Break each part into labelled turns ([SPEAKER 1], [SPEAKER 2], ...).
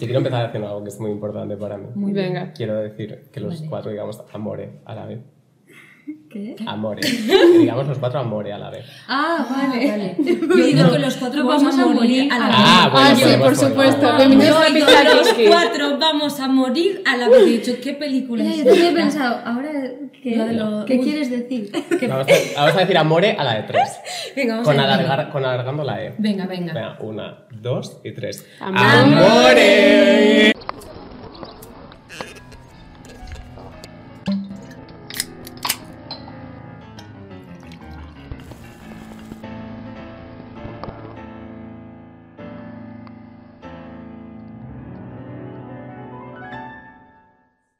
[SPEAKER 1] Yo quiero empezar haciendo algo que es muy importante para mí.
[SPEAKER 2] Muy bien.
[SPEAKER 3] Venga.
[SPEAKER 1] Quiero decir que los
[SPEAKER 2] Vale.
[SPEAKER 1] cuatro digamos amore a la vez.
[SPEAKER 4] ¿Qué?
[SPEAKER 1] Amore. Que digamos los cuatro amore a la vez.
[SPEAKER 4] Ah, vale.
[SPEAKER 2] vale. Yo digo que los cuatro vamos a morir a la vez.
[SPEAKER 1] Ah, bueno,
[SPEAKER 3] ah, sí,
[SPEAKER 1] podemos
[SPEAKER 3] por
[SPEAKER 1] poner-
[SPEAKER 3] supuesto.
[SPEAKER 1] Ah,
[SPEAKER 3] Bienvenidos
[SPEAKER 2] Yo
[SPEAKER 3] a
[SPEAKER 2] digo,
[SPEAKER 3] Pizza
[SPEAKER 2] los
[SPEAKER 3] Kiss.
[SPEAKER 2] cuatro vamos a morir a la vez. Yo he dicho, ¿qué película
[SPEAKER 4] Mira,
[SPEAKER 2] es?
[SPEAKER 4] yo también he
[SPEAKER 2] esta?
[SPEAKER 4] pensado, ahora, ¿qué,
[SPEAKER 2] Lo de lo-
[SPEAKER 4] ¿qué
[SPEAKER 2] Uy.
[SPEAKER 4] quieres decir?
[SPEAKER 1] Vamos a, vamos a decir amore a la de tres.
[SPEAKER 2] Venga, vamos
[SPEAKER 1] Con,
[SPEAKER 2] a ver.
[SPEAKER 1] alargar, con alargando la E.
[SPEAKER 2] Venga, venga.
[SPEAKER 1] Venga, una, dos y tres.
[SPEAKER 3] Amore.
[SPEAKER 1] ¡Amore!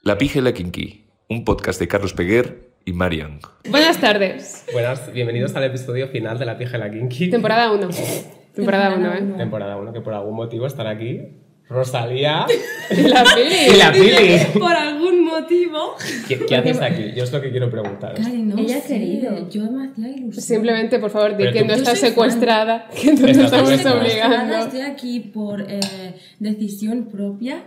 [SPEAKER 5] La Pija y la Kinky, un podcast de Carlos Peguer y Marian.
[SPEAKER 3] Buenas tardes.
[SPEAKER 1] Buenas, bienvenidos al episodio final de La Pija y la Kinky.
[SPEAKER 3] Temporada 1. Temporada 1, ¿eh?
[SPEAKER 1] Temporada 1, que por algún motivo están aquí. Rosalía
[SPEAKER 3] Y la peli.
[SPEAKER 1] y la Pili.
[SPEAKER 2] Por algún motivo.
[SPEAKER 1] ¿Qué, qué haces aquí? Yo es lo que quiero preguntaros.
[SPEAKER 2] Ay, no
[SPEAKER 4] Ella ha
[SPEAKER 2] sé.
[SPEAKER 4] querido.
[SPEAKER 2] Yo me hacía ilusión.
[SPEAKER 3] Simplemente, por favor, di
[SPEAKER 1] Pero
[SPEAKER 3] que
[SPEAKER 1] tú-
[SPEAKER 3] no
[SPEAKER 1] Yo
[SPEAKER 3] estás
[SPEAKER 2] soy fan.
[SPEAKER 3] secuestrada, que no te
[SPEAKER 1] Estás
[SPEAKER 2] Estoy
[SPEAKER 3] estamos
[SPEAKER 1] secuestrada,
[SPEAKER 2] secuestrada,
[SPEAKER 3] obligando.
[SPEAKER 2] Estoy aquí por eh, decisión propia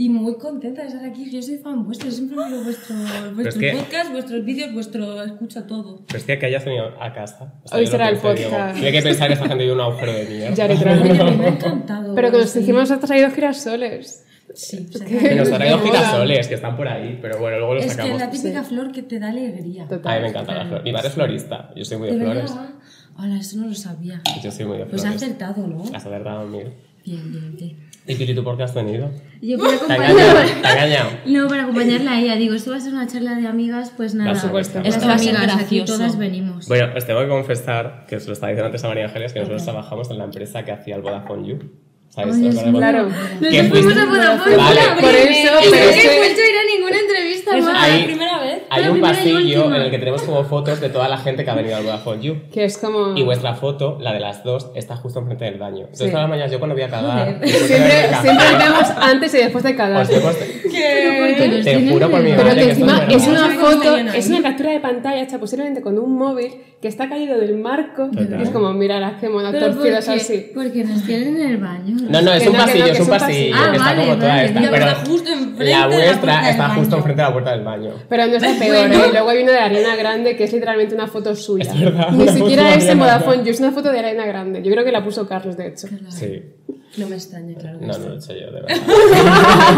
[SPEAKER 2] y muy contenta de estar aquí. Yo soy fan vuestro, siempre veo vuestro, vuestro
[SPEAKER 1] que-
[SPEAKER 2] podcast, vuestros vídeos, vuestro escucho todo.
[SPEAKER 1] Pero hostia, que hayas venido a casa.
[SPEAKER 3] Hoy
[SPEAKER 1] yo lo
[SPEAKER 3] será el
[SPEAKER 1] pienso y digo,
[SPEAKER 3] podcast.
[SPEAKER 1] Tiene que pensar que esta gente vive en un agujero de mierda.
[SPEAKER 3] Ya le
[SPEAKER 2] Oye,
[SPEAKER 3] traigo.
[SPEAKER 2] me ha encantado.
[SPEAKER 3] Pero que nos
[SPEAKER 2] sí.
[SPEAKER 3] encima nos has traído girasoles.
[SPEAKER 2] Sí,
[SPEAKER 1] Que
[SPEAKER 2] exactamente.
[SPEAKER 1] nos ha traído
[SPEAKER 3] Qué moda.
[SPEAKER 1] girasoles, que están por ahí, pero bueno, luego los
[SPEAKER 2] es que
[SPEAKER 1] sacamos.
[SPEAKER 2] la típica flor que te da alegría.
[SPEAKER 3] Total.
[SPEAKER 1] A mí me encanta la flor. Mi padre es florista, yo soy muy de,
[SPEAKER 2] ¿De
[SPEAKER 1] flores.
[SPEAKER 2] verdad? Hola, eso no lo sabía.
[SPEAKER 1] Yo soy muy de
[SPEAKER 2] Pues ha
[SPEAKER 1] flores. Ah.
[SPEAKER 2] acertado, ¿no?
[SPEAKER 1] Has acertado, mil.
[SPEAKER 2] Bien, bien, bien.
[SPEAKER 1] ¿Y Pili, tú por qué has venido?
[SPEAKER 4] Yo para
[SPEAKER 1] Te ha engañado,
[SPEAKER 4] acompañarla.
[SPEAKER 1] te ha engañado.
[SPEAKER 4] No, para acompañarla a ella. Digo, esto va a ser una charla de amigas, pues nada.
[SPEAKER 1] Por supuesto.
[SPEAKER 4] Las
[SPEAKER 2] Esto va a ser
[SPEAKER 4] amigas, aquí
[SPEAKER 2] gracioso.
[SPEAKER 4] todas venimos.
[SPEAKER 1] Bueno, os tengo que confesar, que os lo estaba diciendo antes a María Ángeles, que nosotros trabajamos en la empresa que hacía el Vodafone You. ¿Sabéis?
[SPEAKER 4] Ay,
[SPEAKER 1] ¿Os
[SPEAKER 4] Dios
[SPEAKER 1] acordáis?
[SPEAKER 4] mío.
[SPEAKER 3] Claro.
[SPEAKER 1] ¿Qué
[SPEAKER 4] Nosotros fuimos
[SPEAKER 1] fuiste?
[SPEAKER 4] a Vodafone
[SPEAKER 1] Vale.
[SPEAKER 4] la
[SPEAKER 3] Por
[SPEAKER 4] primera.
[SPEAKER 3] eso,
[SPEAKER 4] Y
[SPEAKER 3] pero
[SPEAKER 4] no
[SPEAKER 3] es
[SPEAKER 4] he
[SPEAKER 3] que-
[SPEAKER 4] vuelto a ir a ninguna entrevista
[SPEAKER 2] ¿Es
[SPEAKER 4] más.
[SPEAKER 1] Ahí-
[SPEAKER 2] la primera vez?
[SPEAKER 1] Hay
[SPEAKER 4] La
[SPEAKER 1] un
[SPEAKER 4] primera y
[SPEAKER 1] pasillo
[SPEAKER 4] última.
[SPEAKER 1] en el que tenemos como fotos de toda la gente que ha venido al Vodafone You.
[SPEAKER 3] Que es como...
[SPEAKER 1] Y vuestra foto, la de las dos, está justo enfrente del baño. Entonces,
[SPEAKER 3] Sí.
[SPEAKER 1] todas las mañanas yo cuando voy a cagar.
[SPEAKER 3] Siempre, siempre vemos antes y después de cagar.
[SPEAKER 1] Os digo, te-
[SPEAKER 4] Porque los
[SPEAKER 1] Te
[SPEAKER 4] tienen
[SPEAKER 1] juro por mi
[SPEAKER 4] de-
[SPEAKER 1] madre
[SPEAKER 3] Pero que
[SPEAKER 1] esto
[SPEAKER 3] encima
[SPEAKER 1] es
[SPEAKER 3] es
[SPEAKER 1] verdad.
[SPEAKER 3] una
[SPEAKER 2] No sé cómo
[SPEAKER 3] foto,
[SPEAKER 2] está
[SPEAKER 3] es
[SPEAKER 2] llena.
[SPEAKER 3] una captura de pantalla hecha posiblemente con un móvil que está caído del marco.
[SPEAKER 1] Total.
[SPEAKER 3] Y es como, mira las que monas
[SPEAKER 4] Pero
[SPEAKER 3] torcidas
[SPEAKER 4] porque-
[SPEAKER 3] así.
[SPEAKER 4] Porque nos tienen en el baño.
[SPEAKER 1] No, no, es
[SPEAKER 3] Que
[SPEAKER 1] un
[SPEAKER 3] no, que no,
[SPEAKER 1] pasillo,
[SPEAKER 3] que
[SPEAKER 1] es un pasillo.
[SPEAKER 4] Ah,
[SPEAKER 1] que está
[SPEAKER 4] vale,
[SPEAKER 1] como toda
[SPEAKER 4] vale,
[SPEAKER 1] esta.
[SPEAKER 4] ya,
[SPEAKER 1] Pero
[SPEAKER 2] está justo enfrente de
[SPEAKER 1] la
[SPEAKER 2] la puerta
[SPEAKER 1] vuestra
[SPEAKER 2] del
[SPEAKER 1] está justo
[SPEAKER 2] baño.
[SPEAKER 1] enfrente de la puerta del baño.
[SPEAKER 3] Pero no está peor, ¿eh? Luego hay una de arena grande que es literalmente una foto suya.
[SPEAKER 1] Es verdad,
[SPEAKER 3] Ni
[SPEAKER 1] una foto
[SPEAKER 3] siquiera
[SPEAKER 1] de
[SPEAKER 3] es en
[SPEAKER 1] Arena
[SPEAKER 3] Vodafone,
[SPEAKER 1] Grande.
[SPEAKER 3] yo es una foto de arena grande. Yo creo que la puso Carlos, de hecho.
[SPEAKER 1] Sí.
[SPEAKER 2] No me extraña, claro. que
[SPEAKER 1] No,
[SPEAKER 2] sí.
[SPEAKER 1] no lo he hecho yo, de verdad.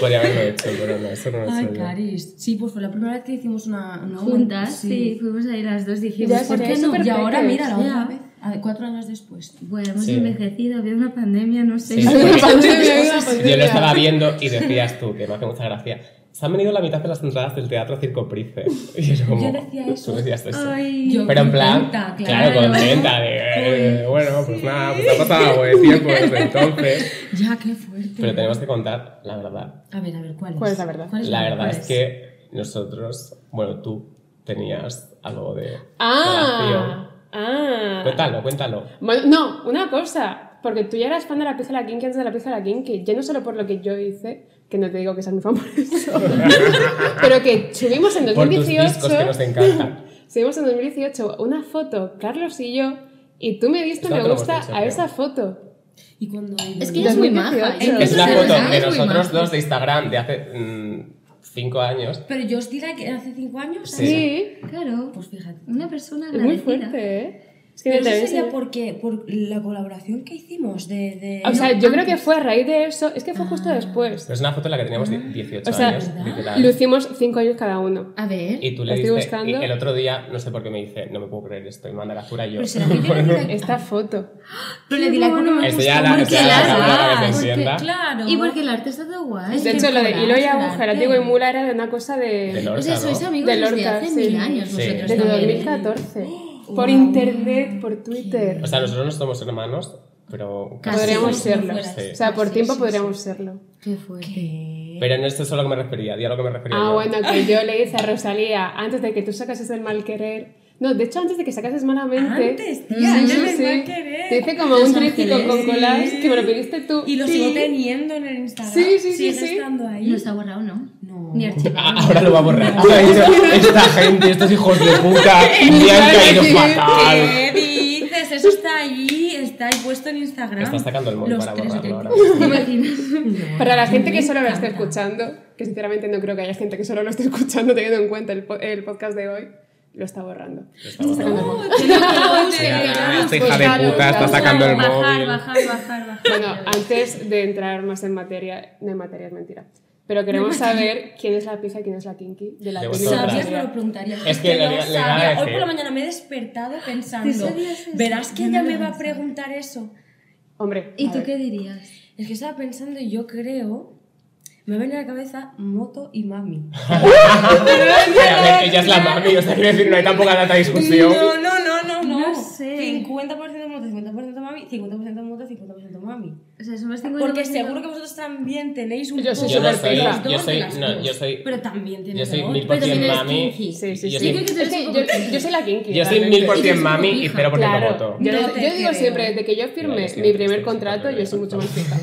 [SPEAKER 1] Podría haberlo hecho, pero no, eso no lo he
[SPEAKER 2] Ay,
[SPEAKER 1] hecho yo.
[SPEAKER 2] Caris. Sí, pues fue la primera vez que hicimos una... una-
[SPEAKER 4] Juntas, sí, fuimos ahí las dos, dijimos,
[SPEAKER 3] Ya
[SPEAKER 4] ¿por
[SPEAKER 3] sería
[SPEAKER 4] qué no?
[SPEAKER 3] súper
[SPEAKER 2] Y ahora
[SPEAKER 3] peques,
[SPEAKER 2] mira la otra
[SPEAKER 4] ya.
[SPEAKER 2] vez. A ver, cuatro años después.
[SPEAKER 4] Bueno, hemos
[SPEAKER 1] Sí.
[SPEAKER 4] envejecido, había una pandemia, no sé.
[SPEAKER 1] Sí.
[SPEAKER 3] Había una pandemia, había una
[SPEAKER 1] Yo lo
[SPEAKER 3] pandemia.
[SPEAKER 1] estaba viendo y decías tú, que me hace mucha gracia. Se han venido la mitad de las entradas del teatro Circo Price. Y yo, como,
[SPEAKER 2] Yo decía eso.
[SPEAKER 1] Tú decías eso.
[SPEAKER 4] Ay,
[SPEAKER 2] Yo
[SPEAKER 1] Pero en plan,
[SPEAKER 2] contenta,
[SPEAKER 1] claro,
[SPEAKER 2] claro.
[SPEAKER 1] contenta. De, eh, bueno, pues nada, pues ha pasado algo de tiempo desde entonces.
[SPEAKER 2] Ya, qué fuerte.
[SPEAKER 1] Pero tenemos que contar la verdad.
[SPEAKER 2] A ver, a ver, ¿cuál es?
[SPEAKER 3] ¿Cuál es la verdad?
[SPEAKER 2] ¿Cuál
[SPEAKER 1] La verdad
[SPEAKER 2] cuál
[SPEAKER 1] es que nosotros, bueno, tú tenías algo de relación.
[SPEAKER 3] Ah, ah.
[SPEAKER 1] Cuéntalo, cuéntalo.
[SPEAKER 3] Bueno, no, una cosa, porque tú ya eras fan de la pizza de la Kinky antes de la pizza de la Kinky, ya no solo por lo que yo hice, que no te digo que seas mi fan por eso, pero que subimos en
[SPEAKER 1] Por tus
[SPEAKER 3] 2018,
[SPEAKER 1] discos que nos encantan.
[SPEAKER 3] subimos en 2018 una foto, Carlos y yo, y tú me diste
[SPEAKER 1] Esto no
[SPEAKER 3] me
[SPEAKER 1] lo hemos
[SPEAKER 3] gusta
[SPEAKER 1] dicho,
[SPEAKER 3] a
[SPEAKER 1] creo.
[SPEAKER 3] esa foto.
[SPEAKER 2] Y cuando...
[SPEAKER 4] Es que ella es muy maja.
[SPEAKER 3] 2018.
[SPEAKER 1] Es una
[SPEAKER 4] Sí,
[SPEAKER 1] foto
[SPEAKER 4] sí,
[SPEAKER 1] de
[SPEAKER 4] sí,
[SPEAKER 1] nosotros
[SPEAKER 4] sí.
[SPEAKER 1] dos de Instagram de hace mm, cinco años.
[SPEAKER 2] Pero yo os diré que hace cinco años...
[SPEAKER 1] Sí.
[SPEAKER 3] Sí,
[SPEAKER 4] Claro,
[SPEAKER 2] Pues fíjate.
[SPEAKER 4] una persona
[SPEAKER 3] es muy
[SPEAKER 4] agradecida.
[SPEAKER 3] fuerte, ¿eh? Es que
[SPEAKER 2] Pero
[SPEAKER 3] no te
[SPEAKER 2] eso
[SPEAKER 3] ves,
[SPEAKER 2] sería
[SPEAKER 3] ¿eh?
[SPEAKER 2] porque, por la colaboración que hicimos de... de-
[SPEAKER 3] O sea,
[SPEAKER 2] No, Ah.
[SPEAKER 3] yo creo que fue a raíz de eso, es que fue justo después.
[SPEAKER 1] Pero es una foto en la que teníamos 18
[SPEAKER 3] Ah, O sea,
[SPEAKER 1] años, literal.
[SPEAKER 3] Lucimos cinco años cada uno.
[SPEAKER 4] A ver,
[SPEAKER 1] Y tú
[SPEAKER 3] la
[SPEAKER 1] le
[SPEAKER 3] estoy
[SPEAKER 1] diste, y
[SPEAKER 3] buscando.
[SPEAKER 1] el otro día, no sé por qué me dice, no me puedo creer esto, y manda la cura y yo.
[SPEAKER 2] Pero será que yo le di la-
[SPEAKER 3] Esta foto.
[SPEAKER 2] Pero le di la
[SPEAKER 4] Qué
[SPEAKER 2] cola, me
[SPEAKER 4] mono.
[SPEAKER 1] Esto
[SPEAKER 2] gustó
[SPEAKER 1] ya la-
[SPEAKER 2] mucho.
[SPEAKER 4] esto ya la
[SPEAKER 2] Claro,
[SPEAKER 4] cámara que se
[SPEAKER 2] porque,
[SPEAKER 1] encienda.
[SPEAKER 2] Claro.
[SPEAKER 4] Y porque el arte está todo guay.
[SPEAKER 3] De hecho, lo de hilo y aguja,
[SPEAKER 4] la
[SPEAKER 3] látigo y mula era de una cosa
[SPEAKER 1] De
[SPEAKER 3] de...
[SPEAKER 1] Lorca,
[SPEAKER 4] O sea,
[SPEAKER 1] ¿no?
[SPEAKER 4] sois amigos
[SPEAKER 3] De
[SPEAKER 4] desde
[SPEAKER 3] Lorca,
[SPEAKER 4] hace
[SPEAKER 3] sí.
[SPEAKER 4] mil años
[SPEAKER 1] Sí.
[SPEAKER 4] vosotros
[SPEAKER 3] Desde
[SPEAKER 4] también. ¿eh?
[SPEAKER 3] 2014. Por internet, por Twitter.
[SPEAKER 1] O sea, nosotros no somos hermanos, pero
[SPEAKER 4] Casi.
[SPEAKER 3] Podríamos
[SPEAKER 2] si
[SPEAKER 3] serlo.
[SPEAKER 2] fueras.
[SPEAKER 1] Sí.
[SPEAKER 3] O sea, por
[SPEAKER 2] Sí,
[SPEAKER 3] tiempo
[SPEAKER 2] sí,
[SPEAKER 3] podríamos serlo.
[SPEAKER 4] Qué fuerte.
[SPEAKER 1] Pero no esto es a lo que me refería, di a lo que me refería.
[SPEAKER 3] Ah,
[SPEAKER 1] yo.
[SPEAKER 3] bueno, que yo le hice a Rosalía antes de que tú sacases el mal querer. No, de hecho, antes de que sacases malamente.
[SPEAKER 2] Antes, tía,
[SPEAKER 3] Sí,
[SPEAKER 2] antes
[SPEAKER 3] sí,
[SPEAKER 2] del
[SPEAKER 3] sí.
[SPEAKER 2] mal querer.
[SPEAKER 3] Te hice como
[SPEAKER 4] Los
[SPEAKER 3] un tríptico
[SPEAKER 4] ángeles.
[SPEAKER 3] con collage que me lo pediste tú.
[SPEAKER 2] Y lo
[SPEAKER 3] Sí.
[SPEAKER 2] sigo teniendo en el Instagram.
[SPEAKER 3] Sí, sí, sí,
[SPEAKER 2] Sigue
[SPEAKER 3] sí.
[SPEAKER 2] estando ahí.
[SPEAKER 4] No está borrado, ¿no?
[SPEAKER 2] No.
[SPEAKER 4] Ni
[SPEAKER 1] Ah,
[SPEAKER 4] archivado.
[SPEAKER 1] Ahora lo va a borrar. Tú has dicho, esta gente, estos hijos de puta, me han
[SPEAKER 3] Claro,
[SPEAKER 1] caído
[SPEAKER 3] sí.
[SPEAKER 1] fatal.
[SPEAKER 2] ¿Qué dices? Eso está ahí, está ahí puesto en Instagram.
[SPEAKER 1] Estás sacando el móvil
[SPEAKER 2] Los
[SPEAKER 1] para
[SPEAKER 2] tres
[SPEAKER 1] borrarlo
[SPEAKER 2] de-
[SPEAKER 1] ahora.
[SPEAKER 4] ¿Te imaginas?
[SPEAKER 3] Para la gente que solo lo esté
[SPEAKER 2] está
[SPEAKER 3] escuchando, que sinceramente no creo que haya gente que solo lo esté escuchando teniendo en cuenta el, po- el podcast de hoy, lo está borrando.
[SPEAKER 1] Está borrando.
[SPEAKER 2] No, que no, que no,
[SPEAKER 1] Sí,
[SPEAKER 2] que
[SPEAKER 1] ah,
[SPEAKER 2] no.
[SPEAKER 1] esta hija de puta está sacando el
[SPEAKER 4] bajar,
[SPEAKER 1] móvil.
[SPEAKER 4] Bajar, bajar, bajar.
[SPEAKER 3] Bueno, antes de entrar más en materia, no en materia es mentira, pero queremos saber quién es la pija y quién es la kinky de la
[SPEAKER 1] De
[SPEAKER 3] peli
[SPEAKER 1] vosotras.
[SPEAKER 2] Sabías,
[SPEAKER 3] original.
[SPEAKER 2] me lo preguntarías.
[SPEAKER 1] Es que le-
[SPEAKER 2] no
[SPEAKER 1] le
[SPEAKER 2] sabía.
[SPEAKER 1] va a decir.
[SPEAKER 2] Hoy por la mañana me he despertado
[SPEAKER 4] ¿Sí
[SPEAKER 2] pensando,
[SPEAKER 4] sabías eso?
[SPEAKER 2] verás que
[SPEAKER 4] Yo
[SPEAKER 2] ella
[SPEAKER 4] no
[SPEAKER 2] me
[SPEAKER 4] lo
[SPEAKER 2] va a
[SPEAKER 4] pensaba.
[SPEAKER 2] preguntar eso.
[SPEAKER 3] Hombre,
[SPEAKER 4] ¿Y
[SPEAKER 3] a
[SPEAKER 4] tú
[SPEAKER 3] ver.
[SPEAKER 4] qué dirías?
[SPEAKER 2] Es que estaba pensando y yo creo... Me viene a la cabeza moto y mami.
[SPEAKER 1] Ella, a ver, ella es la mami, o sea, quiero decir, no hay tampoco tanta discusión.
[SPEAKER 2] No, no, no, no, no.
[SPEAKER 4] No sé.
[SPEAKER 2] 50% moto, 50% mami, 50% moto, 50% mami.
[SPEAKER 4] O sea, somos 50
[SPEAKER 2] Porque seguro que vosotros también tenéis un
[SPEAKER 3] Yo soy
[SPEAKER 2] poco
[SPEAKER 3] súper
[SPEAKER 2] de
[SPEAKER 3] pija.
[SPEAKER 2] los dos
[SPEAKER 1] Yo
[SPEAKER 2] de
[SPEAKER 1] soy-
[SPEAKER 2] las
[SPEAKER 1] no,
[SPEAKER 2] dos.
[SPEAKER 1] yo soy-
[SPEAKER 2] Pero también
[SPEAKER 1] Yo
[SPEAKER 2] tienes
[SPEAKER 1] soy
[SPEAKER 2] dos.
[SPEAKER 1] mil por
[SPEAKER 4] Pero
[SPEAKER 1] cien
[SPEAKER 4] también eres
[SPEAKER 1] mami.
[SPEAKER 4] kinky.
[SPEAKER 3] Sí, sí,
[SPEAKER 1] y yo
[SPEAKER 3] sí.
[SPEAKER 1] soy-
[SPEAKER 4] creo que tú
[SPEAKER 3] Es
[SPEAKER 4] eres
[SPEAKER 3] que
[SPEAKER 4] un
[SPEAKER 3] yo,
[SPEAKER 4] poco kinky.
[SPEAKER 3] yo soy la kinky.
[SPEAKER 1] Yo soy
[SPEAKER 3] realmente.
[SPEAKER 1] mil por
[SPEAKER 4] Eres
[SPEAKER 1] cien
[SPEAKER 4] un
[SPEAKER 1] mami y
[SPEAKER 4] hija.
[SPEAKER 1] cero por ciento
[SPEAKER 3] Claro,
[SPEAKER 1] moto.
[SPEAKER 3] yo,
[SPEAKER 2] No
[SPEAKER 3] yo
[SPEAKER 2] te
[SPEAKER 3] digo
[SPEAKER 2] creo.
[SPEAKER 3] siempre, desde que yo firme
[SPEAKER 1] Mira, yo
[SPEAKER 3] mi
[SPEAKER 1] siempre
[SPEAKER 3] primer
[SPEAKER 1] estoy
[SPEAKER 3] contrato, yo
[SPEAKER 1] súper
[SPEAKER 3] soy mucho más fija.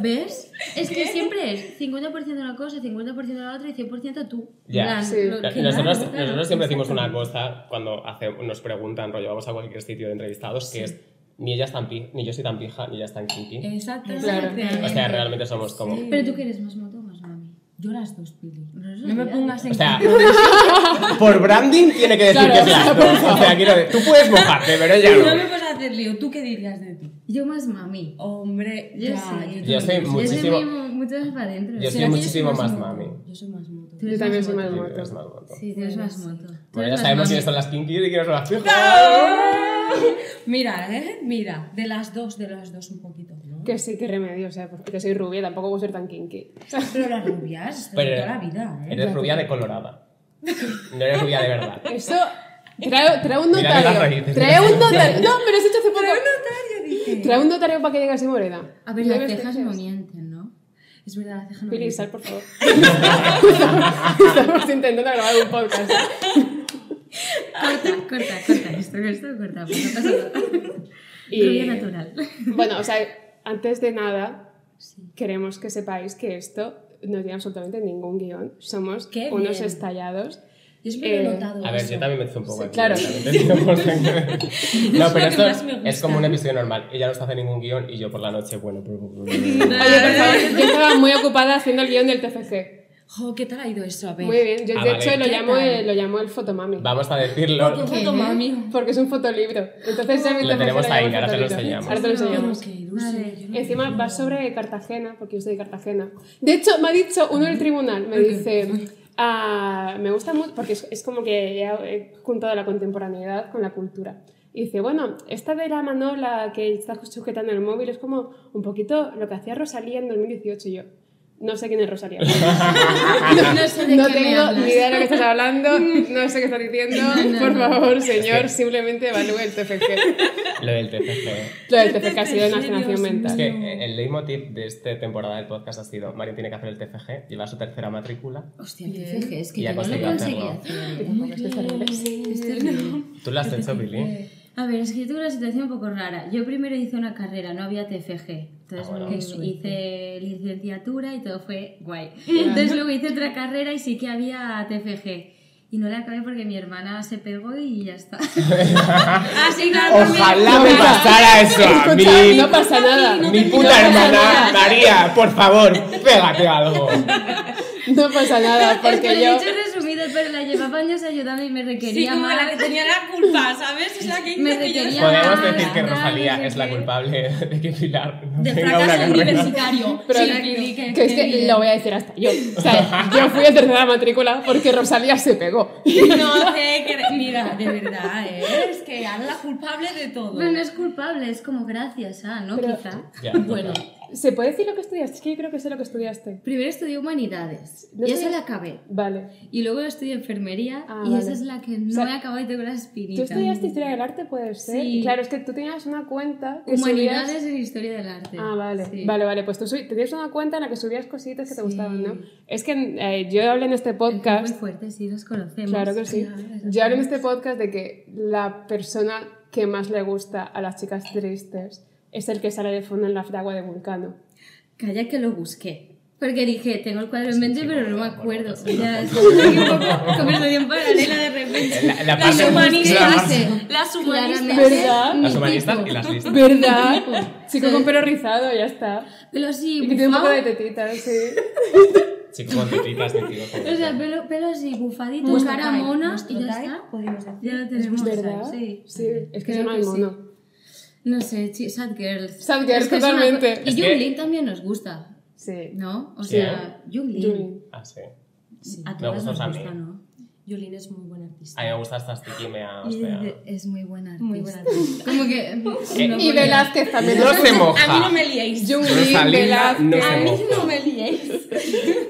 [SPEAKER 4] ¿Ves? Es que siempre es 50% una cosa, 50% la otra y 100% tú.
[SPEAKER 1] Ya,
[SPEAKER 4] Plan,
[SPEAKER 3] sí.
[SPEAKER 4] lo-
[SPEAKER 1] Claro,
[SPEAKER 4] qué
[SPEAKER 1] Nosotros,
[SPEAKER 4] raro, claro,
[SPEAKER 1] nosotros siempre decimos una
[SPEAKER 4] exactamente.
[SPEAKER 1] cosa cuando hace- nos preguntan, rollo, vamos a cualquier sitio de entrevistados, que es ni ella es tan pi- ni yo soy tan pija, ni ella es tan kinky.
[SPEAKER 2] Exacto.
[SPEAKER 3] Claro.
[SPEAKER 1] O sea, realmente somos como.
[SPEAKER 2] Sí.
[SPEAKER 4] Pero tú que eres más moto o más mami.
[SPEAKER 2] Yo las dos, Pili.
[SPEAKER 4] No lo
[SPEAKER 2] No me
[SPEAKER 4] sabía.
[SPEAKER 2] pongas en
[SPEAKER 1] O sea,
[SPEAKER 2] contra.
[SPEAKER 1] por branding tiene que decir
[SPEAKER 3] Claro,
[SPEAKER 1] que es
[SPEAKER 3] o sea,
[SPEAKER 1] las dos. O sea, quiero decir, tú puedes mojarte, pero ella
[SPEAKER 2] No me
[SPEAKER 1] no.
[SPEAKER 2] vas a hacer lío. ¿Tú qué dirías de ti?
[SPEAKER 4] Yo más mami.
[SPEAKER 2] Hombre,
[SPEAKER 4] Yo sí,
[SPEAKER 1] Yo soy
[SPEAKER 4] también.
[SPEAKER 1] muchísimo-
[SPEAKER 4] Yo soy muy- mucho más para adentro.
[SPEAKER 1] Yo
[SPEAKER 4] Sí,
[SPEAKER 1] soy
[SPEAKER 2] ¿Será que
[SPEAKER 1] muchísimo
[SPEAKER 2] yo soy
[SPEAKER 1] más
[SPEAKER 2] moto?
[SPEAKER 1] mami.
[SPEAKER 2] Yo soy más moto.
[SPEAKER 4] Tú
[SPEAKER 3] Yo
[SPEAKER 4] eres
[SPEAKER 3] también
[SPEAKER 4] más
[SPEAKER 3] soy más
[SPEAKER 4] moto.
[SPEAKER 1] Sí,
[SPEAKER 3] moto.
[SPEAKER 1] eres más moto.
[SPEAKER 4] Sí, tú eres más
[SPEAKER 2] Sí.
[SPEAKER 4] moto. Tú
[SPEAKER 1] Bueno, ya
[SPEAKER 4] eres más
[SPEAKER 1] sabemos
[SPEAKER 4] mami.
[SPEAKER 1] quiénes son las kinky y quiénes son las pijas.
[SPEAKER 2] Mira, eh, mira, de las dos, de las dos un poquito, ¿no?
[SPEAKER 3] Que sí, qué remedio, o sea, porque soy rubia, tampoco voy a ser tan kinky.
[SPEAKER 2] Pero las rubias, de
[SPEAKER 1] Pero
[SPEAKER 2] toda la vida, ¿eh?
[SPEAKER 1] eres rubia de colorada. No eres rubia de verdad.
[SPEAKER 3] Eso trae, trae un
[SPEAKER 1] Mira que la
[SPEAKER 3] notario.
[SPEAKER 1] raíz.
[SPEAKER 3] Trae un notario. No, pero eso hecho hace poco.
[SPEAKER 2] Yo dije,
[SPEAKER 3] Trae un notario para que diga así morena. este
[SPEAKER 4] A ver,
[SPEAKER 3] ¿No
[SPEAKER 4] las
[SPEAKER 3] ves
[SPEAKER 4] cejas
[SPEAKER 3] que
[SPEAKER 4] no
[SPEAKER 3] seas?
[SPEAKER 4] mienten, ¿no?
[SPEAKER 2] Es verdad, la ceja no
[SPEAKER 3] Pili,
[SPEAKER 2] me-
[SPEAKER 3] sal, por favor. Estamos intentando grabar un podcast.
[SPEAKER 4] Corta, corta, corta esto, esto corta, pues no pasa nada.
[SPEAKER 3] Y-
[SPEAKER 4] Rubia natural.
[SPEAKER 3] Bueno, o sea, antes de nada, queremos que sepáis que esto no tiene absolutamente ningún guión. Somos
[SPEAKER 2] Qué
[SPEAKER 3] unos
[SPEAKER 2] bien.
[SPEAKER 3] estallados.
[SPEAKER 2] Yo siempre lo
[SPEAKER 3] Eh,
[SPEAKER 2] he notado.
[SPEAKER 1] A ver,
[SPEAKER 2] eso.
[SPEAKER 1] yo también me hice un poco aquí. ¿eh?
[SPEAKER 3] claro.
[SPEAKER 1] también te digo, porque-
[SPEAKER 2] lo
[SPEAKER 1] no, pero
[SPEAKER 2] que
[SPEAKER 1] esto
[SPEAKER 2] más me
[SPEAKER 1] es
[SPEAKER 2] gusta.
[SPEAKER 1] como un episodio normal. Ella no se hace ningún guión y yo por la noche, bueno, pues, pero-
[SPEAKER 3] Oye, por favor, yo estaba muy ocupada haciendo el guión del TFG.
[SPEAKER 2] Jo, ¿qué tal ha ido eso? A ver.
[SPEAKER 3] Muy bien, yo
[SPEAKER 1] Ah,
[SPEAKER 3] de
[SPEAKER 1] vale.
[SPEAKER 3] hecho lo
[SPEAKER 1] ¿Qué
[SPEAKER 3] llamo,
[SPEAKER 2] Pues, tal?
[SPEAKER 3] el, lo llamo el fotomami.
[SPEAKER 1] vamos a decirlo.
[SPEAKER 2] ¿Qué
[SPEAKER 3] ¿eh?
[SPEAKER 2] foto, mami?
[SPEAKER 3] Porque es un fotolibro. Entonces ya me
[SPEAKER 1] Lo
[SPEAKER 3] toca
[SPEAKER 1] tenemos
[SPEAKER 3] hacer
[SPEAKER 1] ahí,
[SPEAKER 3] algo
[SPEAKER 1] ahora te lo
[SPEAKER 3] fotolibro.
[SPEAKER 1] enseñamos.
[SPEAKER 3] Ahora te lo enseñamos.
[SPEAKER 2] Pero qué ilusión,
[SPEAKER 4] Vale.
[SPEAKER 2] yo no-
[SPEAKER 3] Encima va sobre Cartagena, porque yo soy de Cartagena. De hecho, me ha dicho uno del tribunal, me dice, "Ah, me gusta mucho, porque es, es como que he, he juntado la contemporaneidad con la cultura. Y dice, bueno, esta de la manola que está sujetando el móvil es como un poquito lo que hacía Rosalía en 2018 y yo. No sé quién es Rosalía.
[SPEAKER 4] No, sé de
[SPEAKER 3] No
[SPEAKER 4] qué me
[SPEAKER 3] tengo
[SPEAKER 4] hablas.
[SPEAKER 3] ni idea de lo que estás hablando, no sé qué estás diciendo.
[SPEAKER 4] No, no,
[SPEAKER 3] Por
[SPEAKER 4] no.
[SPEAKER 3] favor, señor, simplemente evalúe el TFG.
[SPEAKER 1] Lo del TCG.
[SPEAKER 3] Lo del TFG ha sido una
[SPEAKER 2] Dios
[SPEAKER 3] generación
[SPEAKER 1] Es
[SPEAKER 3] mental.
[SPEAKER 1] que eh, el leitmotiv de esta temporada del podcast ha sido: Mario tiene que hacer el TCG, lleva su tercera matrícula.
[SPEAKER 4] Hostia, te fijé, es que
[SPEAKER 1] Y ha
[SPEAKER 4] yo no lo
[SPEAKER 1] conseguido
[SPEAKER 4] conseguí
[SPEAKER 1] hacerlo.
[SPEAKER 4] hacer.
[SPEAKER 3] Tampoco es que sea libre.
[SPEAKER 4] Es terrible.
[SPEAKER 1] Tú lo has hecho, Billy.
[SPEAKER 4] A ver, es que yo tuve una situación un poco rara. Yo primero hice una carrera, no había TFG. Entonces
[SPEAKER 1] Ah, bueno.
[SPEAKER 4] me-
[SPEAKER 2] Qué suerte.
[SPEAKER 4] hice licenciatura y todo fue guay. Entonces luego hice otra carrera y sí que había TFG. Y no la acabé porque mi hermana se pegó y ya está. Así que ahora también-
[SPEAKER 1] Ojalá me pasara eso a mí.
[SPEAKER 3] Escucha, no pasa nada.
[SPEAKER 1] Mi
[SPEAKER 3] No
[SPEAKER 1] puta
[SPEAKER 3] pasa
[SPEAKER 1] hermana,
[SPEAKER 3] nada.
[SPEAKER 1] María, por favor, pégate algo.
[SPEAKER 3] No pasa nada,
[SPEAKER 4] es que
[SPEAKER 3] porque
[SPEAKER 4] lo he
[SPEAKER 3] yo.
[SPEAKER 4] dicho resumido, pero la llevaba años ayudando y me
[SPEAKER 2] Sí,
[SPEAKER 4] requería
[SPEAKER 2] como
[SPEAKER 4] más.
[SPEAKER 2] la que tenía la culpa, ¿sabes? Es la que
[SPEAKER 4] Me
[SPEAKER 2] hizo que yo-
[SPEAKER 4] requería-
[SPEAKER 1] Podemos
[SPEAKER 4] Ah,
[SPEAKER 1] decir que
[SPEAKER 4] ah,
[SPEAKER 1] Rosalía
[SPEAKER 4] ah,
[SPEAKER 1] es la
[SPEAKER 4] sí.
[SPEAKER 1] culpable de que Pilar no
[SPEAKER 2] De
[SPEAKER 1] tenga una
[SPEAKER 2] fracaso
[SPEAKER 1] carrera.
[SPEAKER 2] universitario.
[SPEAKER 3] Pero
[SPEAKER 2] Sí,
[SPEAKER 3] que-
[SPEAKER 2] Pili, que-
[SPEAKER 3] que es
[SPEAKER 2] qué
[SPEAKER 3] que
[SPEAKER 2] bien.
[SPEAKER 3] lo voy a decir hasta yo. O sea, yo fui a tercera matrícula porque Rosalía se pegó.
[SPEAKER 2] No sé, que... mira, de verdad, ¿eh? es que ahora la culpable de todo.
[SPEAKER 4] Pero no es culpable, es como gracias a, ¿no?
[SPEAKER 3] Pero-
[SPEAKER 4] Quizá.
[SPEAKER 1] Ya,
[SPEAKER 4] bueno,
[SPEAKER 3] ¿Se puede decir lo que estudiaste? Es que yo creo que sé lo que estudiaste.
[SPEAKER 4] primero estudié humanidades
[SPEAKER 3] No
[SPEAKER 4] y esa
[SPEAKER 3] sé-
[SPEAKER 4] la acabé.
[SPEAKER 3] Vale.
[SPEAKER 4] Y luego estudié enfermería
[SPEAKER 3] Ah,
[SPEAKER 4] y
[SPEAKER 3] vale.
[SPEAKER 4] esa es la que no
[SPEAKER 3] sea,
[SPEAKER 4] he acabado y tengo la espinita.
[SPEAKER 3] ¿Tú estudiaste historia del arte, puede ser?
[SPEAKER 4] Sí.
[SPEAKER 3] Claro, es que tú tenías una cuenta. que
[SPEAKER 4] Humanidades
[SPEAKER 3] subías-
[SPEAKER 4] en historia del arte.
[SPEAKER 3] Ah, vale.
[SPEAKER 4] Sí.
[SPEAKER 3] Vale, vale. Pues tú sub- tenías una cuenta en la que subías cositas que te
[SPEAKER 4] Sí.
[SPEAKER 3] gustaban, ¿no? Es que eh, yo hablé en este
[SPEAKER 4] Es que es
[SPEAKER 3] podcast
[SPEAKER 4] muy fuerte, sí, los conocemos.
[SPEAKER 3] Claro que sí. Yo hablo en este podcast de que la persona que más le gusta a las chicas tristes es el que sale de fondo en la fragua de Vulcano.
[SPEAKER 4] Calla que lo busqué. porque dije, tengo el cuadro en mente, pero no me acuerdo. O sea, es como que un poco conversación paralela de repente.
[SPEAKER 1] La- la
[SPEAKER 4] las
[SPEAKER 1] parte-
[SPEAKER 4] humanistas.
[SPEAKER 1] la-
[SPEAKER 4] Las humanistas. ¿eh?
[SPEAKER 2] ¿eh?
[SPEAKER 3] ¿Verdad?
[SPEAKER 4] mi
[SPEAKER 1] Las humanistas
[SPEAKER 4] tipo.
[SPEAKER 1] y las listas.
[SPEAKER 3] ¿Verdad? Chico con pelo rizado, ya está.
[SPEAKER 4] Pero sí,
[SPEAKER 3] Y que tiene un poco
[SPEAKER 4] bufado.
[SPEAKER 3] de tetita, sí.
[SPEAKER 1] Chicos con tetitas metidos. con-
[SPEAKER 4] O sea, pelo, pelo así, bufadito,
[SPEAKER 2] Nuestro
[SPEAKER 4] cara
[SPEAKER 2] type,
[SPEAKER 4] mona
[SPEAKER 2] nuestro
[SPEAKER 4] y ya
[SPEAKER 2] type,
[SPEAKER 4] está.
[SPEAKER 2] Podemos decir.
[SPEAKER 4] Ya lo tenemos.
[SPEAKER 3] ¿Verdad?
[SPEAKER 4] Sí.
[SPEAKER 3] es que
[SPEAKER 4] Creo
[SPEAKER 3] eso no hay
[SPEAKER 4] que sí.
[SPEAKER 3] mono.
[SPEAKER 4] No sé, chi- sad girls.
[SPEAKER 3] Sad girls,
[SPEAKER 4] Es que es una
[SPEAKER 3] totalmente.
[SPEAKER 4] co-
[SPEAKER 1] Es
[SPEAKER 4] Y
[SPEAKER 1] que-
[SPEAKER 4] Junglin también nos gusta,
[SPEAKER 3] Sí.
[SPEAKER 4] ¿no? O
[SPEAKER 1] Sí.
[SPEAKER 4] sea, Junglin.
[SPEAKER 3] Yuri.
[SPEAKER 1] Ah, sí.
[SPEAKER 4] A
[SPEAKER 1] Me
[SPEAKER 4] todas
[SPEAKER 1] gusta
[SPEAKER 4] nos
[SPEAKER 1] también.
[SPEAKER 4] gusta, ¿no?
[SPEAKER 2] Yolín es muy buena artista.
[SPEAKER 1] A mí me gusta esta sticky mea, o
[SPEAKER 4] Y
[SPEAKER 1] sea.
[SPEAKER 4] de- es muy buena artista.
[SPEAKER 2] Muy buena artista.
[SPEAKER 4] Como que. mm,
[SPEAKER 1] Eh,
[SPEAKER 4] no
[SPEAKER 3] Y
[SPEAKER 4] podía.
[SPEAKER 3] Velázquez también.
[SPEAKER 1] No se moja.
[SPEAKER 2] A mí no me liéis.
[SPEAKER 3] Junglin,
[SPEAKER 1] Rosalía no
[SPEAKER 3] Velázquez.
[SPEAKER 1] se
[SPEAKER 2] A mí
[SPEAKER 1] moja.
[SPEAKER 2] no me liéis.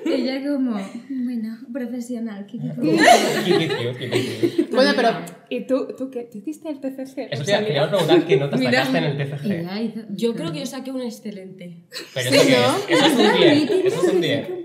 [SPEAKER 4] Ella como, bueno, profesional. ¿qué tipo?
[SPEAKER 1] Keep it cute, keep it cute.
[SPEAKER 3] Bueno, pero ¿y tú, tú qué? ¿Te hiciste el TCG?
[SPEAKER 1] Eso sí,
[SPEAKER 3] Rosalía?
[SPEAKER 1] quería preguntar qué notas
[SPEAKER 2] Mira.
[SPEAKER 1] sacaste en el TCG.
[SPEAKER 4] Ella hizo-
[SPEAKER 2] Yo creo que yo saqué una excelente.
[SPEAKER 1] Pero eso qué
[SPEAKER 3] ¿no?
[SPEAKER 1] es. Eso es un 10. Eso es un 10.
[SPEAKER 4] bien.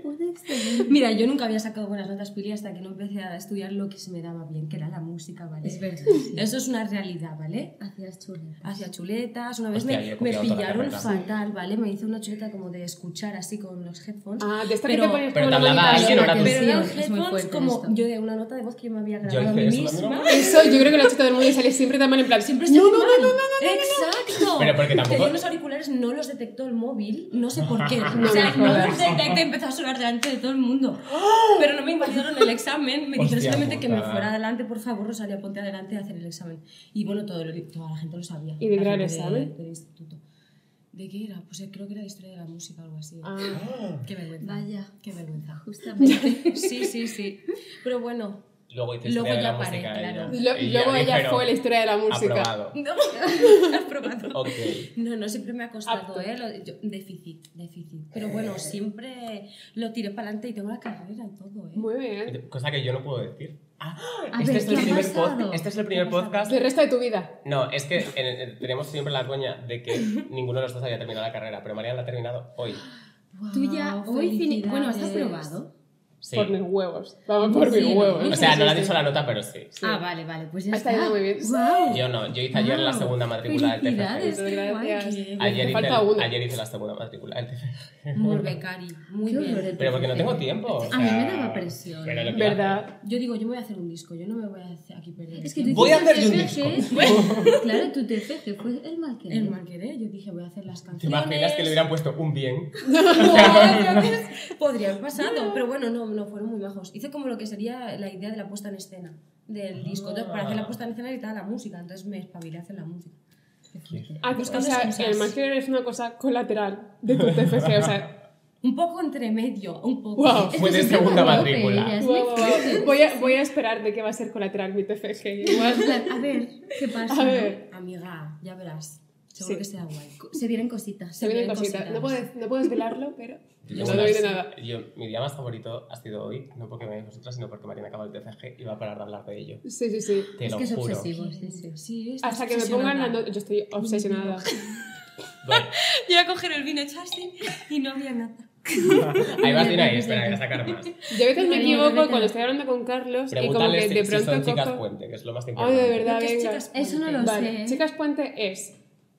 [SPEAKER 2] Mira, yo nunca había sacado buenas notas Pili hasta que no empecé a estudiar lo que se me daba bien, que era la música, ¿vale?
[SPEAKER 4] Es verdad.
[SPEAKER 2] Eso es una realidad, ¿vale?
[SPEAKER 4] Hacías chuleta.
[SPEAKER 2] hacia chuletas. Una vez
[SPEAKER 1] Hostia,
[SPEAKER 2] me-
[SPEAKER 1] yo he
[SPEAKER 2] me,
[SPEAKER 1] copiado toda la
[SPEAKER 2] pillaron
[SPEAKER 1] carrera.
[SPEAKER 2] fatal, ¿vale? Me hice una chuleta como de escuchar así con los headphones.
[SPEAKER 3] Ah, de esta
[SPEAKER 2] Pero-
[SPEAKER 3] que te pones
[SPEAKER 1] pero te
[SPEAKER 3] como una
[SPEAKER 1] hablaba
[SPEAKER 3] bonita
[SPEAKER 1] alguien,
[SPEAKER 3] lona.
[SPEAKER 1] ahora
[SPEAKER 2] Pero
[SPEAKER 4] Sí,
[SPEAKER 2] eran
[SPEAKER 4] es muy
[SPEAKER 2] headphones
[SPEAKER 4] fuerte
[SPEAKER 2] como
[SPEAKER 4] esto.
[SPEAKER 2] yo de una nota de voz que yo me había
[SPEAKER 1] Yo
[SPEAKER 2] grabado a
[SPEAKER 1] hice
[SPEAKER 2] mí
[SPEAKER 1] eso también,
[SPEAKER 2] misma.
[SPEAKER 1] ¿no?
[SPEAKER 3] Eso, yo creo que la chica del mundo y sale siempre tan mal en plan. Siempre
[SPEAKER 2] Siempre sale mal. Exacto.
[SPEAKER 1] Pero porque tampoco-
[SPEAKER 2] Tenía unos auriculares, no los detectó el móvil, no sé por qué.
[SPEAKER 3] me
[SPEAKER 2] o sea, no
[SPEAKER 3] jodas.
[SPEAKER 2] los detecté, empezó a sonar delante de todo el mundo.
[SPEAKER 3] ¡Ah!
[SPEAKER 2] Pero no me invalidaron el examen, me dijeron
[SPEAKER 1] Hostia
[SPEAKER 2] solamente que me
[SPEAKER 1] puta.
[SPEAKER 2] fuera adelante, por favor, Rosalía, ponte adelante a hacer el examen. Y bueno, todo, lo- toda la gente lo sabía.
[SPEAKER 3] ¿Y de
[SPEAKER 2] la
[SPEAKER 3] qué era el
[SPEAKER 2] gente de-
[SPEAKER 3] examen?
[SPEAKER 2] Del instituto. ¿De qué era? Pues eh, creo que era de historia de la música o algo así.
[SPEAKER 3] Ah.
[SPEAKER 2] Qué vergüenza.
[SPEAKER 4] Vaya.
[SPEAKER 2] Qué vergüenza.
[SPEAKER 4] Justamente.
[SPEAKER 2] Sí, sí, sí. Pero bueno.
[SPEAKER 1] Luego hice
[SPEAKER 2] Luego
[SPEAKER 1] historia de
[SPEAKER 2] ya
[SPEAKER 1] la
[SPEAKER 2] paré,
[SPEAKER 1] música.
[SPEAKER 2] claro.
[SPEAKER 1] y ya- y ya
[SPEAKER 3] luego ella
[SPEAKER 1] dijeron,
[SPEAKER 3] fue la historia de la música.
[SPEAKER 1] Aprobado.
[SPEAKER 2] No, has probado.
[SPEAKER 1] Ok.
[SPEAKER 2] No, no, siempre me ha
[SPEAKER 3] Apto.
[SPEAKER 2] costado, ¿eh? Lo- yo- déficit, déficit. Pero bueno,
[SPEAKER 4] Eh.
[SPEAKER 2] siempre lo tiré para adelante y tengo la carrera y todo, ¿eh?
[SPEAKER 3] Muy bien.
[SPEAKER 1] Cosa que yo no puedo decir. Ah,
[SPEAKER 4] A
[SPEAKER 1] este,
[SPEAKER 4] ver,
[SPEAKER 1] es
[SPEAKER 4] ¿qué
[SPEAKER 1] el
[SPEAKER 4] ha
[SPEAKER 1] primer
[SPEAKER 4] pasado?
[SPEAKER 1] podcast, este es el primer podcast.
[SPEAKER 3] El resto de tu vida.
[SPEAKER 1] No, es que en- en- tenemos siempre la dueña de que ninguno de los dos había terminado la carrera, pero Mariana la ha terminado hoy.
[SPEAKER 4] Tú ya
[SPEAKER 2] Guau,
[SPEAKER 4] hoy fini-
[SPEAKER 2] felicidades.
[SPEAKER 4] Bueno, ¿estás probado?
[SPEAKER 1] Sí.
[SPEAKER 3] Por mis huevos. Vamos, por
[SPEAKER 4] Sí,
[SPEAKER 3] mis
[SPEAKER 4] no.
[SPEAKER 3] huevos.
[SPEAKER 1] O sea, no le ha dicho la nota, pero sí.
[SPEAKER 4] Ah, vale, vale, pues ya
[SPEAKER 3] Ha
[SPEAKER 4] está.
[SPEAKER 3] estado muy bien.
[SPEAKER 4] Guau.
[SPEAKER 1] Yo no, yo hice ayer la
[SPEAKER 4] Wow.
[SPEAKER 1] segunda matrícula del TFG.
[SPEAKER 4] Felicidades.
[SPEAKER 3] Muchas gracias.
[SPEAKER 2] Qué guay.
[SPEAKER 1] Ayer
[SPEAKER 3] Me
[SPEAKER 1] hice,
[SPEAKER 3] falta uno.
[SPEAKER 1] ayer hice la segunda matrícula del TFG.
[SPEAKER 2] Muy bien, Cari. Muy
[SPEAKER 4] Qué horror el
[SPEAKER 2] bien.
[SPEAKER 1] Pero porque no
[SPEAKER 4] TFG.
[SPEAKER 1] tengo tiempo. o
[SPEAKER 4] A mí me
[SPEAKER 1] sea,
[SPEAKER 4] daba presión.
[SPEAKER 1] pero lo que
[SPEAKER 3] ¿Verdad?
[SPEAKER 2] Yo digo, yo me voy a hacer un disco, yo no me voy a hacer aquí perder.
[SPEAKER 4] Es que
[SPEAKER 2] tiempo.
[SPEAKER 4] tú
[SPEAKER 1] Voy a
[SPEAKER 4] hiciste
[SPEAKER 1] hacer yo un
[SPEAKER 4] TFG, Claro, tu TFG fue el mal que
[SPEAKER 2] El mal querer, yo dije, voy a hacer las
[SPEAKER 1] ¿Te
[SPEAKER 2] canciones.
[SPEAKER 1] imaginas que le hubieran puesto un bien?
[SPEAKER 2] Podría haber pasado, pero bueno, no, no fueron muy bajos. Hice como lo que sería la idea de la puesta en escena del disco. Entonces, para hacer
[SPEAKER 1] Ah.
[SPEAKER 2] la puesta en escena necesitaba la música, entonces me espabilé a hacer la música.
[SPEAKER 3] Ah, o
[SPEAKER 2] Buscando
[SPEAKER 3] sea,
[SPEAKER 2] excusas.
[SPEAKER 3] el máster es una cosa colateral de tu TFG. O sea,
[SPEAKER 2] Un poco entre medio, un poco.
[SPEAKER 3] wow.
[SPEAKER 1] Fue de segunda matrícula.
[SPEAKER 3] Wow, wow, wow. Voy a, voy a esperar de qué va a ser colateral mi TFG. Igual.
[SPEAKER 4] A ver, ¿qué pasa?
[SPEAKER 3] A ver,
[SPEAKER 2] Amiga, ya verás. Seguro
[SPEAKER 3] Sí.
[SPEAKER 2] que será guay.
[SPEAKER 4] Se vienen cositas.
[SPEAKER 3] se vienen
[SPEAKER 2] vienen
[SPEAKER 3] cositas. No puedo,
[SPEAKER 2] cositas.
[SPEAKER 3] no puedo desvelarlo, pero
[SPEAKER 1] Yo
[SPEAKER 3] no
[SPEAKER 1] tengo
[SPEAKER 3] no viene
[SPEAKER 1] unas-
[SPEAKER 3] nada.
[SPEAKER 1] Yo, mi día más favorito ha sido hoy, no porque me veáis vosotras, sino porque Mariana acaba el TFG y va a parar de hablar de ello.
[SPEAKER 3] Sí, sí, sí.
[SPEAKER 1] Te
[SPEAKER 4] Es
[SPEAKER 1] lo
[SPEAKER 4] que es
[SPEAKER 1] juro.
[SPEAKER 4] obsesivo, sí, sí.
[SPEAKER 2] Sí, estás
[SPEAKER 3] Hasta que me pongan la
[SPEAKER 2] obsesionada.
[SPEAKER 3] nota. Yo estoy obsesionada.
[SPEAKER 1] Bueno,
[SPEAKER 2] Yo iba a coger el vino Chastin y no había nada.
[SPEAKER 1] ahí vas bien ahí, espera, voy a sacar más.
[SPEAKER 3] Yo a veces me
[SPEAKER 4] Ay,
[SPEAKER 3] equivoco
[SPEAKER 4] Rebeca.
[SPEAKER 3] cuando estoy hablando con Carlos y como
[SPEAKER 1] Pregúntale
[SPEAKER 3] que
[SPEAKER 1] si,
[SPEAKER 3] de
[SPEAKER 1] si
[SPEAKER 3] pronto
[SPEAKER 1] son chicas
[SPEAKER 3] cojo-
[SPEAKER 1] puente, que es lo más
[SPEAKER 3] Ay,
[SPEAKER 1] importante.
[SPEAKER 3] de verdad,
[SPEAKER 2] Porque es
[SPEAKER 3] venga.
[SPEAKER 2] chicas
[SPEAKER 4] Eso no lo
[SPEAKER 2] puente.
[SPEAKER 3] Vale,
[SPEAKER 4] sé.
[SPEAKER 3] chicas puente es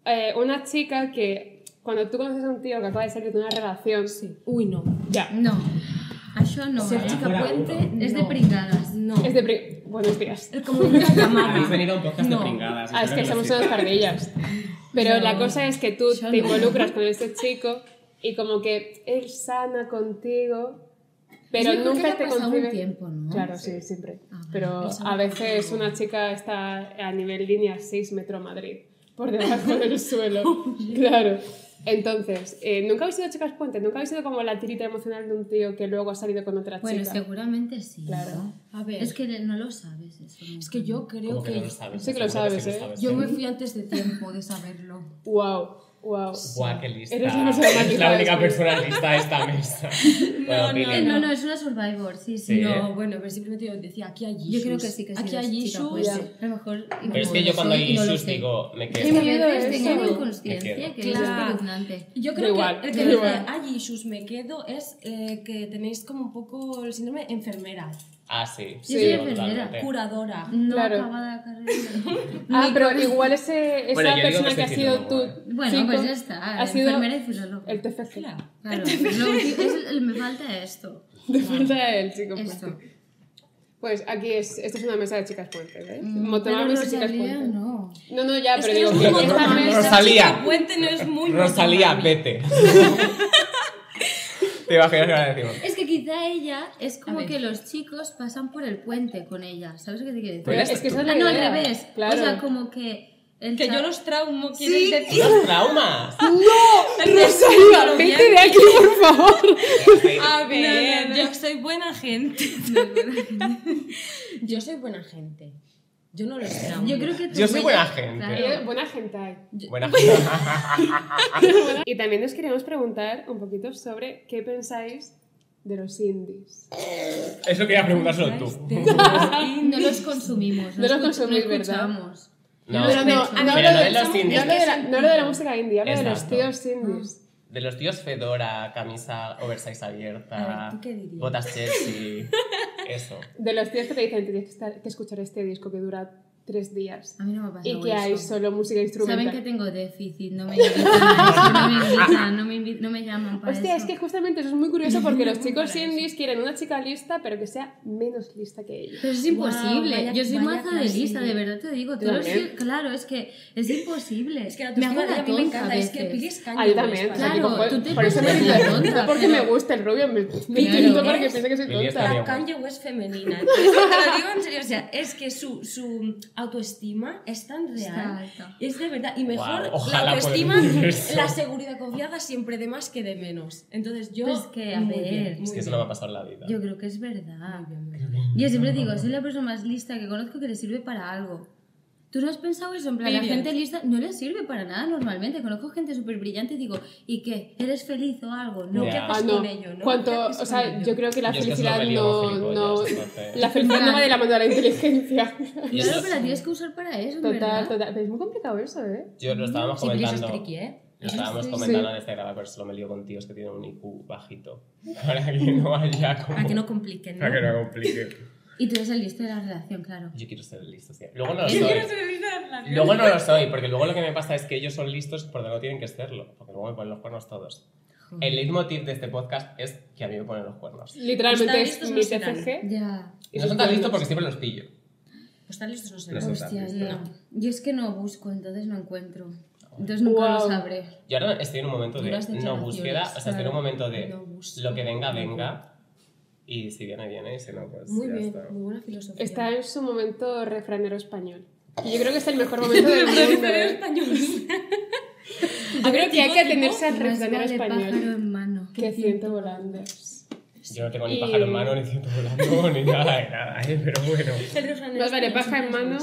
[SPEAKER 3] eh, una chica que cuando tú conoces a un tío que acaba de salir de una relación,
[SPEAKER 2] Uy, no.
[SPEAKER 3] ya.
[SPEAKER 4] No, a yo no.
[SPEAKER 2] Ser
[SPEAKER 1] Ojalá
[SPEAKER 2] chica
[SPEAKER 1] fuera
[SPEAKER 2] puente
[SPEAKER 4] Es de
[SPEAKER 2] no.
[SPEAKER 4] pringadas.
[SPEAKER 2] No.
[SPEAKER 3] Es de pri- Buenos días.
[SPEAKER 2] Es como una llamada.
[SPEAKER 1] Habéis venido a un podcast
[SPEAKER 2] No.
[SPEAKER 1] de pringadas.
[SPEAKER 3] Ah, es que
[SPEAKER 1] espero
[SPEAKER 3] somos
[SPEAKER 1] lo
[SPEAKER 3] unas pardillas. Pero
[SPEAKER 2] No.
[SPEAKER 3] la cosa es que tú
[SPEAKER 2] Yo
[SPEAKER 3] te
[SPEAKER 2] no.
[SPEAKER 3] involucras con este chico y como que él sana contigo, pero
[SPEAKER 4] Yo creo que
[SPEAKER 3] nunca te
[SPEAKER 4] ha pasado
[SPEAKER 3] concibe.
[SPEAKER 4] un tiempo, ¿no?
[SPEAKER 3] Claro, sí, siempre.
[SPEAKER 4] Ah, vale.
[SPEAKER 3] Pero
[SPEAKER 2] Él sana
[SPEAKER 3] a veces una chica está a nivel línea 6 metro Madrid, por debajo del suelo. Claro. Entonces, eh, nunca habéis sido chicas puente, nunca habéis sido como la tirita emocional de un tío que luego ha salido con otra
[SPEAKER 4] Bueno,
[SPEAKER 3] chica.
[SPEAKER 4] seguramente sí.
[SPEAKER 3] Claro.
[SPEAKER 4] ¿no?
[SPEAKER 2] A ver.
[SPEAKER 4] Es que no lo sabes eso. nunca,
[SPEAKER 2] Es que yo creo
[SPEAKER 1] Como que
[SPEAKER 2] que.
[SPEAKER 1] no lo sabes.
[SPEAKER 3] Sí que lo
[SPEAKER 1] seguro
[SPEAKER 3] sabes,
[SPEAKER 1] sí
[SPEAKER 3] ¿eh?
[SPEAKER 2] yo
[SPEAKER 1] sí.
[SPEAKER 2] me fui antes de tiempo de saberlo.
[SPEAKER 3] Wow, wow.
[SPEAKER 1] Buah, qué lista.
[SPEAKER 3] Eres la persona más
[SPEAKER 1] Eres
[SPEAKER 3] lista
[SPEAKER 1] la
[SPEAKER 3] de
[SPEAKER 1] única
[SPEAKER 3] este.
[SPEAKER 1] persona lista de esta mesa.
[SPEAKER 2] no,
[SPEAKER 1] Pili.
[SPEAKER 4] Eh, No, no, es una survivor, sí, sí.
[SPEAKER 1] Sí.
[SPEAKER 4] No.
[SPEAKER 3] Eh,
[SPEAKER 2] No, bueno, pero simplemente yo decía, aquí hay issues.
[SPEAKER 4] Yo creo que sí que sí.
[SPEAKER 2] Aquí
[SPEAKER 4] eres
[SPEAKER 2] hay
[SPEAKER 4] chica,
[SPEAKER 2] issues.
[SPEAKER 4] pues, A lo mejor.
[SPEAKER 1] Pero es que yo cuando hay issues digo, me
[SPEAKER 4] Es que
[SPEAKER 1] quedo.
[SPEAKER 4] a
[SPEAKER 3] Qué miedo eso.
[SPEAKER 4] veces tengo
[SPEAKER 3] Me
[SPEAKER 4] una
[SPEAKER 1] quedo.
[SPEAKER 4] inconsciencia que es
[SPEAKER 2] Claro.
[SPEAKER 4] espeluznante.
[SPEAKER 2] Yo
[SPEAKER 3] Da
[SPEAKER 2] creo
[SPEAKER 3] igual,
[SPEAKER 2] que el
[SPEAKER 3] da
[SPEAKER 2] que dice,
[SPEAKER 3] igual.
[SPEAKER 2] hay issues, me quedo, es eh, que tenéis como un poco el síndrome enfermera.
[SPEAKER 1] Ah, sí.
[SPEAKER 3] Sí. soy
[SPEAKER 4] enfermera.
[SPEAKER 1] totalmente.
[SPEAKER 2] Curadora.
[SPEAKER 4] No
[SPEAKER 3] Claro.
[SPEAKER 4] acabada la carrera.
[SPEAKER 3] Ah, pero igual ese, esa
[SPEAKER 1] Bueno, yo digo
[SPEAKER 3] persona
[SPEAKER 1] que
[SPEAKER 3] que, ha
[SPEAKER 1] soy
[SPEAKER 3] sido tú.
[SPEAKER 1] filólogo, ¿eh?
[SPEAKER 4] Bueno, pues ya está.
[SPEAKER 3] Ha sido
[SPEAKER 4] enfermera y filólogo.
[SPEAKER 3] el TFG.
[SPEAKER 2] Claro.
[SPEAKER 4] Claro, lo último- es- me falta esto.
[SPEAKER 3] Te falta el chico
[SPEAKER 4] Esto.
[SPEAKER 3] fuerte. Pues aquí es, esta es una mesa de chicas fuertes, ¿eh?
[SPEAKER 4] Mm. Pero
[SPEAKER 3] Motomames y chicas
[SPEAKER 4] Rosalía,
[SPEAKER 3] fuertes.
[SPEAKER 4] no.
[SPEAKER 3] No, no, ya,
[SPEAKER 2] Es
[SPEAKER 3] pero
[SPEAKER 2] que
[SPEAKER 3] digo
[SPEAKER 2] no es
[SPEAKER 3] que
[SPEAKER 2] muy
[SPEAKER 3] esta
[SPEAKER 2] motomami,
[SPEAKER 3] mesa-
[SPEAKER 2] esa
[SPEAKER 1] Rosalía.
[SPEAKER 2] chica Puente no es muy
[SPEAKER 1] Rosalía,
[SPEAKER 2] motomami.
[SPEAKER 1] vete. Te imaginas que van a decir.
[SPEAKER 4] Es que quizá ella es como
[SPEAKER 2] ver.
[SPEAKER 4] que los chicos pasan por el puente con ella. ¿Sabes qué te quiero
[SPEAKER 1] Pero
[SPEAKER 3] Pero
[SPEAKER 4] decir?
[SPEAKER 3] es que esa es la
[SPEAKER 4] Ah, no, al
[SPEAKER 3] idea.
[SPEAKER 4] revés.
[SPEAKER 3] Pues Claro.
[SPEAKER 4] O sea, como que. El
[SPEAKER 2] Que yo
[SPEAKER 4] cha-
[SPEAKER 2] los traumo, quieres decir.
[SPEAKER 1] ¡Los traumas!
[SPEAKER 3] Rosalía, vete de aquí, por favor.
[SPEAKER 2] A ver,
[SPEAKER 4] No, no, no.
[SPEAKER 2] yo soy buena gente. yo soy buena gente. Yo no los traumo.
[SPEAKER 4] Yo creo que. tu
[SPEAKER 1] Yo soy buena
[SPEAKER 4] huella-
[SPEAKER 1] gente.
[SPEAKER 3] Eh, Buena gente hay.
[SPEAKER 1] Buena
[SPEAKER 3] Y también os queríamos preguntar un poquito sobre qué pensáis de los indies.
[SPEAKER 1] Eso quería preguntárselo tú.
[SPEAKER 4] No los consumimos.
[SPEAKER 3] No los
[SPEAKER 4] escuch-
[SPEAKER 3] consumís, ¿verdad?
[SPEAKER 4] escuchamos.
[SPEAKER 1] No,
[SPEAKER 3] Pero no, no
[SPEAKER 4] pero
[SPEAKER 1] no
[SPEAKER 3] hablo
[SPEAKER 1] de los indies.
[SPEAKER 3] no hablo de la- no hablo de la música indie, hablo de los
[SPEAKER 1] Exacto. Ah.
[SPEAKER 3] tíos indies.
[SPEAKER 1] De los tíos Fedora, camisa oversize abierta,
[SPEAKER 2] A ver, ¿tú qué dirías?
[SPEAKER 1] botas Chelsea, eso.
[SPEAKER 3] De los tíos que te dicen, tienes que, estar- que escuchar este disco que dura tres días.
[SPEAKER 4] Ah, A mí no me pasa
[SPEAKER 3] Y que hay solo música instrumental.
[SPEAKER 4] Saben que tengo déficit, no me invitan, no me invitan, no me, invi- no me llaman para
[SPEAKER 3] Hostia,
[SPEAKER 4] eso.
[SPEAKER 3] es que justamente eso es muy curioso porque los chicos indies quieren una chica lista, pero que sea menos lista que ella.
[SPEAKER 4] Pero es
[SPEAKER 2] Guau,
[SPEAKER 4] imposible.
[SPEAKER 2] vaya-
[SPEAKER 4] Yo soy
[SPEAKER 2] vaya
[SPEAKER 4] maza de
[SPEAKER 2] clase.
[SPEAKER 4] lista, de verdad te digo. Tú
[SPEAKER 3] Yo
[SPEAKER 4] los-
[SPEAKER 3] también.
[SPEAKER 4] claro, es que es imposible.
[SPEAKER 2] Es que la
[SPEAKER 4] me
[SPEAKER 2] tostada
[SPEAKER 4] hago la
[SPEAKER 2] a mí me
[SPEAKER 4] tonta
[SPEAKER 2] encanta.
[SPEAKER 4] a
[SPEAKER 2] Es que
[SPEAKER 4] veces.
[SPEAKER 2] pides caña.
[SPEAKER 3] Ah, yo
[SPEAKER 2] pues,
[SPEAKER 3] también. o sea,
[SPEAKER 2] para-
[SPEAKER 4] Claro,
[SPEAKER 3] tipo, por,
[SPEAKER 4] tú te
[SPEAKER 3] por eso me
[SPEAKER 4] pones
[SPEAKER 3] dice,
[SPEAKER 4] la tonta,
[SPEAKER 3] no porque
[SPEAKER 4] pero-
[SPEAKER 3] me gusta el rubio, me
[SPEAKER 4] Claro.
[SPEAKER 3] pinto porque piensa que soy
[SPEAKER 1] Billie está
[SPEAKER 3] tonta.
[SPEAKER 1] bien.
[SPEAKER 2] La Kanye West femenina. Entonces, te lo digo en serio, o sea, es que su, su autoestima es tan
[SPEAKER 4] Está
[SPEAKER 2] real.
[SPEAKER 4] alta.
[SPEAKER 2] Es de verdad. Y mejor
[SPEAKER 1] Guau, ojalá
[SPEAKER 2] la autoestima,
[SPEAKER 1] pueda decir eso.
[SPEAKER 2] la seguridad confiada siempre de más que de menos. Entonces yo.
[SPEAKER 4] Pues que, a
[SPEAKER 2] muy
[SPEAKER 4] ver,
[SPEAKER 2] bien,
[SPEAKER 4] es
[SPEAKER 2] muy
[SPEAKER 1] Es que eso no me
[SPEAKER 2] bien.
[SPEAKER 1] ha pasado en la vida.
[SPEAKER 4] Yo creo que es verdad.
[SPEAKER 2] Muy bien, muy bien.
[SPEAKER 4] Yo siempre digo, soy la persona más lista que conozco que le sirve para algo. ¿Tú no has pensado eso? En plan, la
[SPEAKER 2] Period.
[SPEAKER 4] gente lista no le sirve para nada normalmente. Conozco gente súper brillante y digo, ¿y qué? ¿Eres feliz o algo? No.
[SPEAKER 1] Ya.
[SPEAKER 3] Ah,
[SPEAKER 2] haces
[SPEAKER 3] no.
[SPEAKER 2] con ello, no?
[SPEAKER 3] Cuanto,
[SPEAKER 2] ¿Qué haces
[SPEAKER 3] o sea,
[SPEAKER 2] con
[SPEAKER 3] yo creo que la
[SPEAKER 1] Yo es que
[SPEAKER 3] felicidad
[SPEAKER 1] solo me lío
[SPEAKER 3] no,
[SPEAKER 1] con
[SPEAKER 3] no.
[SPEAKER 1] gilipollas, entonces.
[SPEAKER 3] La felicidad no va de la mano de la inteligencia.
[SPEAKER 4] Claro, pero la tienes que usar para eso,
[SPEAKER 3] Total,
[SPEAKER 4] ¿verdad?
[SPEAKER 3] total. Pero es muy complicado eso, ¿eh?
[SPEAKER 1] Yo lo estábamos
[SPEAKER 2] Sí, pero eso es
[SPEAKER 1] comentando.
[SPEAKER 2] tricky, ¿eh?
[SPEAKER 1] Lo estábamos comentando en este grado, pero solo me lío con tíos que tienen un IQ bajito. Para que no haya como...
[SPEAKER 2] Para que no compliquen, ¿no?
[SPEAKER 1] Para que no complique.
[SPEAKER 4] Y tú eres el listo de la relación, claro.
[SPEAKER 1] Yo quiero ser listo siempre. Luego no lo soy. Luego no lo soy, porque luego lo que me pasa es que ellos son listos porque no tienen que serlo. Porque luego me ponen los cuernos todos. El leitmotiv de este podcast es que a mí me ponen los cuernos.
[SPEAKER 3] Literalmente
[SPEAKER 2] Están
[SPEAKER 3] es
[SPEAKER 2] listos,
[SPEAKER 3] mi
[SPEAKER 2] no serán.
[SPEAKER 3] TFG.
[SPEAKER 4] Ya.
[SPEAKER 1] Y no son tan listos porque siempre los pillo.
[SPEAKER 2] Pues están listos, no sé.
[SPEAKER 1] No sé. Total,
[SPEAKER 4] Hostia,
[SPEAKER 1] listo.
[SPEAKER 4] ya. Yo es que no busco, entonces no encuentro. Entonces nunca lo
[SPEAKER 3] Wow.
[SPEAKER 4] sabré.
[SPEAKER 1] Yo ahora estoy en un momento de
[SPEAKER 4] Duras
[SPEAKER 1] no
[SPEAKER 4] declaraciones,
[SPEAKER 1] búsqueda, o sea, estoy en
[SPEAKER 4] claro.
[SPEAKER 1] un momento de
[SPEAKER 2] No busco.
[SPEAKER 1] lo que venga, venga. Y si viene, viene, y si no, pues
[SPEAKER 2] Muy
[SPEAKER 1] ya
[SPEAKER 2] bien,
[SPEAKER 1] está.
[SPEAKER 2] muy buena filosofía.
[SPEAKER 3] Está en su momento refranero español. Y yo creo que es el mejor momento del mundo. ¿eh? Yo creo que hay que atenerse al
[SPEAKER 4] Más
[SPEAKER 3] refranero
[SPEAKER 4] vale pájaro
[SPEAKER 3] español.
[SPEAKER 4] en mano.
[SPEAKER 3] Que ciento volando.
[SPEAKER 1] Yo no tengo ni
[SPEAKER 3] Y-
[SPEAKER 1] pájaro en mano, ni ciento volando, ni nada de nada, ¿eh? pero bueno.
[SPEAKER 3] Más Pues vale paja en mano.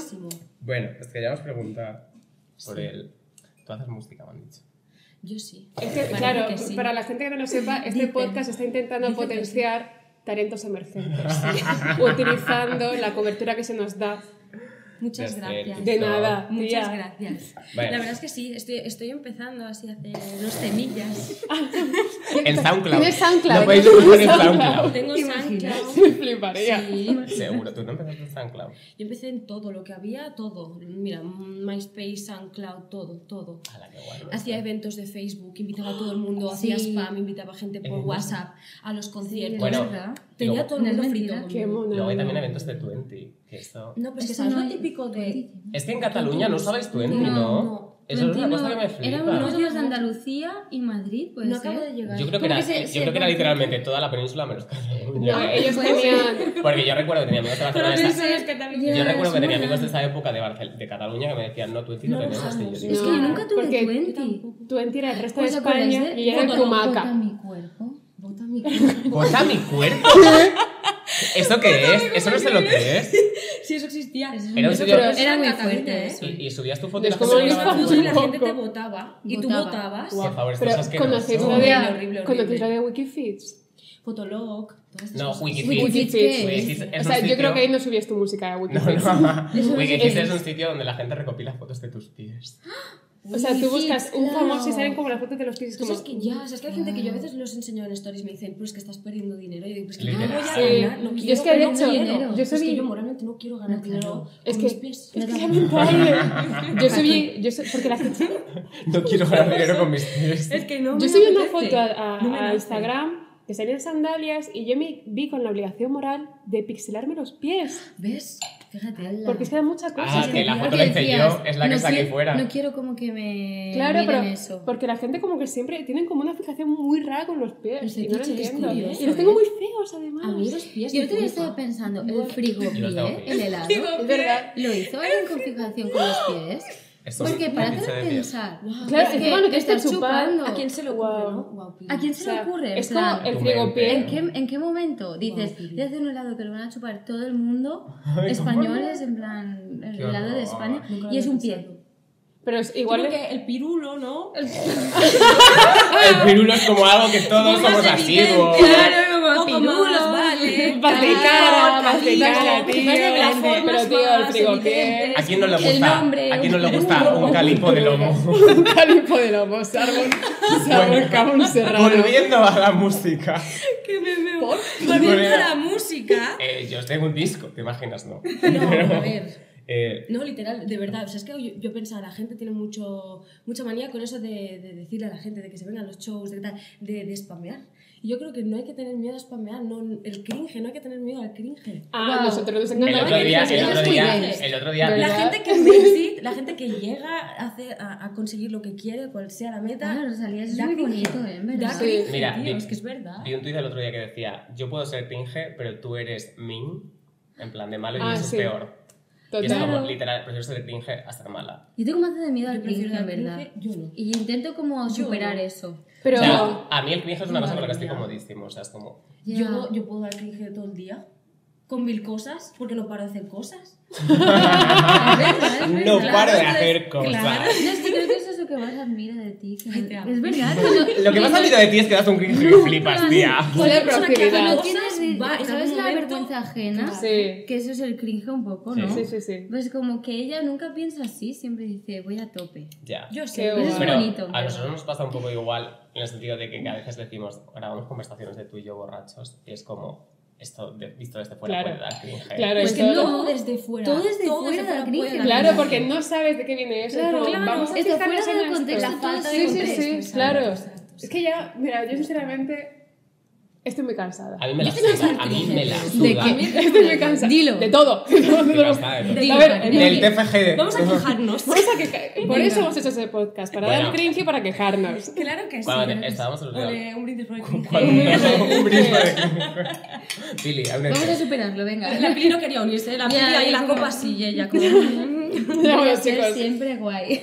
[SPEAKER 1] Bueno, pues queríamos preguntar por el. Tú haces música, me han dicho.
[SPEAKER 2] Yo sí.
[SPEAKER 3] Es que,
[SPEAKER 2] Parece
[SPEAKER 3] claro,
[SPEAKER 2] que sí.
[SPEAKER 3] para la gente que no lo sepa, este
[SPEAKER 2] Dicen-
[SPEAKER 3] podcast está intentando
[SPEAKER 2] dicen que
[SPEAKER 3] potenciar talentos emergentes, utilizando la cobertura que se nos da.
[SPEAKER 2] Muchas
[SPEAKER 1] Desde
[SPEAKER 2] gracias.
[SPEAKER 1] el-
[SPEAKER 3] De nada,
[SPEAKER 2] Muchas
[SPEAKER 3] tía.
[SPEAKER 2] gracias.
[SPEAKER 1] Bueno.
[SPEAKER 2] La verdad es que sí, estoy, estoy empezando así a hacer los semillas.
[SPEAKER 1] En SoundCloud.
[SPEAKER 3] Tienes SoundCloud. ¿eh?
[SPEAKER 1] Lo podéis escuchar en SoundCloud.
[SPEAKER 2] Tengo
[SPEAKER 4] ¿Te imaginas?
[SPEAKER 2] SoundCloud.
[SPEAKER 3] Me fliparía.
[SPEAKER 2] Sí.
[SPEAKER 1] Seguro, tú no empezaste en SoundCloud.
[SPEAKER 2] Yo empecé en todo lo que había, todo. Mira, MySpace, SoundCloud, todo, todo.
[SPEAKER 1] Ala, qué guay.
[SPEAKER 2] Hacía eventos de Facebook, invitaba a todo el mundo,
[SPEAKER 4] Sí.
[SPEAKER 2] hacía spam, invitaba gente por WhatsApp, a los conciertos.
[SPEAKER 1] Bueno,
[SPEAKER 4] ¿verdad?
[SPEAKER 2] tenía
[SPEAKER 1] luego-
[SPEAKER 2] todo el
[SPEAKER 4] No es
[SPEAKER 2] mundo frito.
[SPEAKER 4] mentira.
[SPEAKER 3] Qué
[SPEAKER 2] conmigo.
[SPEAKER 1] Luego
[SPEAKER 3] mono.
[SPEAKER 1] hay también eventos de 20, que esto.
[SPEAKER 2] No, pues que
[SPEAKER 4] Eso
[SPEAKER 2] sabes
[SPEAKER 4] no
[SPEAKER 2] lo
[SPEAKER 4] hay-
[SPEAKER 2] típico de.
[SPEAKER 1] Es que en Cataluña no sabéis 20, ¿no?
[SPEAKER 4] No,
[SPEAKER 2] no.
[SPEAKER 1] Eso es una
[SPEAKER 4] Continua-
[SPEAKER 1] cosa que me flipa.
[SPEAKER 4] Era un rollo de Andalucía y Madrid, pues.
[SPEAKER 2] No acabo de llegar.
[SPEAKER 1] Yo creo que
[SPEAKER 4] Como
[SPEAKER 1] era,
[SPEAKER 4] que se-
[SPEAKER 1] yo
[SPEAKER 4] se
[SPEAKER 1] creo que era
[SPEAKER 4] rompe.
[SPEAKER 1] literalmente toda la península menos Cataluña.
[SPEAKER 3] No, ellos
[SPEAKER 4] Pues-
[SPEAKER 3] tenían.
[SPEAKER 1] Porque yo recuerdo que tenía amigos de Barcelona. de esa-
[SPEAKER 2] que
[SPEAKER 1] yo recuerdo que tenía amigos de esa época de, Barcel- de Cataluña que me decían, no, tú en ti no
[SPEAKER 2] No lo
[SPEAKER 1] tenemos. Y yo
[SPEAKER 2] usamos.
[SPEAKER 1] digo,
[SPEAKER 4] Es que yo nunca tuve
[SPEAKER 3] porque
[SPEAKER 4] 20.
[SPEAKER 3] Tú entierras el resto de
[SPEAKER 4] ¿Os acordáis
[SPEAKER 3] España
[SPEAKER 4] de-
[SPEAKER 3] y ella de
[SPEAKER 4] Bota- Bota
[SPEAKER 3] Cumaca.
[SPEAKER 4] mi cuerpo. Bota mi cuerpo.
[SPEAKER 1] ¿Bota mi cuerpo? ¿Eso qué es? Eso no sé lo que es.
[SPEAKER 2] Sí, eso existía.
[SPEAKER 4] Eso
[SPEAKER 1] Era un
[SPEAKER 4] es-
[SPEAKER 1] sitio-
[SPEAKER 4] pero
[SPEAKER 1] Eso
[SPEAKER 4] Era muy
[SPEAKER 2] Cataluña,
[SPEAKER 4] fuerte
[SPEAKER 2] ¿eh?
[SPEAKER 4] eso.
[SPEAKER 1] Y, y subías tu foto
[SPEAKER 3] Es
[SPEAKER 1] y la
[SPEAKER 3] como
[SPEAKER 1] gente
[SPEAKER 3] un
[SPEAKER 1] se grababa
[SPEAKER 3] espacio
[SPEAKER 1] tu
[SPEAKER 2] Y la
[SPEAKER 1] cuerpo.
[SPEAKER 2] gente te votaba y tú
[SPEAKER 4] Votaba.
[SPEAKER 2] votabas.
[SPEAKER 1] Por favor, esto
[SPEAKER 3] Pero
[SPEAKER 1] es asqueroso.
[SPEAKER 3] conocéis lo de,
[SPEAKER 2] Horrible, horrible,
[SPEAKER 3] ¿conocéis lo
[SPEAKER 2] horrible.
[SPEAKER 3] de Wikifeeds.
[SPEAKER 2] Fotolog. todas estas
[SPEAKER 1] No,
[SPEAKER 2] cosas.
[SPEAKER 1] Wikifeeds.
[SPEAKER 4] Wikifeeds,
[SPEAKER 1] Wikifeeds
[SPEAKER 3] O
[SPEAKER 1] es
[SPEAKER 3] sea,
[SPEAKER 1] un
[SPEAKER 3] yo creo
[SPEAKER 1] sitio-
[SPEAKER 3] que ahí no subías tu música a
[SPEAKER 1] No,
[SPEAKER 3] Wikifeeds.
[SPEAKER 1] no.
[SPEAKER 4] es-
[SPEAKER 1] Wikifeeds
[SPEAKER 3] es-
[SPEAKER 1] es un sitio donde la gente recopila fotos de tus pies.
[SPEAKER 3] O sea, tú buscas un famoso y salen como las fotos de los pisos.
[SPEAKER 2] Tú
[SPEAKER 3] Como...
[SPEAKER 2] sabes que ya, o sea, es que hay gente que yo a
[SPEAKER 4] Ah.
[SPEAKER 2] veces los enseño en stories me dicen, pero es que estás perdiendo dinero. Y digo, pues que yo no voy a
[SPEAKER 1] Literal.
[SPEAKER 2] ganar, no
[SPEAKER 3] Sí.
[SPEAKER 2] quiero
[SPEAKER 3] Yo es que, de
[SPEAKER 2] ganar
[SPEAKER 3] hecho,
[SPEAKER 2] dinero.
[SPEAKER 3] yo
[SPEAKER 2] Es
[SPEAKER 3] soy-
[SPEAKER 2] que yo moralmente no quiero ganar
[SPEAKER 4] No, claro.
[SPEAKER 2] dinero
[SPEAKER 3] Es
[SPEAKER 2] con
[SPEAKER 3] que-
[SPEAKER 2] mis pies.
[SPEAKER 3] Es que es lamentable. Yo soy bien. Yo soy, porque la gente.
[SPEAKER 1] No quiero ganar dinero con mis pies.
[SPEAKER 2] Es que no
[SPEAKER 3] Yo
[SPEAKER 2] me
[SPEAKER 3] subí una
[SPEAKER 2] apetece.
[SPEAKER 3] foto a, a-
[SPEAKER 2] No me
[SPEAKER 3] a
[SPEAKER 2] nace.
[SPEAKER 3] Instagram que salían sandalias y yo me vi con la obligación moral de pixelarme los pies.
[SPEAKER 4] ¿Ves? Fíjate.
[SPEAKER 3] Porque es que da muchas
[SPEAKER 1] Ah,
[SPEAKER 3] cosas.
[SPEAKER 1] que la foto la hice yo, es la que saqué fuera.
[SPEAKER 4] No quiero como que me
[SPEAKER 3] Claro,
[SPEAKER 4] miren
[SPEAKER 3] pero
[SPEAKER 4] eso.
[SPEAKER 3] porque la gente como que siempre tienen como una fijación muy rara con los
[SPEAKER 4] El
[SPEAKER 3] pies. Y no lo
[SPEAKER 4] fetiche es
[SPEAKER 3] entiendo.
[SPEAKER 4] curioso,
[SPEAKER 3] y los tengo
[SPEAKER 4] ¿eh?
[SPEAKER 3] muy feos además.
[SPEAKER 2] A mí los pies.
[SPEAKER 4] Yo
[SPEAKER 2] me
[SPEAKER 4] el otro día
[SPEAKER 2] flipan.
[SPEAKER 4] estaba pensando, el
[SPEAKER 3] Bueno.
[SPEAKER 1] Yo los
[SPEAKER 4] frigopié,
[SPEAKER 1] tengo
[SPEAKER 4] el helado,
[SPEAKER 3] es verdad.
[SPEAKER 4] ¿lo hizo en configuración con los pies?
[SPEAKER 1] Esto es
[SPEAKER 4] Porque
[SPEAKER 1] un
[SPEAKER 4] para
[SPEAKER 1] pinche
[SPEAKER 4] hacer
[SPEAKER 1] de pies.
[SPEAKER 4] pensar...
[SPEAKER 2] Guau.
[SPEAKER 3] Claro,
[SPEAKER 4] Es
[SPEAKER 3] es
[SPEAKER 4] que
[SPEAKER 3] encima lo que
[SPEAKER 4] estás
[SPEAKER 3] está chupando.
[SPEAKER 4] chupando.
[SPEAKER 2] ¿A quién se le ocurre,
[SPEAKER 3] Guau.
[SPEAKER 2] no? Guau, pío.
[SPEAKER 4] ¿A quién se
[SPEAKER 3] O
[SPEAKER 4] le
[SPEAKER 3] sea,
[SPEAKER 4] ocurre? En
[SPEAKER 3] Es
[SPEAKER 4] plan,
[SPEAKER 3] como el
[SPEAKER 1] Tu
[SPEAKER 3] frigo
[SPEAKER 1] mente.
[SPEAKER 4] ¿En
[SPEAKER 3] pie.
[SPEAKER 4] qué, ¿En qué momento dices,
[SPEAKER 2] Guau,
[SPEAKER 4] voy a hacer un helado que lo van a chupar todo el mundo,
[SPEAKER 1] Ay,
[SPEAKER 4] españoles, en plan, el
[SPEAKER 1] Qué
[SPEAKER 4] helado de
[SPEAKER 1] horror.
[SPEAKER 4] España,
[SPEAKER 2] Nunca lo
[SPEAKER 4] y
[SPEAKER 2] había
[SPEAKER 4] es un pie?
[SPEAKER 2] pensado.
[SPEAKER 3] Pero es
[SPEAKER 2] Igual
[SPEAKER 3] igual. es-
[SPEAKER 2] que el pirulo, ¿no? El
[SPEAKER 1] El pirulo es como algo que todos somos asiduos.
[SPEAKER 2] como pirulo, vale.
[SPEAKER 3] Vas de cara, vas de cara, tío.
[SPEAKER 2] Las formas
[SPEAKER 3] Pero tío, el
[SPEAKER 2] más
[SPEAKER 3] frigo pie.
[SPEAKER 2] evidentes.
[SPEAKER 1] ¿A quién no le
[SPEAKER 4] El
[SPEAKER 1] gusta?
[SPEAKER 4] nombre,
[SPEAKER 1] ¿A quién no le
[SPEAKER 4] un-
[SPEAKER 1] gusta un calipo de lomo?
[SPEAKER 3] Un calipo de lobo, se aborca un serrano.
[SPEAKER 1] Volviendo a la música.
[SPEAKER 2] Que me veo.
[SPEAKER 1] Volviendo
[SPEAKER 2] Volviendo
[SPEAKER 1] a
[SPEAKER 2] a
[SPEAKER 1] la
[SPEAKER 2] la música.
[SPEAKER 1] Eh, yo tengo un disco, ¿te imaginas? No.
[SPEAKER 2] No, a ver.
[SPEAKER 1] Eh,
[SPEAKER 2] No, literal, de verdad. O sea, es que yo, yo pensaba, la gente tiene mucho, mucha manía con eso de, de decirle a la gente de que se vengan los shows, de tal, de, de spamear. Y yo creo que no hay que tener miedo a spamear, no, el cringe, no hay que tener miedo al cringe.
[SPEAKER 3] Ah,
[SPEAKER 4] Wow.
[SPEAKER 3] nosotros nos
[SPEAKER 1] el
[SPEAKER 3] encanta.
[SPEAKER 1] otro día,
[SPEAKER 2] no, eh,
[SPEAKER 1] el
[SPEAKER 2] no,
[SPEAKER 1] otro
[SPEAKER 2] no,
[SPEAKER 1] día,
[SPEAKER 2] no, no,
[SPEAKER 1] el otro día.
[SPEAKER 3] no,
[SPEAKER 2] La
[SPEAKER 3] ¿Verdad?
[SPEAKER 2] gente que visit, la gente que llega a, hacer- a, a conseguir lo que quiere, cual sea la meta.
[SPEAKER 4] Ah, Rosalía, eso es
[SPEAKER 2] da
[SPEAKER 4] muy
[SPEAKER 2] cringe.
[SPEAKER 4] bonito, ¿eh? En
[SPEAKER 2] Da
[SPEAKER 4] verdad.
[SPEAKER 2] cringe,
[SPEAKER 1] Mira,
[SPEAKER 2] tío,
[SPEAKER 1] vi-
[SPEAKER 2] es que es verdad.
[SPEAKER 1] Vi un tuit el otro día que decía: Yo puedo ser pinge, pero tú eres min. En plan de malo, y
[SPEAKER 3] Ah,
[SPEAKER 1] eso
[SPEAKER 3] sí.
[SPEAKER 1] es peor. Y es
[SPEAKER 3] Total.
[SPEAKER 1] como literal, prefiero ser pinge a ser mala.
[SPEAKER 4] Yo tengo más de miedo al
[SPEAKER 2] Yo prefiero
[SPEAKER 4] cringe, en
[SPEAKER 2] al
[SPEAKER 4] verdad.
[SPEAKER 2] cringe, yo no.
[SPEAKER 4] Y intento como superar
[SPEAKER 2] no.
[SPEAKER 4] eso.
[SPEAKER 1] O
[SPEAKER 3] Pero
[SPEAKER 1] sea, a mí el cringe es una cosa con la que estoy
[SPEAKER 2] Madre mía.
[SPEAKER 1] comodísimo. O sea, es como.
[SPEAKER 4] Ya.
[SPEAKER 2] Yo, yo puedo dar cringe todo el día con mil cosas porque no paro de hacer cosas.
[SPEAKER 4] Es verdad, es
[SPEAKER 1] No
[SPEAKER 4] verdad.
[SPEAKER 1] paro de
[SPEAKER 2] entonces,
[SPEAKER 1] hacer
[SPEAKER 4] No,
[SPEAKER 1] cosas.
[SPEAKER 4] es que creo que eso es lo que más admiro de ti. que
[SPEAKER 2] Ay,
[SPEAKER 4] no-
[SPEAKER 2] te amo.
[SPEAKER 4] es verdad. que no-
[SPEAKER 1] Lo que más
[SPEAKER 4] no-
[SPEAKER 1] ha salido de ti es que das un cringe y flipas, tía.
[SPEAKER 3] ¿Cuál es la
[SPEAKER 2] persona que haga
[SPEAKER 3] proactividad?
[SPEAKER 4] no
[SPEAKER 2] cosas
[SPEAKER 4] tienes ni-
[SPEAKER 2] va en
[SPEAKER 4] ¿Sabes
[SPEAKER 2] algún
[SPEAKER 4] la
[SPEAKER 2] momento-
[SPEAKER 4] vergüenza ajena?
[SPEAKER 3] Sí.
[SPEAKER 4] Que eso es el cringe un poco,
[SPEAKER 1] Sí.
[SPEAKER 4] ¿no?
[SPEAKER 3] Sí, sí, sí.
[SPEAKER 4] Pues como que ella nunca piensa así, siempre dice, voy a tope.
[SPEAKER 1] Ya.
[SPEAKER 2] Yo
[SPEAKER 3] Qué
[SPEAKER 2] sé.
[SPEAKER 3] guay.
[SPEAKER 4] Es
[SPEAKER 1] Pero
[SPEAKER 4] bonito,
[SPEAKER 1] a
[SPEAKER 4] ¿verdad?
[SPEAKER 1] nosotros nos pasa un poco igual en el sentido de que a veces decimos, grabamos conversaciones de tú y yo borrachos y es como, esto de- visto desde fuera
[SPEAKER 3] Claro.
[SPEAKER 1] puede dar cringe.
[SPEAKER 3] Claro,
[SPEAKER 4] Pues
[SPEAKER 3] es
[SPEAKER 4] que
[SPEAKER 3] todo-
[SPEAKER 4] no.
[SPEAKER 2] Todo desde fuera.
[SPEAKER 4] Todo desde fuera
[SPEAKER 2] puede
[SPEAKER 4] da cringe.
[SPEAKER 2] dar
[SPEAKER 3] Claro, porque no sabes de qué viene eso.
[SPEAKER 4] Claro,
[SPEAKER 3] es como,
[SPEAKER 4] claro,
[SPEAKER 3] vamos a
[SPEAKER 4] esto
[SPEAKER 3] fijarnos
[SPEAKER 4] fuera
[SPEAKER 3] en
[SPEAKER 4] del
[SPEAKER 3] esto.
[SPEAKER 4] contexto, La todo falta de
[SPEAKER 3] sí,
[SPEAKER 4] contexto,
[SPEAKER 3] Sí, sí,
[SPEAKER 2] exacto,
[SPEAKER 3] claro.
[SPEAKER 2] exacto,
[SPEAKER 3] Es que ya, mira, yo sinceramente estoy muy cansada.
[SPEAKER 1] A mí me la suda, a mí me la suda. ¿eh?
[SPEAKER 3] Estoy muy cansada.
[SPEAKER 4] Dilo.
[SPEAKER 3] De todo. De todo, de
[SPEAKER 1] Me la
[SPEAKER 3] todo.
[SPEAKER 1] suda de todo.
[SPEAKER 4] Dilo.
[SPEAKER 3] A ver, el-
[SPEAKER 1] Del TFG.
[SPEAKER 2] Vamos a quejarnos.
[SPEAKER 3] por eso que- por eso hemos hecho ese podcast, para dar
[SPEAKER 1] Bueno.
[SPEAKER 3] cringe y para quejarnos.
[SPEAKER 2] Claro que sí.
[SPEAKER 1] Cuando te- estábamos en los
[SPEAKER 2] Ole, un brindis por el cringe.
[SPEAKER 1] Cuando un brisco de cringe. Pili,
[SPEAKER 4] Vamos a
[SPEAKER 1] únete.
[SPEAKER 4] superarlo, venga.
[SPEAKER 2] La Pili no quería unirse, la Pili
[SPEAKER 4] Ya,
[SPEAKER 2] ahí
[SPEAKER 4] y
[SPEAKER 2] la
[SPEAKER 4] como-
[SPEAKER 2] copa así, y ella como...
[SPEAKER 3] Ya,
[SPEAKER 4] Voy
[SPEAKER 3] bueno,
[SPEAKER 4] a ser
[SPEAKER 3] chicos.
[SPEAKER 4] siempre guay.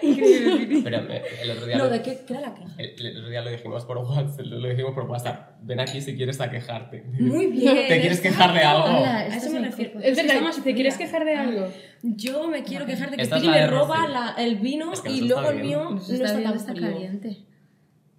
[SPEAKER 1] Pero me- el otro día...
[SPEAKER 2] No,
[SPEAKER 1] lo-
[SPEAKER 2] ¿de qué qué era la queja?
[SPEAKER 1] el, el otro día lo dijimos por WhatsApp, lo dijimos por WhatsApp. Ven aquí si quieres a quejarte.
[SPEAKER 2] Muy bien.
[SPEAKER 1] ¿Te quieres quejar de algo?
[SPEAKER 4] Hola,
[SPEAKER 2] A
[SPEAKER 4] estás
[SPEAKER 2] eso me
[SPEAKER 4] en
[SPEAKER 2] refiero.
[SPEAKER 4] copa.
[SPEAKER 3] Es
[SPEAKER 2] que
[SPEAKER 3] verdad,
[SPEAKER 2] está más
[SPEAKER 3] ¿te quieres
[SPEAKER 2] fría. Ah.
[SPEAKER 3] quejar de algo?
[SPEAKER 2] Yo me quiero quejar de que
[SPEAKER 1] Esta es
[SPEAKER 2] Pili
[SPEAKER 1] la de
[SPEAKER 2] me roba
[SPEAKER 1] Rocío.
[SPEAKER 2] la- el vino
[SPEAKER 1] Es que
[SPEAKER 2] y
[SPEAKER 1] eso está
[SPEAKER 2] luego el
[SPEAKER 1] bien.
[SPEAKER 2] mío no
[SPEAKER 4] Eso está
[SPEAKER 2] está
[SPEAKER 4] bien,
[SPEAKER 2] tan
[SPEAKER 4] está
[SPEAKER 2] frío.
[SPEAKER 4] caliente.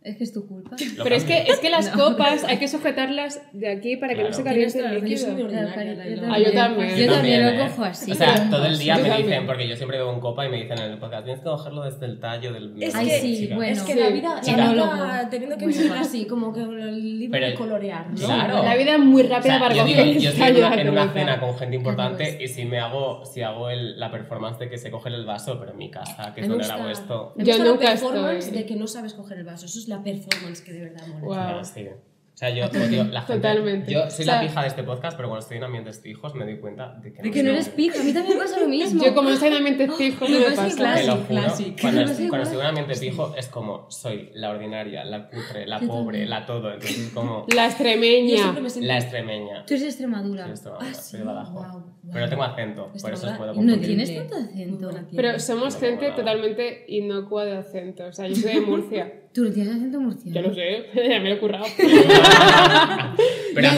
[SPEAKER 4] Es que es tu culpa.
[SPEAKER 1] Lo
[SPEAKER 3] Pero es que,
[SPEAKER 1] cambio.
[SPEAKER 3] es que las
[SPEAKER 4] No.
[SPEAKER 3] copas hay que sujetarlas de aquí para que no
[SPEAKER 1] Claro.
[SPEAKER 3] se
[SPEAKER 2] Tienes
[SPEAKER 3] caliente
[SPEAKER 2] toda la
[SPEAKER 3] el
[SPEAKER 2] razón, yo soy muy
[SPEAKER 3] líquido.
[SPEAKER 2] ordinaria, la verdad.
[SPEAKER 3] Ah, yo también.
[SPEAKER 4] Yo también
[SPEAKER 1] ¿eh?
[SPEAKER 4] lo cojo así.
[SPEAKER 1] O sea, todo el día
[SPEAKER 3] Yo
[SPEAKER 1] me
[SPEAKER 3] también.
[SPEAKER 1] dicen, porque yo siempre bebo en copa y me dicen en el podcast, tienes que cogerlo desde el tallo del...
[SPEAKER 2] Es
[SPEAKER 1] Ay,
[SPEAKER 2] que-
[SPEAKER 1] sí,
[SPEAKER 4] sí,
[SPEAKER 1] chica".
[SPEAKER 4] bueno.
[SPEAKER 2] Es que
[SPEAKER 3] Sí.
[SPEAKER 2] la vida,
[SPEAKER 1] Chica.
[SPEAKER 2] la
[SPEAKER 4] Monólogo.
[SPEAKER 2] vida teniendo que
[SPEAKER 4] Muy
[SPEAKER 2] vivir
[SPEAKER 4] mal.
[SPEAKER 2] así, como que el libro
[SPEAKER 1] Pero-
[SPEAKER 2] de colorear, ¿no?
[SPEAKER 1] Claro.
[SPEAKER 3] La vida es muy rápida
[SPEAKER 1] O sea,
[SPEAKER 3] para
[SPEAKER 1] yo,
[SPEAKER 3] coger
[SPEAKER 1] digo, yo estoy en
[SPEAKER 3] tallo
[SPEAKER 1] una,
[SPEAKER 3] de
[SPEAKER 1] en una
[SPEAKER 3] cerveza.
[SPEAKER 1] cena con gente importante y si me hago, si hago el- la performance de que se coge el vaso, pero en mi casa, que es
[SPEAKER 2] Me
[SPEAKER 1] donde
[SPEAKER 2] gusta-
[SPEAKER 1] hago esto.
[SPEAKER 2] me
[SPEAKER 3] Yo
[SPEAKER 2] gusta la
[SPEAKER 3] nunca
[SPEAKER 2] performance
[SPEAKER 3] estoy.
[SPEAKER 2] de que no sabes coger el vaso. Eso es la performance que de verdad mola.
[SPEAKER 3] Guau.
[SPEAKER 1] No, sí. O sea, yo odio la gente.
[SPEAKER 3] Totalmente.
[SPEAKER 1] Yo soy
[SPEAKER 3] O
[SPEAKER 1] la
[SPEAKER 3] sea-
[SPEAKER 1] pija de este podcast, pero cuando estoy en ambientes fijos me doy cuenta de que,
[SPEAKER 4] De que no eres pija. A mí también me pasa lo mismo.
[SPEAKER 3] Yo como no estoy en ambientes fijos, no me
[SPEAKER 4] Lo pasa
[SPEAKER 3] pasa.
[SPEAKER 1] Te
[SPEAKER 4] clásico,
[SPEAKER 1] lo juro,
[SPEAKER 4] clásico.
[SPEAKER 1] Cuando,
[SPEAKER 4] No sé
[SPEAKER 1] estoy, cuando
[SPEAKER 4] igual.
[SPEAKER 1] estoy en un ambiente fijo es como soy la ordinaria, la cutre, la pobre, la todo. Entonces como
[SPEAKER 3] La
[SPEAKER 2] Yo
[SPEAKER 3] extremeña.
[SPEAKER 2] siempre me siento...
[SPEAKER 1] la extremeña.
[SPEAKER 4] Tú eres de Extremadura.
[SPEAKER 1] Soy Extremadura,
[SPEAKER 2] Ah,
[SPEAKER 1] soy
[SPEAKER 2] sí,
[SPEAKER 1] de Badajoz.
[SPEAKER 2] guau, guau.
[SPEAKER 1] Pero tengo acento, por eso os puedo
[SPEAKER 2] Extremadura.
[SPEAKER 1] confundir.
[SPEAKER 4] No tienes tanto acento.
[SPEAKER 2] Muy buena tía.
[SPEAKER 3] Pero somos
[SPEAKER 1] No,
[SPEAKER 3] gente
[SPEAKER 1] no.
[SPEAKER 3] totalmente inocua de acento. O sea, yo soy de Murcia.
[SPEAKER 4] Tú tienes acento murciano.
[SPEAKER 3] Yo lo sé, ya me lo he currado.
[SPEAKER 1] Pero a mí,
[SPEAKER 3] Pero
[SPEAKER 4] Pero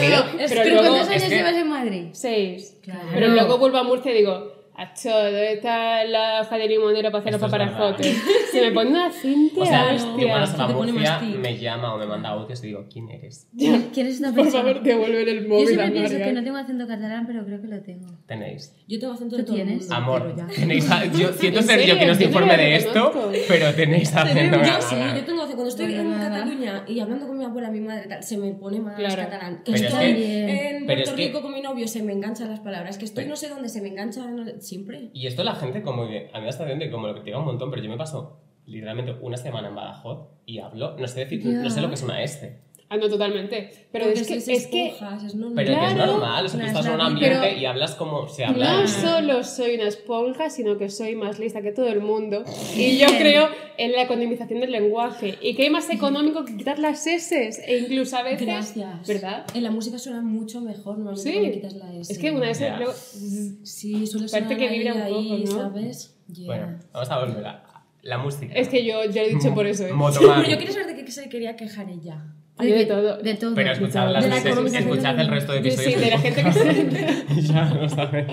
[SPEAKER 3] luego-
[SPEAKER 4] ¿cuántos
[SPEAKER 1] es
[SPEAKER 4] años
[SPEAKER 1] que-
[SPEAKER 4] llevas en Madrid?
[SPEAKER 3] Seis.
[SPEAKER 2] Claro.
[SPEAKER 3] Pero luego vuelvo a Murcia y digo, Acho, ¿dónde está la hoja de limonero para hacer los
[SPEAKER 1] Esto es
[SPEAKER 3] paparajotes?
[SPEAKER 1] verdad.
[SPEAKER 3] Se me pone una cintia,
[SPEAKER 1] O sea,
[SPEAKER 3] hostia.
[SPEAKER 1] mi hermana se va
[SPEAKER 4] te pone
[SPEAKER 1] Murcia,
[SPEAKER 4] más tic.
[SPEAKER 1] me llama o me manda audios y digo, ¿quién eres?
[SPEAKER 4] ¿Quién es una
[SPEAKER 3] Por
[SPEAKER 4] persona?
[SPEAKER 3] favor, devuelve el móvil
[SPEAKER 4] Yo siempre
[SPEAKER 3] a
[SPEAKER 4] pienso que
[SPEAKER 3] Marga.
[SPEAKER 4] no tengo acento catalán, pero creo que lo tengo.
[SPEAKER 1] Tenéis.
[SPEAKER 2] Yo tengo acento
[SPEAKER 4] ¿Tú
[SPEAKER 2] de todo el
[SPEAKER 4] tienes?
[SPEAKER 2] mundo,
[SPEAKER 1] Amor,
[SPEAKER 2] pero ya.
[SPEAKER 1] tenéis. a- Yo siento
[SPEAKER 3] ¿En
[SPEAKER 1] ser yo
[SPEAKER 3] serio?
[SPEAKER 1] que no se
[SPEAKER 3] Yo no
[SPEAKER 1] informe
[SPEAKER 3] lo
[SPEAKER 1] de esto,
[SPEAKER 3] conozco.
[SPEAKER 1] pero tenéis acento
[SPEAKER 2] Yo sí,
[SPEAKER 1] catalán.
[SPEAKER 2] yo tengo acento. Cuando estoy
[SPEAKER 4] Bueno,
[SPEAKER 2] en
[SPEAKER 4] nada.
[SPEAKER 2] Cataluña y hablando con mi abuela, mi madre, tal, se me pone más
[SPEAKER 3] Claro.
[SPEAKER 2] catalán. Que
[SPEAKER 1] Pero es
[SPEAKER 2] estoy
[SPEAKER 4] que-
[SPEAKER 1] pero
[SPEAKER 2] en Puerto
[SPEAKER 1] es que-
[SPEAKER 2] Rico con mi novio, se me enganchan las palabras. Que estoy
[SPEAKER 1] Pero-
[SPEAKER 2] no sé dónde, se me enganchan no- siempre.
[SPEAKER 1] Y esto la gente, como que. A mí me está diciendo que como lo critica un montón, pero yo me paso literalmente una semana en Badajoz y hablo. No sé decir,
[SPEAKER 4] Ya.
[SPEAKER 1] no sé lo que es una este.
[SPEAKER 3] Ah, no, totalmente. Pero
[SPEAKER 2] Porque
[SPEAKER 3] es que,
[SPEAKER 2] sois
[SPEAKER 3] es que
[SPEAKER 2] esponjas, es normal.
[SPEAKER 1] Pero que es
[SPEAKER 3] Claro,
[SPEAKER 1] normal, o sea, tú
[SPEAKER 4] las
[SPEAKER 1] estás en un
[SPEAKER 4] labi-
[SPEAKER 1] ambiente
[SPEAKER 3] pero-
[SPEAKER 1] y hablas como se habla.
[SPEAKER 3] No
[SPEAKER 1] en-
[SPEAKER 3] solo soy una esponja, sino que soy más lista que todo el mundo. Y yo creo en la economización del lenguaje. Y que hay más económico que quitar las S. E incluso a veces.
[SPEAKER 2] Gracias.
[SPEAKER 3] ¿Verdad?
[SPEAKER 2] En la música suena mucho mejor normalmente
[SPEAKER 3] Sí.
[SPEAKER 2] cuando quitas la S.
[SPEAKER 3] Es que una S.
[SPEAKER 1] Ya.
[SPEAKER 3] luego-
[SPEAKER 2] Sí,
[SPEAKER 3] Parece
[SPEAKER 2] suele sonar
[SPEAKER 3] que
[SPEAKER 2] ahí,
[SPEAKER 3] vibra un
[SPEAKER 2] ahí,
[SPEAKER 3] poco, ¿no?
[SPEAKER 2] ¿sabes? Yeah.
[SPEAKER 1] Bueno, vamos a volver a la música.
[SPEAKER 3] Es que yo ya lo he dicho por eso. ¿eh?
[SPEAKER 1] Motomami.
[SPEAKER 2] Pero yo quería saber de qué se quería quejar ella.
[SPEAKER 3] Hay de todo.
[SPEAKER 4] De todo.
[SPEAKER 1] Pero escuchad, las
[SPEAKER 2] De la
[SPEAKER 1] veces-
[SPEAKER 2] economización
[SPEAKER 1] escuchad el resto de
[SPEAKER 3] Sí,
[SPEAKER 1] episodios.
[SPEAKER 3] sí, de la gente que se.
[SPEAKER 1] ya lo sabes.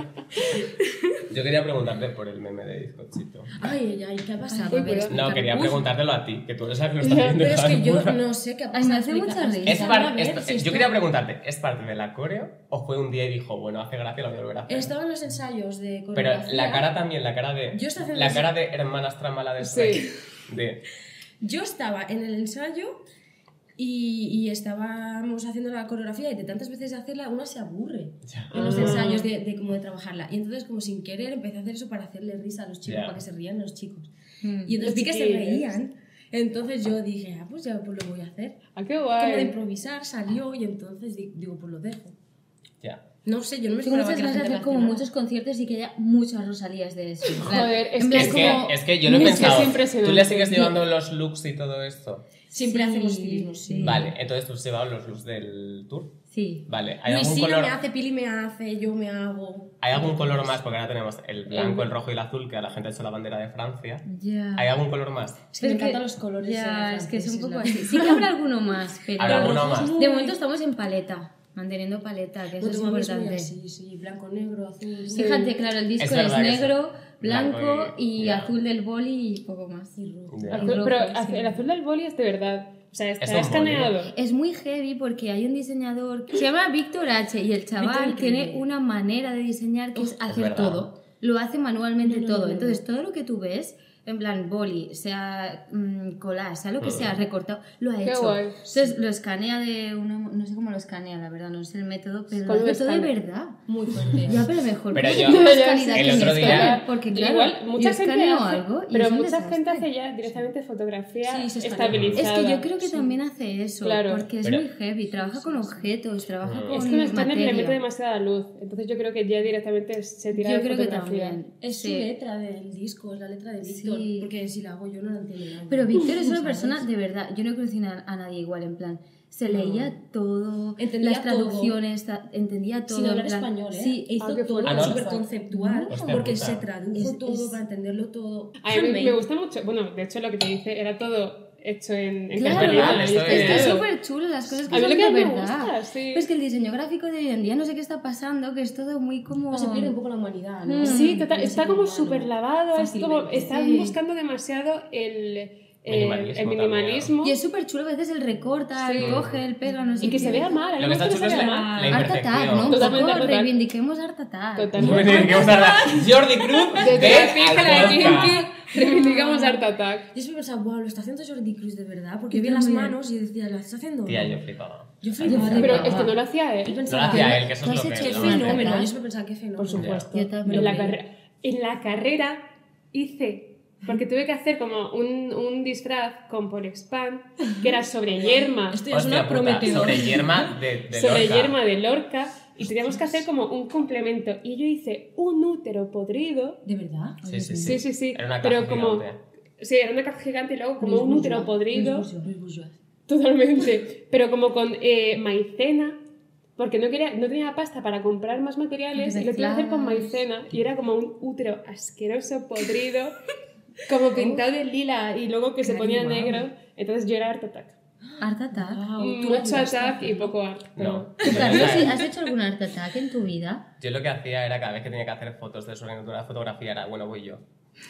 [SPEAKER 1] Yo quería preguntarte por el meme de bizcochito.
[SPEAKER 2] Ay, ay, ay, ¿qué ha pasado?
[SPEAKER 3] Uy,
[SPEAKER 2] A ver,
[SPEAKER 3] cuidado.
[SPEAKER 1] No,
[SPEAKER 4] Explícame.
[SPEAKER 1] quería
[SPEAKER 4] Uf.
[SPEAKER 1] preguntártelo a ti, que tú eres la que lo está viendo.
[SPEAKER 2] Pero es
[SPEAKER 1] hija de
[SPEAKER 2] que yo
[SPEAKER 1] puta.
[SPEAKER 2] no sé qué ha
[SPEAKER 4] me
[SPEAKER 2] pasado.
[SPEAKER 4] hace mucha
[SPEAKER 2] Explica-
[SPEAKER 4] risa.
[SPEAKER 1] Es
[SPEAKER 2] explica,
[SPEAKER 1] par-
[SPEAKER 2] a ver
[SPEAKER 1] esto-
[SPEAKER 2] si
[SPEAKER 1] Yo
[SPEAKER 2] esto-
[SPEAKER 1] quería preguntarte, ¿es parte de la coreo o fue un día y dijo, bueno, hace gracia, lo voy a volver a hacer?
[SPEAKER 2] Estaban los ensayos de
[SPEAKER 1] Pero
[SPEAKER 2] coreografía.
[SPEAKER 1] la cara también, la cara de.
[SPEAKER 2] Yo estoy haciendo
[SPEAKER 1] la
[SPEAKER 2] así.
[SPEAKER 1] cara de hermanas tramala de Shrek. De,
[SPEAKER 2] Yo estaba en el ensayo y, y estábamos haciendo la coreografía y de tantas veces hacerla una se aburre
[SPEAKER 1] ya.
[SPEAKER 2] en los
[SPEAKER 3] Ah.
[SPEAKER 2] ensayos de, de como de trabajarla. Y entonces como sin querer empecé a hacer eso para hacerle risa a los chicos,
[SPEAKER 1] Ya.
[SPEAKER 2] para que se rían los chicos.
[SPEAKER 4] Mm.
[SPEAKER 2] Y entonces vi que se
[SPEAKER 3] chiquillos.
[SPEAKER 2] reían. Entonces yo dije, ah, pues ya pues lo voy a hacer.
[SPEAKER 3] ¡Ah, qué
[SPEAKER 2] Como de
[SPEAKER 3] guay!
[SPEAKER 2] improvisar salió y entonces di- digo, pues lo dejo.
[SPEAKER 1] ya.
[SPEAKER 2] No sé, yo no me
[SPEAKER 4] Tú
[SPEAKER 2] esperaba
[SPEAKER 4] conoces
[SPEAKER 2] que la
[SPEAKER 4] vas a
[SPEAKER 2] gente
[SPEAKER 4] hacer como
[SPEAKER 2] reaccionara.
[SPEAKER 4] muchos conciertos y que haya muchas Rosalías de eso. En plan-
[SPEAKER 3] Joder, es que-
[SPEAKER 4] en plan
[SPEAKER 1] Es que,
[SPEAKER 4] como-
[SPEAKER 1] es que yo lo he
[SPEAKER 3] Es que es
[SPEAKER 1] pensado. ¿Tú le
[SPEAKER 3] impresionante.
[SPEAKER 1] sigues llevando los looks y todo esto?
[SPEAKER 2] Siempre
[SPEAKER 4] Sí,
[SPEAKER 2] hacemos estilismo, sí.
[SPEAKER 4] sí.
[SPEAKER 1] Vale, entonces tú has llevado los looks del tour.
[SPEAKER 4] Sí.
[SPEAKER 1] Vale, ¿hay algún,
[SPEAKER 2] Luisina
[SPEAKER 1] color,
[SPEAKER 2] me hace, Pili me hace, yo me hago.
[SPEAKER 1] ¿hay algún color más? Porque ahora tenemos el blanco, el rojo y el azul, que a la gente ha hecho la bandera de Francia.
[SPEAKER 4] Ya.
[SPEAKER 1] ¿Hay algún color más?
[SPEAKER 2] Es que me encantan los colores.
[SPEAKER 4] Ya,
[SPEAKER 2] eh,
[SPEAKER 4] es que es un
[SPEAKER 2] franceses,
[SPEAKER 4] poco
[SPEAKER 2] la-
[SPEAKER 4] así. Sí que habrá alguno más, pero.
[SPEAKER 1] ¿Habrá alguno
[SPEAKER 2] rojo es
[SPEAKER 1] más?
[SPEAKER 2] muy-
[SPEAKER 4] De momento estamos en paleta, manteniendo paleta, que eso
[SPEAKER 2] Bueno,
[SPEAKER 4] es
[SPEAKER 2] tu mami es muy
[SPEAKER 4] importante.
[SPEAKER 2] así, sí, blanco, negro, azul.
[SPEAKER 4] Fíjate, claro, el disco
[SPEAKER 1] Es
[SPEAKER 4] es,
[SPEAKER 1] verdad que
[SPEAKER 4] negro,
[SPEAKER 1] es
[SPEAKER 4] blanco,
[SPEAKER 1] blanco y-
[SPEAKER 4] y
[SPEAKER 1] ya.
[SPEAKER 4] azul del boli y poco más.
[SPEAKER 2] Y rojo.
[SPEAKER 1] Ya.
[SPEAKER 3] Azul-
[SPEAKER 4] rojo,
[SPEAKER 3] pero
[SPEAKER 4] sí.
[SPEAKER 3] az- el azul del boli es de verdad. O sea,
[SPEAKER 1] Es ¿eh?
[SPEAKER 3] está
[SPEAKER 1] un
[SPEAKER 3] escaneado.
[SPEAKER 4] Es muy heavy porque hay un diseñador que se llama Víctor H y el chaval
[SPEAKER 2] Víctor
[SPEAKER 4] tiene
[SPEAKER 2] increíble.
[SPEAKER 4] una manera de diseñar que es hacer
[SPEAKER 1] verdad.
[SPEAKER 4] todo. Lo hace manualmente
[SPEAKER 2] No, no,
[SPEAKER 4] todo.
[SPEAKER 2] no, no.
[SPEAKER 4] Entonces, todo lo que tú ves, en plan boli, sea mm, collage, sea lo que sea, recortado, lo ha
[SPEAKER 3] Qué
[SPEAKER 4] hecho.
[SPEAKER 3] guay.
[SPEAKER 4] Entonces, lo escanea de una. No sé cómo lo escanea, la verdad, no sé el método, pero lo
[SPEAKER 3] ¿Cómo lo
[SPEAKER 4] hace todo de
[SPEAKER 3] escanea?
[SPEAKER 4] verdad.
[SPEAKER 2] Muy fuerte.
[SPEAKER 4] Ya, pero mejor.
[SPEAKER 1] Pero
[SPEAKER 4] Creo que
[SPEAKER 1] yo-
[SPEAKER 4] tiene más
[SPEAKER 3] Ya,
[SPEAKER 4] calidad
[SPEAKER 3] sí,
[SPEAKER 1] el
[SPEAKER 4] que
[SPEAKER 1] otro
[SPEAKER 4] mi
[SPEAKER 1] día-
[SPEAKER 4] escaneo, Porque, claro,
[SPEAKER 3] Igual, mucha
[SPEAKER 4] yo
[SPEAKER 3] gente
[SPEAKER 4] escaneo
[SPEAKER 3] hace-
[SPEAKER 4] algo y
[SPEAKER 3] pero
[SPEAKER 4] es un
[SPEAKER 3] mucha gente
[SPEAKER 4] desastre.
[SPEAKER 3] hace ya directamente fotografía
[SPEAKER 2] Sí, se escanea.
[SPEAKER 1] Es
[SPEAKER 4] Es
[SPEAKER 3] estabilizada.
[SPEAKER 4] que yo creo que también hace eso,
[SPEAKER 3] Claro.
[SPEAKER 4] porque es
[SPEAKER 1] Pero-
[SPEAKER 4] muy heavy, trabaja con objetos, trabaja
[SPEAKER 1] Mm.
[SPEAKER 4] con
[SPEAKER 3] Es que un escáner le mete
[SPEAKER 4] materia.
[SPEAKER 3] demasiada luz, entonces yo creo que ya directamente se tira
[SPEAKER 4] Yo
[SPEAKER 3] de
[SPEAKER 4] creo que
[SPEAKER 3] fotografía.
[SPEAKER 4] también.
[SPEAKER 2] Es su
[SPEAKER 4] Sí.
[SPEAKER 2] letra del disco, es la letra de Víctor.
[SPEAKER 4] Sí.
[SPEAKER 2] Porque si la hago yo no la entiendo nadie.
[SPEAKER 4] Pero Víctor es una
[SPEAKER 2] ¿Sabes?
[SPEAKER 4] persona de verdad, yo no conocí a a nadie igual, en plan, se leía todo,
[SPEAKER 2] Entendía
[SPEAKER 4] las traducciones, ta- entendía todo.
[SPEAKER 2] Sin
[SPEAKER 4] en
[SPEAKER 2] hablar
[SPEAKER 4] plan-
[SPEAKER 2] español, ¿eh?
[SPEAKER 4] Sí,
[SPEAKER 2] hizo
[SPEAKER 3] Ah, qué
[SPEAKER 2] todo
[SPEAKER 1] fuerte.
[SPEAKER 2] súper conceptual.
[SPEAKER 1] Hostia
[SPEAKER 2] porque
[SPEAKER 1] puta.
[SPEAKER 2] se tradujo
[SPEAKER 4] Es-
[SPEAKER 2] todo
[SPEAKER 4] es-
[SPEAKER 2] para entenderlo todo.
[SPEAKER 3] A mí me
[SPEAKER 2] Handmade.
[SPEAKER 3] gusta mucho, bueno, de hecho lo que te dice era todo hecho en, en
[SPEAKER 4] Claro,
[SPEAKER 1] verdad,
[SPEAKER 3] castellano.
[SPEAKER 1] esto
[SPEAKER 3] y
[SPEAKER 4] es que es
[SPEAKER 3] escaneado.
[SPEAKER 4] súper chulo las cosas que
[SPEAKER 3] A mí
[SPEAKER 4] son
[SPEAKER 3] lo que
[SPEAKER 4] de
[SPEAKER 3] me
[SPEAKER 4] verdad.
[SPEAKER 3] gusta, sí.
[SPEAKER 4] Pero es que el diseño gráfico de hoy en día no sé qué está pasando, que es todo muy como...
[SPEAKER 2] Pues se pierde un poco la humanidad, ¿no?
[SPEAKER 3] Sí,
[SPEAKER 4] Mm,
[SPEAKER 3] total,
[SPEAKER 2] El
[SPEAKER 3] está
[SPEAKER 2] ser
[SPEAKER 3] como
[SPEAKER 2] humano.
[SPEAKER 3] súper lavado, es
[SPEAKER 2] Fácilmente.
[SPEAKER 3] como, están
[SPEAKER 4] Sí.
[SPEAKER 3] buscando demasiado el, el-
[SPEAKER 1] Minimalismo
[SPEAKER 3] el minimalismo
[SPEAKER 4] Y es súper chulo, a veces el recorta,
[SPEAKER 3] Sí.
[SPEAKER 4] el coge, el pega, no sé
[SPEAKER 3] y que
[SPEAKER 4] qué.
[SPEAKER 3] se vea mal, a mí
[SPEAKER 1] Lo que
[SPEAKER 3] me
[SPEAKER 1] está
[SPEAKER 3] gusta que
[SPEAKER 1] chulo
[SPEAKER 3] se
[SPEAKER 1] es
[SPEAKER 3] vea
[SPEAKER 1] la,
[SPEAKER 3] mal.
[SPEAKER 1] la
[SPEAKER 4] Art Attack, ¿no?
[SPEAKER 1] imperfección.
[SPEAKER 4] Un
[SPEAKER 3] Totalmente,
[SPEAKER 4] poco
[SPEAKER 3] total.
[SPEAKER 4] reivindiquemos Art Attack.
[SPEAKER 1] Bueno,
[SPEAKER 3] Totalmente.
[SPEAKER 1] que vamos a hablar. Jordi Cruz de,
[SPEAKER 3] Desde la
[SPEAKER 1] Alcorta.
[SPEAKER 3] pija de Kinky, reivindicamos Art Attack.
[SPEAKER 2] Yo siempre pensaba, wow, lo está haciendo Jordi Cruz de verdad, porque
[SPEAKER 4] Yo
[SPEAKER 2] vi las
[SPEAKER 4] también.
[SPEAKER 2] manos y decía, ¿lo está haciendo? o
[SPEAKER 1] Tía,
[SPEAKER 2] no?".
[SPEAKER 1] yo flipaba.
[SPEAKER 2] Yo flipaba.
[SPEAKER 1] Yo
[SPEAKER 3] Pero
[SPEAKER 1] flipaba.
[SPEAKER 3] es que no lo hacía él.
[SPEAKER 2] Yo
[SPEAKER 1] No lo
[SPEAKER 2] pensaba,
[SPEAKER 1] hacía
[SPEAKER 2] "Qué
[SPEAKER 1] él, que eso
[SPEAKER 4] Tú
[SPEAKER 1] es lo
[SPEAKER 4] has
[SPEAKER 1] que...
[SPEAKER 4] hecho
[SPEAKER 1] lo
[SPEAKER 4] el
[SPEAKER 1] que-
[SPEAKER 4] fenómeno,
[SPEAKER 2] fenómeno,
[SPEAKER 4] ¿verdad?
[SPEAKER 2] yo siempre pensaba que fenómeno.
[SPEAKER 3] Por supuesto.
[SPEAKER 4] Yo también
[SPEAKER 3] En
[SPEAKER 4] lo
[SPEAKER 3] la,
[SPEAKER 4] creo.
[SPEAKER 3] carre- en la carrera hice, porque tuve que hacer como un, un disfraz con Polexpan, que era sobre yerma,
[SPEAKER 2] Esto ya
[SPEAKER 1] Hostia
[SPEAKER 2] suena
[SPEAKER 1] puta,
[SPEAKER 2] prometedor.
[SPEAKER 1] sobre yerma de, de
[SPEAKER 3] sobre
[SPEAKER 1] Lorca.
[SPEAKER 3] yerma de Lorca, y teníamos que hacer como un complemento. Y yo hice un útero podrido.
[SPEAKER 2] ¿De verdad? pues
[SPEAKER 1] Sí, sí, sí.
[SPEAKER 3] Sí, sí, sí.
[SPEAKER 1] Era una caja
[SPEAKER 3] pero como...
[SPEAKER 1] gigante.
[SPEAKER 3] Sí, era una caja gigante y luego como un útero podrido.
[SPEAKER 2] Luis Bourgeois.
[SPEAKER 3] Totalmente. Pero como con eh, maicena, porque no, quería, no tenía pasta para comprar más materiales y lo tuve que hacer con
[SPEAKER 4] Mezcladas.
[SPEAKER 3] maicena. Y era como un útero asqueroso, podrido, como pintado de lila y luego que se
[SPEAKER 4] Cari,
[SPEAKER 3] ponía
[SPEAKER 4] guau.
[SPEAKER 3] negro. Entonces yo era Art Attack. Mm,
[SPEAKER 4] Art Attack.
[SPEAKER 1] Ah.
[SPEAKER 3] Ah,
[SPEAKER 2] Wow, tú
[SPEAKER 3] Mucho
[SPEAKER 2] jugaste,
[SPEAKER 3] attack y
[SPEAKER 2] ¿no?
[SPEAKER 3] poco arte.
[SPEAKER 1] No.
[SPEAKER 4] ¿Tú, Carlos, has hecho algún Art Attack en tu vida?
[SPEAKER 1] Yo lo que hacía era cada vez que tenía que hacer fotos de su organizatura de fotografía era, bueno, voy yo.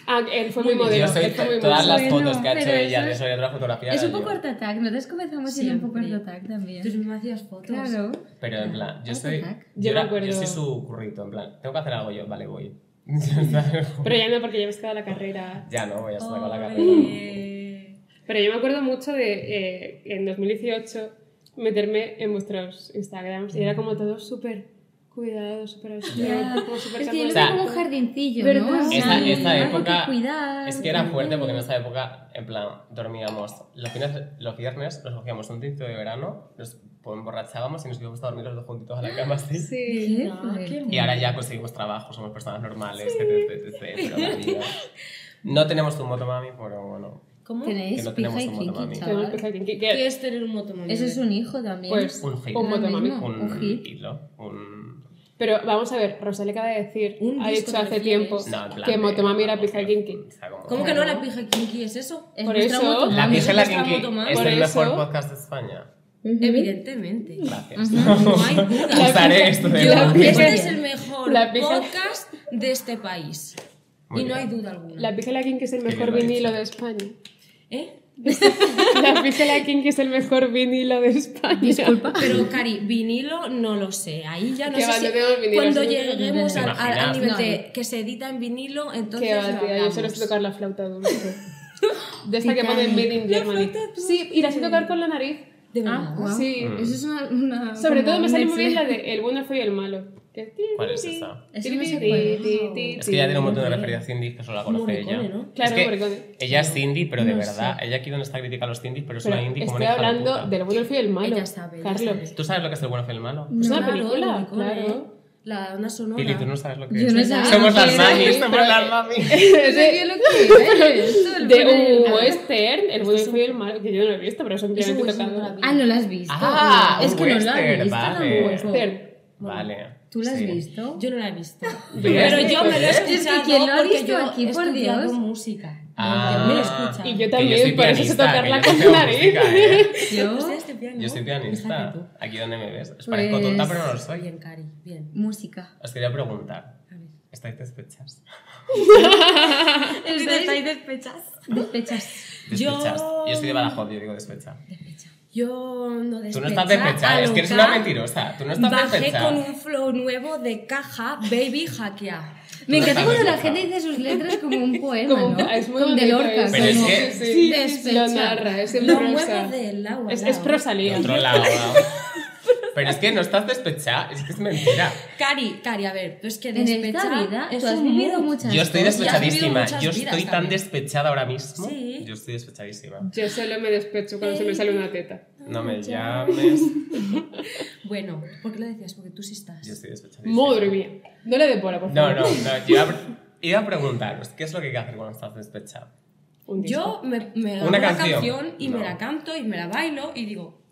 [SPEAKER 3] Ah, él fue muy modelo.
[SPEAKER 1] yo soy
[SPEAKER 3] él fue muy
[SPEAKER 1] todas
[SPEAKER 3] modelo.
[SPEAKER 1] las
[SPEAKER 4] Bueno,
[SPEAKER 1] fotos que ha hecho
[SPEAKER 4] pero
[SPEAKER 1] ella
[SPEAKER 4] eso
[SPEAKER 1] de
[SPEAKER 4] es-
[SPEAKER 1] su organizatura de fotografía.
[SPEAKER 4] Es un
[SPEAKER 1] eran
[SPEAKER 4] poco
[SPEAKER 1] yo.
[SPEAKER 4] Art Attack, nosotros comenzamos siendo un poco Art
[SPEAKER 2] Siempre.
[SPEAKER 4] Attack también.
[SPEAKER 2] Tú mismo hacías fotos.
[SPEAKER 4] Claro.
[SPEAKER 1] Pero en plan, yo
[SPEAKER 4] Art
[SPEAKER 1] soy.
[SPEAKER 4] Attack.
[SPEAKER 3] Yo me
[SPEAKER 1] era-
[SPEAKER 3] acuerdo.
[SPEAKER 1] soy su currito, en plan, tengo que hacer algo yo, vale, voy. ya
[SPEAKER 3] Pero ya no, porque ya me quedado la carrera.
[SPEAKER 1] no, voy a estar con la carrera.
[SPEAKER 4] Ole.
[SPEAKER 3] Pero yo me acuerdo mucho de eh, en 2018 meterme en vuestros Instagrams y era como todo súper cuidado, súper
[SPEAKER 4] Ya.
[SPEAKER 3] austeros, como súper
[SPEAKER 4] Es que yo lo
[SPEAKER 1] O
[SPEAKER 3] chapados.
[SPEAKER 1] sea,
[SPEAKER 4] veo como un jardincillo,
[SPEAKER 3] ¿verdad?
[SPEAKER 4] ¿no? O sea,
[SPEAKER 1] Esa- esa
[SPEAKER 4] algo
[SPEAKER 1] época
[SPEAKER 4] que cuidar.
[SPEAKER 1] Es que era fuerte porque en esa época, en plan, dormíamos. Los, fines- los viernes nos cogíamos un tinto de verano, nos emborrachábamos y nos íbamos a dormir los dos juntitos a la cama así.
[SPEAKER 3] Sí.
[SPEAKER 4] Qué
[SPEAKER 2] Ah,
[SPEAKER 4] fuerte.
[SPEAKER 2] qué
[SPEAKER 1] Y ahora ya conseguimos trabajo, somos personas normales, etc, etc, etc, pero la vida- No tenemos un motomami, pero bueno.
[SPEAKER 2] ¿Cómo? ¿Qué
[SPEAKER 4] Tenéis
[SPEAKER 1] Que no
[SPEAKER 4] pija
[SPEAKER 1] tenemos
[SPEAKER 4] y
[SPEAKER 1] un motomami.
[SPEAKER 4] kinky,
[SPEAKER 3] Tenemos
[SPEAKER 4] chaval.
[SPEAKER 3] que saber que- que-
[SPEAKER 2] es tener un ¿eh? motomami?
[SPEAKER 4] Eso es un hijo también.
[SPEAKER 3] Pues,
[SPEAKER 1] Un hit.
[SPEAKER 3] Un
[SPEAKER 4] Ahora
[SPEAKER 3] motomami.
[SPEAKER 4] mismo,
[SPEAKER 1] Un,
[SPEAKER 4] Un hit.
[SPEAKER 1] hilo. Un.
[SPEAKER 3] Pero vamos a ver, Rosalía acaba de decir,
[SPEAKER 2] Un
[SPEAKER 3] ha
[SPEAKER 2] disco
[SPEAKER 3] dicho
[SPEAKER 2] te
[SPEAKER 3] hace
[SPEAKER 2] refieres.
[SPEAKER 3] tiempo
[SPEAKER 1] No, en plan
[SPEAKER 3] que
[SPEAKER 1] de-
[SPEAKER 3] Motomami era
[SPEAKER 1] vamos,
[SPEAKER 3] pija
[SPEAKER 1] que-
[SPEAKER 3] kinky.
[SPEAKER 1] o sea, como-
[SPEAKER 2] ¿Cómo que no la pija kinky es eso?
[SPEAKER 4] Es
[SPEAKER 3] Por
[SPEAKER 4] nuestra
[SPEAKER 3] eso-
[SPEAKER 4] motomami.
[SPEAKER 1] La pija y la
[SPEAKER 2] Está
[SPEAKER 1] kinky Este-
[SPEAKER 2] motomami.
[SPEAKER 1] es
[SPEAKER 3] Por
[SPEAKER 1] el
[SPEAKER 3] eso-
[SPEAKER 1] mejor podcast de España.
[SPEAKER 2] Evidentemente.
[SPEAKER 1] Gracias.
[SPEAKER 2] No hay duda.
[SPEAKER 1] Usaré esto de
[SPEAKER 2] Yo-
[SPEAKER 1] nuevo.
[SPEAKER 3] pija-
[SPEAKER 2] este es el mejor
[SPEAKER 3] la pija-
[SPEAKER 2] podcast de este país.
[SPEAKER 1] Muy
[SPEAKER 2] y no
[SPEAKER 1] bien.
[SPEAKER 2] hay duda alguna.
[SPEAKER 3] La Pija y la Kinky es el
[SPEAKER 1] Qué bien
[SPEAKER 3] mejor
[SPEAKER 1] lo ha dicho.
[SPEAKER 3] vinilo de España.
[SPEAKER 2] ¿Eh?
[SPEAKER 3] La Pija y la Kinky es el mejor vinilo de España.
[SPEAKER 4] Disculpa.
[SPEAKER 2] Pero, Cari, vinilo no lo sé. Ahí ya no
[SPEAKER 3] Que
[SPEAKER 2] sé
[SPEAKER 3] va,
[SPEAKER 2] si
[SPEAKER 3] no tengo vinilo,
[SPEAKER 2] cuando
[SPEAKER 3] sí.
[SPEAKER 2] lleguemos
[SPEAKER 4] ¿Te
[SPEAKER 2] al, al- al
[SPEAKER 1] imaginas?
[SPEAKER 2] nivel
[SPEAKER 4] No.
[SPEAKER 2] de que se edita en vinilo, entonces
[SPEAKER 3] Qué va, tía, yo solo sé tocar la flauta dulce. De esta que pone Made in Germany. Sí, y la sé tocar con la nariz.
[SPEAKER 2] De
[SPEAKER 4] Ah,
[SPEAKER 2] verdad.
[SPEAKER 4] guau.
[SPEAKER 3] Sí.
[SPEAKER 1] Mm.
[SPEAKER 4] Eso es una. una-
[SPEAKER 3] Sobre
[SPEAKER 4] como
[SPEAKER 3] todo me
[SPEAKER 4] un
[SPEAKER 3] sale muy bien la
[SPEAKER 4] excelente-
[SPEAKER 3] de El bueno, fue y el malo. Que-
[SPEAKER 1] ¿Cuál es esa?
[SPEAKER 4] Eso no sé
[SPEAKER 3] Ti, ti,
[SPEAKER 4] cuál es.
[SPEAKER 3] ti, ti,
[SPEAKER 1] Es que ya tiene un
[SPEAKER 3] ti.
[SPEAKER 1] montón de referencias indies que solo la conoce
[SPEAKER 2] Morricone,
[SPEAKER 1] ella.
[SPEAKER 2] ¿no?
[SPEAKER 3] Claro,
[SPEAKER 1] es que
[SPEAKER 3] Morricone.
[SPEAKER 1] ella es indie, pero de verdad. Ella aquí donde está critica a los indies, pero es
[SPEAKER 3] Pero
[SPEAKER 1] una indie como una
[SPEAKER 3] estoy
[SPEAKER 1] hija de
[SPEAKER 3] hablando
[SPEAKER 1] puta.
[SPEAKER 3] del bueno, el feo y el malo.
[SPEAKER 2] Ella sabe, ella
[SPEAKER 3] Carlos.
[SPEAKER 2] sabe.
[SPEAKER 1] ¿Tú sabes lo que es el bueno y el malo?
[SPEAKER 3] Es una
[SPEAKER 2] Claro,
[SPEAKER 3] película,
[SPEAKER 2] Morricone,
[SPEAKER 3] claro.
[SPEAKER 2] ¿eh? La onda sonora.
[SPEAKER 1] Pili, tú no sabes lo que
[SPEAKER 4] Yo
[SPEAKER 1] es.
[SPEAKER 4] no sabía.
[SPEAKER 1] Somos
[SPEAKER 4] lo que
[SPEAKER 1] las
[SPEAKER 4] era.
[SPEAKER 1] mamis, somos
[SPEAKER 3] Pero-
[SPEAKER 1] las mamis.
[SPEAKER 3] Es
[SPEAKER 4] Yo
[SPEAKER 3] de-
[SPEAKER 4] lo que es, esto, el
[SPEAKER 3] de
[SPEAKER 4] bueno y el
[SPEAKER 3] un
[SPEAKER 4] malo.
[SPEAKER 3] western, el bueno, el feo y el malo, que yo no lo he visto, pero son
[SPEAKER 2] Es un
[SPEAKER 3] simplemente
[SPEAKER 2] western de la
[SPEAKER 3] tocado.
[SPEAKER 2] vida.
[SPEAKER 4] Ah, no la has visto.
[SPEAKER 1] Ah,
[SPEAKER 4] es
[SPEAKER 1] un
[SPEAKER 4] que no la
[SPEAKER 1] western,
[SPEAKER 4] has visto.
[SPEAKER 1] vale.
[SPEAKER 4] tampoco.
[SPEAKER 3] Western.
[SPEAKER 1] Vale.
[SPEAKER 4] ¿Tú la has
[SPEAKER 1] sí.
[SPEAKER 4] visto?
[SPEAKER 2] Yo no la he visto.
[SPEAKER 1] Pero
[SPEAKER 2] Pero
[SPEAKER 1] es
[SPEAKER 2] yo me lo he
[SPEAKER 1] que-
[SPEAKER 2] escuchado
[SPEAKER 4] es que quien lo ha
[SPEAKER 2] porque
[SPEAKER 4] visto
[SPEAKER 2] yo
[SPEAKER 4] aquí,
[SPEAKER 2] he
[SPEAKER 4] por
[SPEAKER 2] estudiado
[SPEAKER 4] Dios.
[SPEAKER 2] música.
[SPEAKER 1] Ah.
[SPEAKER 2] Yo me lo he escuchado.
[SPEAKER 3] Y yo
[SPEAKER 1] Que yo soy
[SPEAKER 3] también, por eso sé
[SPEAKER 1] pianista,
[SPEAKER 3] tocarla
[SPEAKER 1] que yo
[SPEAKER 3] con
[SPEAKER 1] tengo
[SPEAKER 3] la nariz.
[SPEAKER 1] música, ¿eh?
[SPEAKER 4] Yo.
[SPEAKER 2] ¿Usted es de este piano?
[SPEAKER 1] Yo soy
[SPEAKER 2] Fíjate tú.
[SPEAKER 1] pianista. Aquí donde me ves. Os parezco
[SPEAKER 4] Pues-
[SPEAKER 1] tonta, pero no lo soy.
[SPEAKER 2] Bien, Cari, bien.
[SPEAKER 4] Música.
[SPEAKER 1] Os quería preguntar.
[SPEAKER 2] A ver.
[SPEAKER 1] ¿Estáis despechas?
[SPEAKER 4] Estáis despechas. Despechas.
[SPEAKER 2] Yo-
[SPEAKER 1] Despechas. Yo soy de Badajoz, yo digo despecha.
[SPEAKER 2] Yo no
[SPEAKER 1] Tú no estás despechada, es que eres una mentirosa. Tú no estás
[SPEAKER 2] Bajé
[SPEAKER 1] despechada.
[SPEAKER 2] con un flow nuevo de caja, baby hackea.
[SPEAKER 4] Me
[SPEAKER 1] No
[SPEAKER 4] encanta
[SPEAKER 1] está
[SPEAKER 4] cuando la
[SPEAKER 1] despechada.
[SPEAKER 4] gente dice sus letras como un poema,
[SPEAKER 3] Como-
[SPEAKER 4] ¿no?
[SPEAKER 3] es muy
[SPEAKER 4] como de
[SPEAKER 3] bonito
[SPEAKER 4] Lorca.
[SPEAKER 3] eso.
[SPEAKER 1] Pero es
[SPEAKER 4] como-
[SPEAKER 1] que-
[SPEAKER 3] Sí, sí,
[SPEAKER 4] despecha.
[SPEAKER 3] lo narra, es en
[SPEAKER 2] Lo
[SPEAKER 3] prosa.
[SPEAKER 2] mueve del agua.
[SPEAKER 3] Es, es
[SPEAKER 1] De
[SPEAKER 3] prosalía.
[SPEAKER 1] otro lado. Pero es que no estás despechada, es que es mentira.
[SPEAKER 2] Cari, Cari, a ver, pero es que
[SPEAKER 4] En
[SPEAKER 2] despechada
[SPEAKER 4] esta vida,
[SPEAKER 2] es
[SPEAKER 4] tú has
[SPEAKER 2] un
[SPEAKER 4] vivido
[SPEAKER 2] mood.
[SPEAKER 4] muchas
[SPEAKER 1] Yo estoy
[SPEAKER 4] cosas.
[SPEAKER 2] despechada.
[SPEAKER 1] despechadísima.
[SPEAKER 2] muchas
[SPEAKER 1] Yo
[SPEAKER 2] vidas
[SPEAKER 1] estoy tan
[SPEAKER 2] también.
[SPEAKER 1] despechada ahora mismo.
[SPEAKER 2] Sí.
[SPEAKER 1] Yo estoy despechadísima.
[SPEAKER 3] Yo solo me despecho cuando se me sale una teta.
[SPEAKER 1] No me
[SPEAKER 2] Ya.
[SPEAKER 1] llames.
[SPEAKER 2] Bueno, ¿por qué lo decías? Porque tú sí estás.
[SPEAKER 1] Yo estoy despechadísima.
[SPEAKER 3] Madre mía. No le dé bola, por
[SPEAKER 1] No,
[SPEAKER 3] favor.
[SPEAKER 1] no, no. Yo iba a pre- iba a preguntaros, ¿qué es lo que hay que hacer cuando estás despechada?
[SPEAKER 3] Un disco.
[SPEAKER 2] Yo me, me
[SPEAKER 1] Una
[SPEAKER 2] hago una
[SPEAKER 1] canción.
[SPEAKER 2] canción, y
[SPEAKER 1] No.
[SPEAKER 2] me la canto y me la bailo y digo,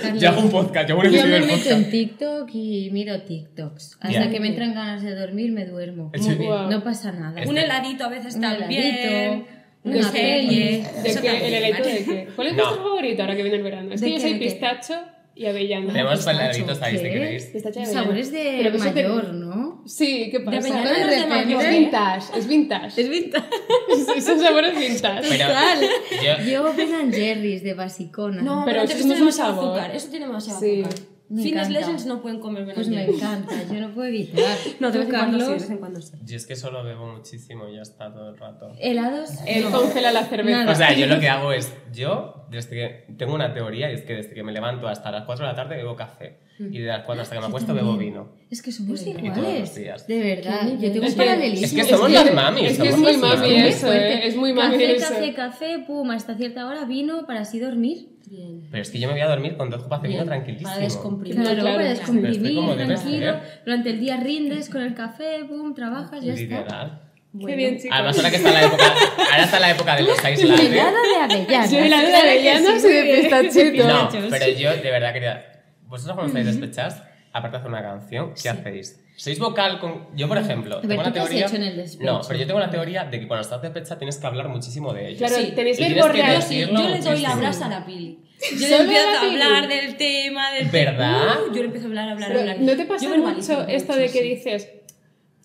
[SPEAKER 4] Carlos,
[SPEAKER 1] Yo hago un podcast, yo hago un
[SPEAKER 4] Yo
[SPEAKER 1] episodio
[SPEAKER 4] me
[SPEAKER 1] del
[SPEAKER 4] meto en
[SPEAKER 1] podcast.
[SPEAKER 4] TikTok y miro TikToks. Hasta
[SPEAKER 1] Ya.
[SPEAKER 4] que me entran ganas de dormir, me duermo.
[SPEAKER 1] Sí.
[SPEAKER 3] Guau.
[SPEAKER 4] No pasa nada.
[SPEAKER 2] un heladito a veces
[SPEAKER 4] Un
[SPEAKER 2] está bien,
[SPEAKER 4] heladito,
[SPEAKER 2] una
[SPEAKER 4] una
[SPEAKER 2] serie.
[SPEAKER 4] peli.
[SPEAKER 3] ¿De
[SPEAKER 2] eso
[SPEAKER 3] qué?
[SPEAKER 2] también,
[SPEAKER 3] ¿El heladito
[SPEAKER 2] ¿vale?
[SPEAKER 3] de qué? ¿Cuál es
[SPEAKER 1] No.
[SPEAKER 3] vuestro favorito ahora que viene el verano? Es
[SPEAKER 4] ¿De
[SPEAKER 3] que yo
[SPEAKER 4] qué,
[SPEAKER 3] soy
[SPEAKER 4] de qué?
[SPEAKER 3] pistacho y avellana.
[SPEAKER 1] Tenemos paladitos ahí, si
[SPEAKER 4] ¿qué?
[SPEAKER 1] queréis.
[SPEAKER 3] Pistacho y avellana.
[SPEAKER 4] Sabores de
[SPEAKER 3] Pero que eso te-
[SPEAKER 4] mayor, ¿no?
[SPEAKER 3] Sí, ¿qué pasa?
[SPEAKER 2] avellana
[SPEAKER 4] no es de mayor,
[SPEAKER 3] es
[SPEAKER 4] ¿eh?
[SPEAKER 3] vintage, es vintage.
[SPEAKER 4] vintage.
[SPEAKER 3] Son sabores vintage.
[SPEAKER 1] Pero yo-
[SPEAKER 4] Yo Ben and Jerry's de basicona.
[SPEAKER 2] No,
[SPEAKER 3] Pero
[SPEAKER 2] pero,
[SPEAKER 3] eso no
[SPEAKER 2] eso
[SPEAKER 3] es
[SPEAKER 2] tiene
[SPEAKER 3] un
[SPEAKER 2] más
[SPEAKER 3] sabor.
[SPEAKER 2] azúcar. Eso tiene más
[SPEAKER 3] Sí.
[SPEAKER 2] azúcar.
[SPEAKER 4] Me
[SPEAKER 2] Fitness
[SPEAKER 4] encanta.
[SPEAKER 2] Legends no pueden comer menos
[SPEAKER 4] Pues me
[SPEAKER 2] hielo.
[SPEAKER 4] encanta, yo no puedo evitar.
[SPEAKER 2] No, de
[SPEAKER 4] Tú,
[SPEAKER 2] vez en cuando sí, de vez en cuando sí.
[SPEAKER 1] Yo es que solo bebo muchísimo y ya está todo el rato.
[SPEAKER 4] Helados.
[SPEAKER 1] Eh,
[SPEAKER 3] Él
[SPEAKER 4] no.
[SPEAKER 3] congela la cerveza.
[SPEAKER 4] Nada.
[SPEAKER 1] O sea, yo lo que hago es, yo desde que tengo una teoría y es que desde que me levanto hasta las 4 de la tarde bebo café
[SPEAKER 4] Mm.
[SPEAKER 1] y de las 4 hasta que me acuesto bebo vino.
[SPEAKER 4] Es que somos
[SPEAKER 2] Y todos
[SPEAKER 1] los
[SPEAKER 4] iguales.
[SPEAKER 1] días.
[SPEAKER 4] De verdad.
[SPEAKER 2] Qué
[SPEAKER 4] Yo tengo
[SPEAKER 2] nivel.
[SPEAKER 4] un paralelismo.
[SPEAKER 1] Es que somos las mamis.
[SPEAKER 3] Es que es
[SPEAKER 1] somos
[SPEAKER 3] muy
[SPEAKER 1] las
[SPEAKER 3] mami
[SPEAKER 1] mamis.
[SPEAKER 3] eso, eh. Es muy mami
[SPEAKER 4] café,
[SPEAKER 3] eso.
[SPEAKER 4] Café, café, pum, hasta cierta hora vino para así dormir.
[SPEAKER 2] Bien.
[SPEAKER 1] Pero es que yo me voy a dormir con dos copas de vino tranquilísimo.
[SPEAKER 2] Para descomprimir.
[SPEAKER 4] Claro,
[SPEAKER 3] claro,
[SPEAKER 4] para
[SPEAKER 3] claro.
[SPEAKER 1] Estoy
[SPEAKER 4] descomprimir,
[SPEAKER 1] como debe
[SPEAKER 4] tranquilo.
[SPEAKER 1] ser. eh?
[SPEAKER 4] Durante el día rindes con el café, pum, trabajas, ya está.
[SPEAKER 1] Literal.
[SPEAKER 3] Qué bien, chicos.
[SPEAKER 1] Además, ahora que está la época, ahora está la época de los ice latte.
[SPEAKER 4] Helado de avellana.
[SPEAKER 3] Yo helado de avellanas y de pistachito.
[SPEAKER 1] No, pero yo de verdad quería. Vosotros cuando estáis despechados, aparte de hacer una canción, ¿qué hacéis? Sois vocal con. Yo, por ejemplo,
[SPEAKER 4] A ver,
[SPEAKER 1] tengo
[SPEAKER 4] ¿tú
[SPEAKER 1] una
[SPEAKER 4] qué has
[SPEAKER 1] teoría.
[SPEAKER 4] hecho en el despecho?
[SPEAKER 1] no, pero yo tengo la teoría de que cuando estás de pecha tienes que hablar muchísimo de ello.
[SPEAKER 3] Claro,
[SPEAKER 2] Sí.
[SPEAKER 1] Y
[SPEAKER 3] tenéis que
[SPEAKER 1] tienes que
[SPEAKER 3] borrear.
[SPEAKER 1] decir-
[SPEAKER 2] Sí,
[SPEAKER 1] decirlo
[SPEAKER 2] yo le doy la
[SPEAKER 1] muchísimo.
[SPEAKER 2] brasa a la pili. Yo le
[SPEAKER 3] ¿Solo
[SPEAKER 2] empiezo
[SPEAKER 3] a la
[SPEAKER 2] a
[SPEAKER 3] Pili?
[SPEAKER 2] hablar del tema, del
[SPEAKER 1] ¿Verdad?
[SPEAKER 2] Uh, yo le empiezo a hablar, a hablar, a
[SPEAKER 3] Pero,
[SPEAKER 2] hablar.
[SPEAKER 3] ¿No te
[SPEAKER 2] Yo
[SPEAKER 3] pasa
[SPEAKER 2] verbalizo
[SPEAKER 3] mucho esto de
[SPEAKER 2] mucho,
[SPEAKER 3] que
[SPEAKER 2] sí.
[SPEAKER 3] dices,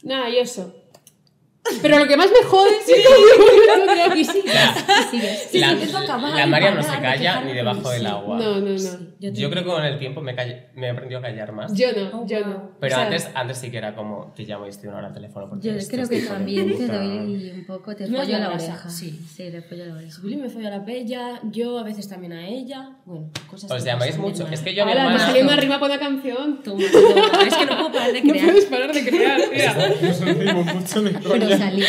[SPEAKER 3] nada, yo eso? Pero lo que más me jode es que-
[SPEAKER 2] Y sí,
[SPEAKER 4] Y sigues.
[SPEAKER 2] Sí,
[SPEAKER 1] la,
[SPEAKER 2] sí, tengo que acabar
[SPEAKER 1] la
[SPEAKER 2] y
[SPEAKER 1] María no
[SPEAKER 2] parar,
[SPEAKER 1] se
[SPEAKER 2] de
[SPEAKER 1] calla
[SPEAKER 2] quejarme,
[SPEAKER 1] ni debajo
[SPEAKER 2] sí.
[SPEAKER 1] del agua.
[SPEAKER 3] No, no,
[SPEAKER 2] sí,
[SPEAKER 3] no.
[SPEAKER 2] te-
[SPEAKER 1] Yo creo que con el tiempo me, call- me he aprendido a callar más.
[SPEAKER 3] Yo no,
[SPEAKER 4] Oh,
[SPEAKER 3] yo
[SPEAKER 4] wow.
[SPEAKER 3] no.
[SPEAKER 1] pero
[SPEAKER 3] O sea,
[SPEAKER 1] antes, antes sí que era como, te llamo y estoy una hora al teléfono. Porque
[SPEAKER 4] Yo
[SPEAKER 1] esto
[SPEAKER 4] creo
[SPEAKER 1] es
[SPEAKER 4] que
[SPEAKER 1] hijo de
[SPEAKER 4] también te
[SPEAKER 1] puta.
[SPEAKER 4] doy un poco, te
[SPEAKER 2] Me has
[SPEAKER 4] follo la
[SPEAKER 2] dado la
[SPEAKER 4] oreja.
[SPEAKER 2] oreja,
[SPEAKER 4] Sí, sí, le follo la
[SPEAKER 2] Si
[SPEAKER 4] oreja.
[SPEAKER 2] Willy me fue a la pella, yo a veces también a ella. Bueno, cosas
[SPEAKER 1] Os
[SPEAKER 2] que
[SPEAKER 1] llamáis
[SPEAKER 2] pasan
[SPEAKER 1] mucho.
[SPEAKER 2] del
[SPEAKER 1] Es que
[SPEAKER 2] mar.
[SPEAKER 1] yo a mi
[SPEAKER 3] Ahora me
[SPEAKER 1] hermana.
[SPEAKER 3] salió una rima para una canción.
[SPEAKER 4] Toma, toma, es que no puedo parar de
[SPEAKER 3] No
[SPEAKER 4] crear.
[SPEAKER 3] puedes parar de crear, tía.
[SPEAKER 1] Nos sentimos mucho de
[SPEAKER 4] Pero
[SPEAKER 1] coña.
[SPEAKER 4] salí.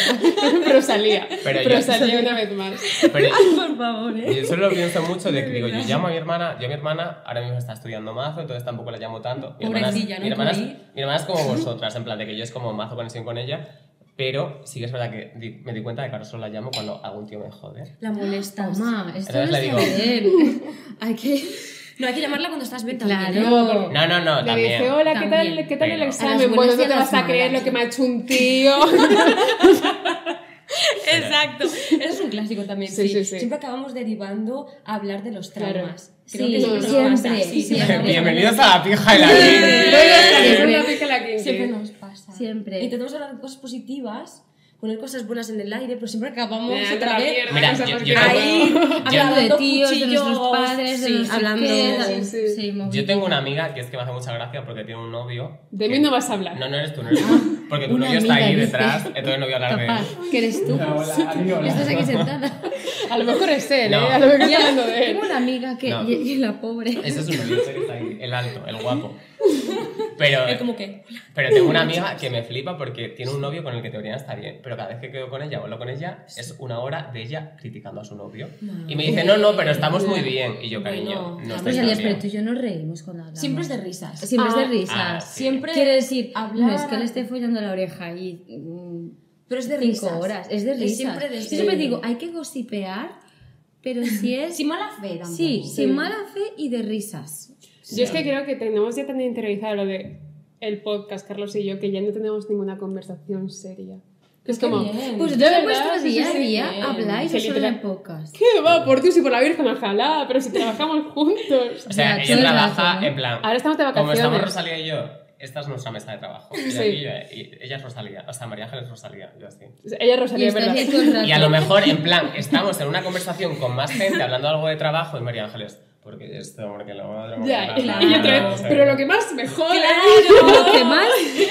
[SPEAKER 3] Pero salía.
[SPEAKER 1] Pero
[SPEAKER 3] Pero
[SPEAKER 1] yo-
[SPEAKER 3] salía una vez más.
[SPEAKER 1] Pero
[SPEAKER 4] Por favor, eh.
[SPEAKER 1] yo solo lo pienso mucho de que digo, yo llamo a mi hermana, yo a mi hermana ahora mismo está estudiando mazo, entonces tampoco la llamo tanto. Mi hermana, es-
[SPEAKER 2] Pobrecilla, ¿no?
[SPEAKER 1] mi, hermana es,
[SPEAKER 2] Tú ahí.
[SPEAKER 1] mi hermana es como vosotras, en plan de que yo es como mazo conexión con ella, pero sí que es verdad que di- me di cuenta de que ahora solo la llamo cuando algún tío me jode.
[SPEAKER 2] La molestas.
[SPEAKER 4] Toma, esto no
[SPEAKER 1] Entonces le
[SPEAKER 4] está
[SPEAKER 1] digo-
[SPEAKER 4] bien. Hay que.
[SPEAKER 2] No, hay que llamarla cuando estás bien también.
[SPEAKER 4] Claro.
[SPEAKER 2] ¿eh?
[SPEAKER 1] No,
[SPEAKER 3] No,
[SPEAKER 1] no, no,
[SPEAKER 3] Le dije,
[SPEAKER 1] también.
[SPEAKER 3] hola, ¿qué tal,
[SPEAKER 4] También.
[SPEAKER 3] ¿qué tal el
[SPEAKER 1] Pero-
[SPEAKER 4] A
[SPEAKER 3] examen?
[SPEAKER 4] las
[SPEAKER 3] Bueno,
[SPEAKER 4] buenas y
[SPEAKER 3] no
[SPEAKER 4] a
[SPEAKER 3] te
[SPEAKER 4] las
[SPEAKER 3] vas a creer
[SPEAKER 4] malas.
[SPEAKER 3] lo que me ha hecho un tío.
[SPEAKER 2] Exacto. Eso es un clásico también.
[SPEAKER 3] Sí,
[SPEAKER 2] Sí,
[SPEAKER 3] sí, sí.
[SPEAKER 2] Siempre acabamos derivando a hablar de los
[SPEAKER 3] Claro.
[SPEAKER 2] traumas.
[SPEAKER 4] Sí,
[SPEAKER 2] que siempre, nos
[SPEAKER 3] siempre,
[SPEAKER 2] pasa. Sí, siempre
[SPEAKER 4] siempre.
[SPEAKER 2] nos
[SPEAKER 1] Bienvenidos a la pija y la Lili.
[SPEAKER 3] Bueno,
[SPEAKER 4] Siempre.
[SPEAKER 3] la kinky.
[SPEAKER 4] pues
[SPEAKER 2] Siempre nos pasa.
[SPEAKER 4] Siempre.
[SPEAKER 2] Intentamos hablar de cosas positivas, poner cosas buenas en el aire, pero siempre acabamos
[SPEAKER 3] Eh, otra
[SPEAKER 2] otra vez
[SPEAKER 3] mierda,
[SPEAKER 1] Mira,
[SPEAKER 3] esa
[SPEAKER 1] yo- yo
[SPEAKER 3] porquería.
[SPEAKER 2] ahí,
[SPEAKER 4] Hablando de tíos, de
[SPEAKER 2] cuchillos,
[SPEAKER 4] nuestros padres, de
[SPEAKER 2] sí,
[SPEAKER 4] no sé
[SPEAKER 2] hablando.
[SPEAKER 4] qué,
[SPEAKER 3] sí,
[SPEAKER 4] de-
[SPEAKER 3] sí.
[SPEAKER 4] movidas.
[SPEAKER 1] Yo tengo una amiga que es que me hace mucha gracia porque tiene un novio.
[SPEAKER 3] De
[SPEAKER 1] que-
[SPEAKER 3] mí no vas a hablar. Ah,
[SPEAKER 1] No, no eres tú, no eres tú. Porque tu
[SPEAKER 4] Una
[SPEAKER 1] novio está ahí
[SPEAKER 4] amiga, dice.
[SPEAKER 1] detrás, entonces no voy a hablar de
[SPEAKER 4] Papá,
[SPEAKER 1] él.
[SPEAKER 4] que eres tú. Estás aquí sentada.
[SPEAKER 3] A lo mejor es él,
[SPEAKER 1] No.
[SPEAKER 3] ¿eh? A lo mejor está
[SPEAKER 4] Ya,
[SPEAKER 3] hablando de él.
[SPEAKER 4] tengo una amiga que.
[SPEAKER 1] No.
[SPEAKER 4] Y, y la pobre.
[SPEAKER 1] Ese es un novio ese que está ahí, el alto, el guapo. Pero,
[SPEAKER 2] Es como que.
[SPEAKER 1] pero tengo una amiga que me flipa porque tiene un novio con el que teoría está bien, pero cada vez que quedo con ella o hablo con ella es una hora de ella criticando a su novio. Y me dice, no, no, pero estamos muy bien. Y yo, cariño,
[SPEAKER 2] Bueno,
[SPEAKER 1] no
[SPEAKER 4] Pues
[SPEAKER 1] estáis
[SPEAKER 4] Alias,
[SPEAKER 1] tan
[SPEAKER 4] pero tú
[SPEAKER 1] bien.
[SPEAKER 4] y yo nos reímos cuando hablamos.
[SPEAKER 2] Siempre es de risas.
[SPEAKER 4] Siempre es de
[SPEAKER 3] Ah.
[SPEAKER 1] Ah,
[SPEAKER 4] risas.
[SPEAKER 1] sí.
[SPEAKER 2] Siempre.
[SPEAKER 4] Quiero decir,
[SPEAKER 2] hablar-
[SPEAKER 4] no es que le esté follando la oreja y. mm,
[SPEAKER 2] Pero es de
[SPEAKER 4] cinco
[SPEAKER 2] risas.
[SPEAKER 4] horas, es de
[SPEAKER 2] Es
[SPEAKER 4] risas.
[SPEAKER 2] siempre de-
[SPEAKER 4] Yo siempre digo, hay que gossipear, pero si es.
[SPEAKER 2] Sin mala fe tampoco.
[SPEAKER 4] sí, sin mala fe y de risas.
[SPEAKER 3] Yo es que creo que tenemos ya tan interiorizado lo de el podcast, Carlos y yo, que ya no tenemos ninguna conversación seria. Es
[SPEAKER 2] Qué
[SPEAKER 3] como,
[SPEAKER 2] bien.
[SPEAKER 3] de
[SPEAKER 4] Pues yo en
[SPEAKER 3] verdad,
[SPEAKER 4] vuestro
[SPEAKER 3] sí, sí,
[SPEAKER 4] día a
[SPEAKER 3] sí.
[SPEAKER 2] sí.
[SPEAKER 4] día habláis
[SPEAKER 3] Que
[SPEAKER 4] o solo
[SPEAKER 3] literal-
[SPEAKER 4] en pocas.
[SPEAKER 3] ¿Qué va? Por Dios y por la Virgen, ojalá, pero si trabajamos juntos.
[SPEAKER 1] O sea,
[SPEAKER 4] Ya,
[SPEAKER 1] ella
[SPEAKER 4] todo el
[SPEAKER 1] trabaja
[SPEAKER 4] rato, ¿no?
[SPEAKER 1] en plan.
[SPEAKER 3] Ahora estamos de
[SPEAKER 1] Como estamos
[SPEAKER 3] vacaciones.
[SPEAKER 1] Rosalía y yo, esta es nuestra mesa de trabajo. Y,
[SPEAKER 3] Sí.
[SPEAKER 1] aquí yo- y ella es Rosalía, o sea, María Ángel es Rosalía, yo así.
[SPEAKER 3] Ella es
[SPEAKER 4] Y
[SPEAKER 3] Rosalía,
[SPEAKER 4] estáis
[SPEAKER 3] ¿verdad?
[SPEAKER 4] ahí todo el rato.
[SPEAKER 1] Y a lo mejor, en plan, estamos en una conversación con más gente hablando algo de trabajo y María Ángeles, porque esto, porque lo otro. porque
[SPEAKER 3] Ya,
[SPEAKER 1] bla,
[SPEAKER 3] y-
[SPEAKER 1] bla,
[SPEAKER 3] y
[SPEAKER 1] bla,
[SPEAKER 3] otra
[SPEAKER 1] bla,
[SPEAKER 3] vez,
[SPEAKER 1] bla,
[SPEAKER 3] pero
[SPEAKER 1] bla".
[SPEAKER 3] lo que más me jode
[SPEAKER 2] ¡Claro!
[SPEAKER 4] Lo que más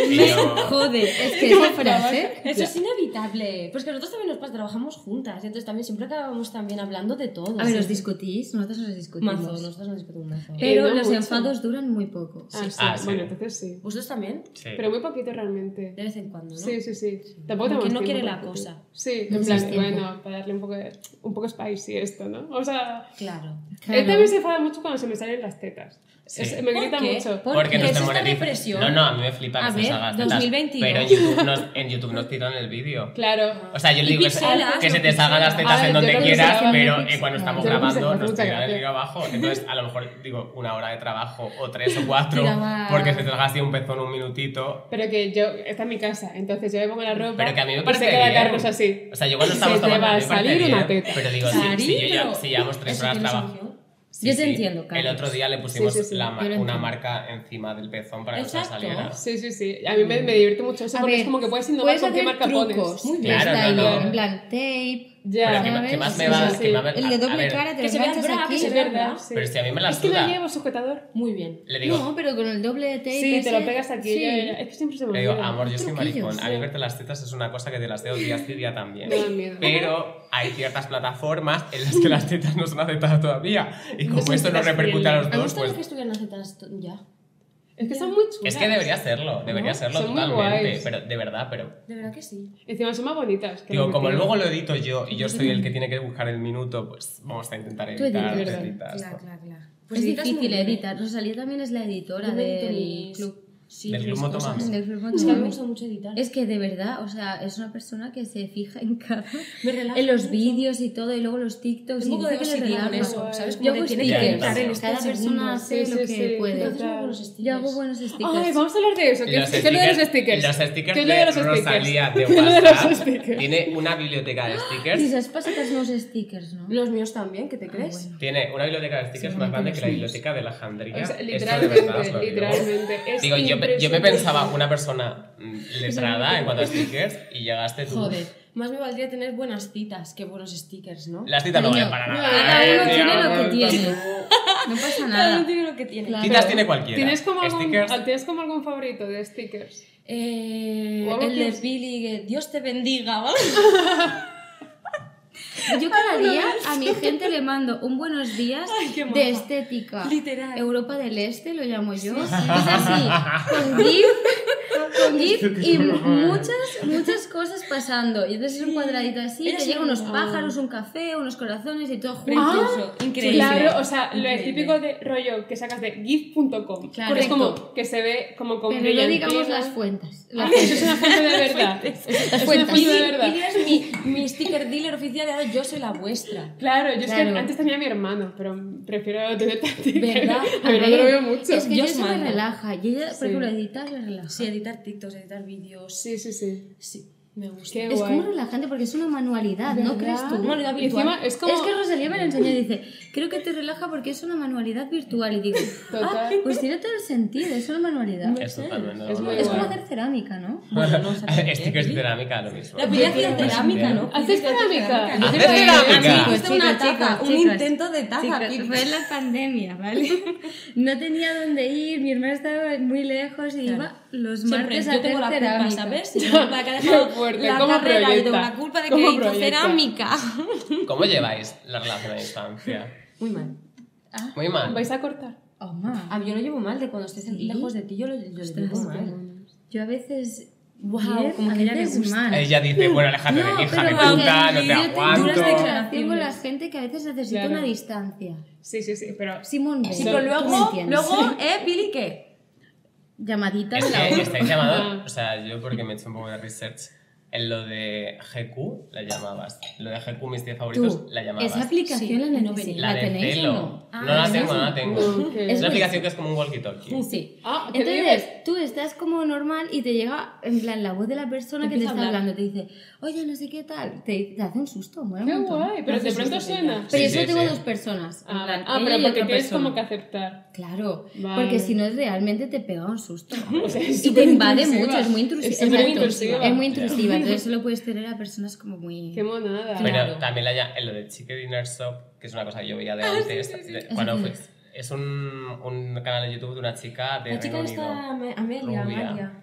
[SPEAKER 4] me
[SPEAKER 1] Pero-
[SPEAKER 4] jode es que esa frase.
[SPEAKER 2] Eso es inevitable. Pues que nosotros también nos pasa, trabajamos juntas. Entonces también siempre acabamos también hablando de todo.
[SPEAKER 4] A ver, os
[SPEAKER 2] Sí.
[SPEAKER 4] discutís, nosotros os discutimos.
[SPEAKER 2] Mazo, nosotros nos discutimos mazo.
[SPEAKER 4] Pero
[SPEAKER 3] Eh, no
[SPEAKER 4] los
[SPEAKER 3] mucho.
[SPEAKER 4] enfados duran muy poco.
[SPEAKER 3] Ah, sí.
[SPEAKER 1] Ah, sí.
[SPEAKER 3] Bueno, entonces sí.
[SPEAKER 2] ¿Vosotros también?
[SPEAKER 1] Sí.
[SPEAKER 3] Pero muy poquito realmente.
[SPEAKER 2] De vez en cuando, ¿no?
[SPEAKER 3] Sí, sí, sí. Tampoco
[SPEAKER 2] Como
[SPEAKER 3] tenemos
[SPEAKER 2] que no
[SPEAKER 3] tiempo
[SPEAKER 2] quiere
[SPEAKER 3] para
[SPEAKER 2] la
[SPEAKER 3] discutir.
[SPEAKER 2] cosa.
[SPEAKER 3] Sí, en
[SPEAKER 4] Sí,
[SPEAKER 3] plan,
[SPEAKER 4] sí.
[SPEAKER 3] bueno, para darle un poco, de, un poco spicy esto, ¿no? O sea,
[SPEAKER 2] Claro.
[SPEAKER 4] Claro.
[SPEAKER 3] él también se enfada mucho cuando se me salen las tetas.
[SPEAKER 1] Sí.
[SPEAKER 3] Es- me
[SPEAKER 2] ¿Por
[SPEAKER 3] grita
[SPEAKER 2] qué?
[SPEAKER 3] mucho.
[SPEAKER 2] ¿Por
[SPEAKER 1] porque
[SPEAKER 2] qué?
[SPEAKER 1] nos
[SPEAKER 2] ¿Es esta
[SPEAKER 1] demonetiz-
[SPEAKER 2] represión?
[SPEAKER 1] No, no, a mí me flipa
[SPEAKER 2] A
[SPEAKER 1] que se
[SPEAKER 2] ver,
[SPEAKER 1] os haga tetas,
[SPEAKER 2] 2022.
[SPEAKER 1] Pero en YouTube, nos, en YouTube nos tiran el vídeo.
[SPEAKER 3] Claro.
[SPEAKER 1] O sea, yo le
[SPEAKER 2] Y
[SPEAKER 1] digo que se-
[SPEAKER 2] pixelas,
[SPEAKER 1] que se
[SPEAKER 2] no
[SPEAKER 1] te salgan las
[SPEAKER 3] A
[SPEAKER 1] tetas
[SPEAKER 3] ver,
[SPEAKER 1] en
[SPEAKER 3] yo
[SPEAKER 1] donde
[SPEAKER 3] creo que
[SPEAKER 1] quieras,
[SPEAKER 3] se va a
[SPEAKER 1] pero
[SPEAKER 4] ver
[SPEAKER 1] eh, cuando estamos
[SPEAKER 3] pixelas. Yo creo
[SPEAKER 1] grabando
[SPEAKER 3] que se
[SPEAKER 1] nos
[SPEAKER 3] va a
[SPEAKER 1] tiran el
[SPEAKER 3] ver.
[SPEAKER 1] vídeo abajo. Entonces, a lo mejor digo una hora de trabajo o tres o cuatro,
[SPEAKER 4] Tiraba-
[SPEAKER 1] porque se te salga así un pezón un minutito.
[SPEAKER 3] Pero que yo, está en mi casa, entonces yo me pongo la ropa
[SPEAKER 1] Pero que a mí me
[SPEAKER 3] para
[SPEAKER 1] parece
[SPEAKER 3] que cada
[SPEAKER 1] bien.
[SPEAKER 3] carro es así.
[SPEAKER 1] O sea, yo cuando
[SPEAKER 3] Se
[SPEAKER 1] estamos
[SPEAKER 3] te
[SPEAKER 1] tomando
[SPEAKER 3] va a
[SPEAKER 1] me parece
[SPEAKER 3] salir una
[SPEAKER 1] bien,
[SPEAKER 3] teta.
[SPEAKER 1] Pero digo, si, si yo ya-
[SPEAKER 2] Salir, pero
[SPEAKER 1] si llevamos tres
[SPEAKER 2] eso
[SPEAKER 1] horas
[SPEAKER 2] tiene
[SPEAKER 1] trabajando.
[SPEAKER 2] solución.
[SPEAKER 1] Sí,
[SPEAKER 4] Yo
[SPEAKER 1] sí.
[SPEAKER 4] te entiendo, Carlos.
[SPEAKER 1] El otro día le pusimos
[SPEAKER 3] Sí, sí, sí.
[SPEAKER 1] la ma-
[SPEAKER 4] Yo lo
[SPEAKER 1] una
[SPEAKER 4] entiendo.
[SPEAKER 1] marca encima del pezón para
[SPEAKER 2] Exacto.
[SPEAKER 1] que no se saliera.
[SPEAKER 3] Sí, sí, sí. A mí me, me divierte mucho eso
[SPEAKER 4] A
[SPEAKER 3] porque
[SPEAKER 4] ver,
[SPEAKER 3] es como que puedes innovar con qué
[SPEAKER 4] hacer
[SPEAKER 3] marca
[SPEAKER 4] trucos,
[SPEAKER 3] pones.
[SPEAKER 4] Muy bien,
[SPEAKER 1] Claro,
[SPEAKER 4] styling,
[SPEAKER 1] no, no.
[SPEAKER 4] en plan tape.
[SPEAKER 3] Ya.
[SPEAKER 1] Pero que, ma-
[SPEAKER 4] ¿sabes?
[SPEAKER 1] que más me
[SPEAKER 4] Sí,
[SPEAKER 1] va.
[SPEAKER 3] sí,
[SPEAKER 1] que
[SPEAKER 3] sí.
[SPEAKER 1] más me-
[SPEAKER 4] El
[SPEAKER 1] a-
[SPEAKER 4] de
[SPEAKER 1] a
[SPEAKER 4] doble
[SPEAKER 1] ver,
[SPEAKER 4] cara te
[SPEAKER 2] que
[SPEAKER 4] lo
[SPEAKER 2] se vea el
[SPEAKER 4] enganchas
[SPEAKER 2] bra, que
[SPEAKER 4] aquí.
[SPEAKER 2] se
[SPEAKER 3] Es
[SPEAKER 2] vea
[SPEAKER 3] verdad. sí.
[SPEAKER 1] Pero si a mí me la
[SPEAKER 3] Es que no
[SPEAKER 1] suda.
[SPEAKER 3] llevo sujetador.
[SPEAKER 2] Muy bien.
[SPEAKER 1] Le digo,
[SPEAKER 4] No, pero con el doble tape.
[SPEAKER 3] Sí, te lo
[SPEAKER 4] ese-
[SPEAKER 3] pegas aquí.
[SPEAKER 4] sí.
[SPEAKER 3] ya, ya. Es que siempre se me
[SPEAKER 1] Le digo,
[SPEAKER 3] olvida.
[SPEAKER 1] amor, yo soy
[SPEAKER 4] Truquillos,
[SPEAKER 1] maricón. A mí
[SPEAKER 3] sí.
[SPEAKER 1] verte las tetas es una cosa que te las veo día sí día también.
[SPEAKER 3] Me da miedo.
[SPEAKER 1] Pero hay ciertas plataformas en las que las tetas no son aceptadas todavía. Y como
[SPEAKER 3] No son
[SPEAKER 1] esto no
[SPEAKER 3] tetas
[SPEAKER 1] repercute a los
[SPEAKER 2] ¿A
[SPEAKER 1] dos,
[SPEAKER 2] gustaría
[SPEAKER 1] pues.
[SPEAKER 2] que estuvieran las tetas to- ya?
[SPEAKER 3] Es que son muy chulas.
[SPEAKER 1] Es que debería serlo, debería
[SPEAKER 3] No,
[SPEAKER 1] serlo
[SPEAKER 3] son muy
[SPEAKER 1] totalmente.
[SPEAKER 3] guays.
[SPEAKER 1] Pero, de verdad, pero.
[SPEAKER 2] De verdad que sí.
[SPEAKER 3] Encima son más bonitas. que
[SPEAKER 1] Digo,
[SPEAKER 3] las
[SPEAKER 1] como
[SPEAKER 3] de ti.
[SPEAKER 1] luego lo edito yo y yo soy el que tiene que buscar el minuto, pues vamos a intentar
[SPEAKER 4] Tú editas,
[SPEAKER 1] evitar
[SPEAKER 4] ¿verdad?
[SPEAKER 1] tetitas.
[SPEAKER 2] Claro, claro, claro.
[SPEAKER 4] Pues es
[SPEAKER 2] editas muy
[SPEAKER 4] difícil
[SPEAKER 2] bien.
[SPEAKER 4] editar. Rosalía también es la editora
[SPEAKER 2] Yo no edito
[SPEAKER 4] del
[SPEAKER 2] mis-
[SPEAKER 4] club. sí,
[SPEAKER 1] Del
[SPEAKER 4] tres
[SPEAKER 1] Club Motomami.
[SPEAKER 4] cosas, del Club
[SPEAKER 2] Es que a mí me
[SPEAKER 4] Motomami.
[SPEAKER 2] gusta mucho editar.
[SPEAKER 4] Mm. Es que de verdad, o sea, es una persona que se fija en cada...
[SPEAKER 2] me relaja
[SPEAKER 4] En los
[SPEAKER 2] mucho.
[SPEAKER 4] vídeos y todo, y luego los TikToks.
[SPEAKER 2] Un poco
[SPEAKER 4] y
[SPEAKER 2] de
[SPEAKER 4] dice que le
[SPEAKER 2] OCD con
[SPEAKER 4] relaja.
[SPEAKER 2] eso, pues ¿sabes? Como
[SPEAKER 4] Yo
[SPEAKER 2] de
[SPEAKER 4] hago
[SPEAKER 2] tiene
[SPEAKER 1] que
[SPEAKER 4] stickers.
[SPEAKER 1] entrar en
[SPEAKER 4] Cada
[SPEAKER 2] este
[SPEAKER 4] persona
[SPEAKER 2] segundo.
[SPEAKER 4] hace
[SPEAKER 3] Sí,
[SPEAKER 4] lo
[SPEAKER 3] sí,
[SPEAKER 4] que
[SPEAKER 3] sí.
[SPEAKER 4] puede.
[SPEAKER 2] Entonces, yo hago los stickers.
[SPEAKER 4] Yo hago buenos stickers.
[SPEAKER 3] Ay, vamos a hablar de eso. ¿Qué,
[SPEAKER 1] Los
[SPEAKER 3] qué es lo de los stickers?
[SPEAKER 1] Los stickers
[SPEAKER 3] ¿Qué es lo
[SPEAKER 1] de
[SPEAKER 3] de los stickers?
[SPEAKER 1] Rosalía de
[SPEAKER 3] ¿Qué es lo de los
[SPEAKER 1] WhatsApp.
[SPEAKER 3] stickers?
[SPEAKER 1] Tiene una biblioteca de
[SPEAKER 4] Si
[SPEAKER 1] stickers.
[SPEAKER 4] sabes para sacar unos stickers, ¿no?
[SPEAKER 2] Los míos también, ¿qué te crees?
[SPEAKER 4] bueno.
[SPEAKER 1] Tiene una biblioteca de stickers
[SPEAKER 4] Sí,
[SPEAKER 1] más
[SPEAKER 4] no
[SPEAKER 1] grande que la
[SPEAKER 4] conocemos.
[SPEAKER 1] biblioteca de la Jandría.
[SPEAKER 3] O sea,
[SPEAKER 1] Esto de verdad os
[SPEAKER 3] literalmente,
[SPEAKER 1] lo digo.
[SPEAKER 3] literalmente. Es
[SPEAKER 1] Digo, yo, pe- yo me
[SPEAKER 3] impresionante.
[SPEAKER 1] pensaba una persona mm, letrada en cuanto a stickers y llegaste tú.
[SPEAKER 2] Joder, más me valdría tener buenas citas que buenos stickers, ¿no?
[SPEAKER 1] Las citas no valen
[SPEAKER 4] Niño,
[SPEAKER 1] para nada.
[SPEAKER 4] cada uno
[SPEAKER 1] eh,
[SPEAKER 4] tiene
[SPEAKER 1] digamos,
[SPEAKER 4] lo que tiene.
[SPEAKER 1] tú.
[SPEAKER 4] No pasa
[SPEAKER 2] Cada uno
[SPEAKER 4] nada.
[SPEAKER 2] tiene lo que tiene.
[SPEAKER 4] Claro.
[SPEAKER 1] Citas tiene cualquiera.
[SPEAKER 3] ¿Tienes como, algún,
[SPEAKER 1] stickers.
[SPEAKER 3] ¿Tienes como algún favorito de stickers?
[SPEAKER 2] Eh,
[SPEAKER 3] O algo
[SPEAKER 2] el
[SPEAKER 3] que
[SPEAKER 2] de
[SPEAKER 3] os-
[SPEAKER 2] Billy, que Dios te bendiga, ¿vale?
[SPEAKER 4] Yo cada día a mi gente le mando un buenos días
[SPEAKER 2] Ay, qué
[SPEAKER 4] de
[SPEAKER 2] maja.
[SPEAKER 4] estética.
[SPEAKER 2] Literal.
[SPEAKER 4] Europa del Este lo llamo yo. Es así, con GIF, con GIF y muchas, muchas cosas pasando. Y entonces es un cuadradito así,
[SPEAKER 2] Eres
[SPEAKER 4] te llegan
[SPEAKER 2] una
[SPEAKER 4] unos
[SPEAKER 2] guau.
[SPEAKER 4] pájaros, un café, unos corazones y todo junto.
[SPEAKER 2] Precioso, increíble.
[SPEAKER 3] Claro, o sea, lo
[SPEAKER 2] Increíble.
[SPEAKER 3] típico de rollo que sacas de gif.com.
[SPEAKER 4] Claro.
[SPEAKER 3] que es como
[SPEAKER 4] Correcto.
[SPEAKER 3] que se ve como con
[SPEAKER 4] Pero no digamos
[SPEAKER 3] brillantina.
[SPEAKER 4] las fuentes.
[SPEAKER 3] Ah,
[SPEAKER 4] Las
[SPEAKER 3] eso es
[SPEAKER 4] fuentes.
[SPEAKER 3] una fuente de verdad. es
[SPEAKER 4] Las
[SPEAKER 3] una
[SPEAKER 4] fuentes.
[SPEAKER 3] fuente de
[SPEAKER 2] Y
[SPEAKER 3] verdad.
[SPEAKER 2] eres mi, mi sticker dealer oficial y ahora yo soy la vuestra.
[SPEAKER 3] Claro, yo es que
[SPEAKER 4] Claro.
[SPEAKER 3] antes tenía a mi hermano, pero prefiero tener tantico.
[SPEAKER 2] ¿Verdad?
[SPEAKER 3] A mi
[SPEAKER 4] ver,
[SPEAKER 3] hermano lo veo mucho.
[SPEAKER 4] Es que
[SPEAKER 2] Yo
[SPEAKER 4] yo
[SPEAKER 2] os
[SPEAKER 4] se me
[SPEAKER 2] mando.
[SPEAKER 4] relaja. Y ella,
[SPEAKER 3] Sí.
[SPEAKER 4] por ejemplo, editar le relaja.
[SPEAKER 2] Sí, editar TikToks, editar vídeos. Sí.
[SPEAKER 3] Sí, sí, sí.
[SPEAKER 2] me gusta.
[SPEAKER 3] Qué
[SPEAKER 4] Es
[SPEAKER 3] guay.
[SPEAKER 4] como relajante porque es una manualidad, ¿no
[SPEAKER 3] ¿Verdad?
[SPEAKER 4] crees tú?
[SPEAKER 2] Una manualidad
[SPEAKER 3] Y
[SPEAKER 2] virtual.
[SPEAKER 3] encima es como...
[SPEAKER 4] Es que Rosalía me lo enseñó y dice, creo que te relaja porque es una manualidad virtual. Y digo, ah,
[SPEAKER 3] Total.
[SPEAKER 4] pues tiene todo el sentido, es una manualidad.
[SPEAKER 1] Es totalmente
[SPEAKER 3] Es muy
[SPEAKER 1] normal.
[SPEAKER 4] Es como
[SPEAKER 3] guay.
[SPEAKER 4] hacer cerámica, ¿no?
[SPEAKER 2] Bueno, no sabía qué
[SPEAKER 1] Stickers de
[SPEAKER 2] decir.
[SPEAKER 1] cerámica, lo mismo.
[SPEAKER 2] La podía hacer cerámica, ¿no?
[SPEAKER 3] ¿Haces cerámica?
[SPEAKER 1] ¿Haces
[SPEAKER 3] Yo tengo
[SPEAKER 1] cerámica?
[SPEAKER 3] idea.
[SPEAKER 1] Chicos,
[SPEAKER 2] Hiciste una taza, un intento de taza,
[SPEAKER 4] chicos, pues
[SPEAKER 2] Pipi.
[SPEAKER 4] Fue en la pandemia, ¿vale? No tenía dónde ir, mi hermana estaba muy lejos y iba los
[SPEAKER 2] Siempre
[SPEAKER 4] martes a
[SPEAKER 2] yo tengo
[SPEAKER 4] hacer
[SPEAKER 2] la culpa,
[SPEAKER 4] cerámica.
[SPEAKER 2] ¿sabes? Si no, la que ha dejado
[SPEAKER 3] Qué fuerte,
[SPEAKER 2] la
[SPEAKER 3] ¿cómo
[SPEAKER 2] carrera, yo tengo
[SPEAKER 3] proyecta?
[SPEAKER 2] la culpa de que
[SPEAKER 3] ¿Cómo
[SPEAKER 2] hizo
[SPEAKER 3] proyecta?
[SPEAKER 2] cerámica.
[SPEAKER 1] ¿Cómo lleváis la relación a distancia?
[SPEAKER 2] Muy mal.
[SPEAKER 1] Muy mal.
[SPEAKER 3] ¿Vais a cortar?
[SPEAKER 4] Oh, ma.
[SPEAKER 2] Ah, yo lo llevo mal de cuando estés
[SPEAKER 4] Sí.
[SPEAKER 2] lejos de ti, yo lo, yo lo
[SPEAKER 4] Ostras,
[SPEAKER 2] llevo
[SPEAKER 4] qué
[SPEAKER 2] mal.
[SPEAKER 4] mono. Yo a veces...
[SPEAKER 2] Guau,
[SPEAKER 4] bien,
[SPEAKER 2] como
[SPEAKER 4] a
[SPEAKER 2] que ya le
[SPEAKER 4] veces
[SPEAKER 2] gusta.
[SPEAKER 4] mal.
[SPEAKER 1] Ella dice, bueno, aléjate de
[SPEAKER 4] No,
[SPEAKER 1] mi hija de
[SPEAKER 4] pero
[SPEAKER 1] puta,
[SPEAKER 4] aunque
[SPEAKER 1] no te
[SPEAKER 4] yo tengo una
[SPEAKER 1] aguanto.
[SPEAKER 4] relación con la gente que a veces necesita
[SPEAKER 3] Claro.
[SPEAKER 4] una distancia.
[SPEAKER 3] Sí, sí, sí, pero...
[SPEAKER 4] Simón,
[SPEAKER 3] Eso-
[SPEAKER 2] Sí, pero
[SPEAKER 4] tú me
[SPEAKER 2] luego,
[SPEAKER 4] entiendes.
[SPEAKER 2] luego, ¿eh, Pili, qué?
[SPEAKER 4] Llamaditas
[SPEAKER 1] Es
[SPEAKER 4] de la
[SPEAKER 1] que
[SPEAKER 4] una.
[SPEAKER 1] estáis llamando, o sea, yo porque me he hecho un poco de research, en lo de GQ la llamabas, lo de GQ mis 10 favoritos
[SPEAKER 4] Tú,
[SPEAKER 1] la
[SPEAKER 4] esa
[SPEAKER 1] llamabas.
[SPEAKER 4] aplicación
[SPEAKER 2] Sí,
[SPEAKER 4] la,
[SPEAKER 2] no
[SPEAKER 4] necesi-
[SPEAKER 2] venía.
[SPEAKER 1] La
[SPEAKER 4] ¿la
[SPEAKER 1] de
[SPEAKER 4] tenéis
[SPEAKER 1] Celo.
[SPEAKER 4] o no? Ah,
[SPEAKER 1] No la
[SPEAKER 4] ¿la
[SPEAKER 1] tengo, no
[SPEAKER 4] tenéis?
[SPEAKER 1] la tengo.
[SPEAKER 3] Ok.
[SPEAKER 1] Es una
[SPEAKER 4] buenísima.
[SPEAKER 1] aplicación que es como un walkie-talkie.
[SPEAKER 4] Sí.
[SPEAKER 3] Ah, ¿qué dices?
[SPEAKER 4] Entonces, tú estás como normal y te llega en plan la voz de la persona
[SPEAKER 2] Te
[SPEAKER 4] que te
[SPEAKER 2] empieza a
[SPEAKER 4] está
[SPEAKER 2] hablar.
[SPEAKER 4] hablando. Te dice, oye, no sé qué tal. Te, te hace un susto, mola un
[SPEAKER 3] Qué
[SPEAKER 4] montón.
[SPEAKER 3] guay, pero de pronto suena.
[SPEAKER 4] Pero
[SPEAKER 1] Sí,
[SPEAKER 4] yo solo
[SPEAKER 1] sí,
[SPEAKER 4] tengo
[SPEAKER 1] sí.
[SPEAKER 4] dos personas. en
[SPEAKER 3] Ah,
[SPEAKER 4] plan,
[SPEAKER 3] ah,
[SPEAKER 4] ella
[SPEAKER 3] pero
[SPEAKER 4] y
[SPEAKER 3] porque
[SPEAKER 4] otra
[SPEAKER 3] tienes
[SPEAKER 4] persona.
[SPEAKER 3] como que aceptar.
[SPEAKER 4] Claro,
[SPEAKER 3] Vale.
[SPEAKER 4] porque si no realmente te pega un susto.
[SPEAKER 3] O sea, es
[SPEAKER 4] y te
[SPEAKER 3] súper
[SPEAKER 4] invade
[SPEAKER 3] intrusiva.
[SPEAKER 4] mucho, es muy intrusiva.
[SPEAKER 3] Es súper
[SPEAKER 4] exacto.
[SPEAKER 3] intrusiva.
[SPEAKER 4] Es muy intrusiva, entonces solo puedes tener a personas como muy...
[SPEAKER 3] Qué
[SPEAKER 2] Ah.
[SPEAKER 3] monada.
[SPEAKER 1] Pero
[SPEAKER 4] Claro.
[SPEAKER 1] también la, ya- en lo del Chicken Dinner Shop, que es una cosa que yo veía de
[SPEAKER 2] Ah,
[SPEAKER 1] antes, de- cuando fue- es un, un canal de YouTube de una chica de
[SPEAKER 2] La chica
[SPEAKER 1] Reino Unido.
[SPEAKER 2] está Am- Amelia,
[SPEAKER 1] Rubia.
[SPEAKER 2] Amalia.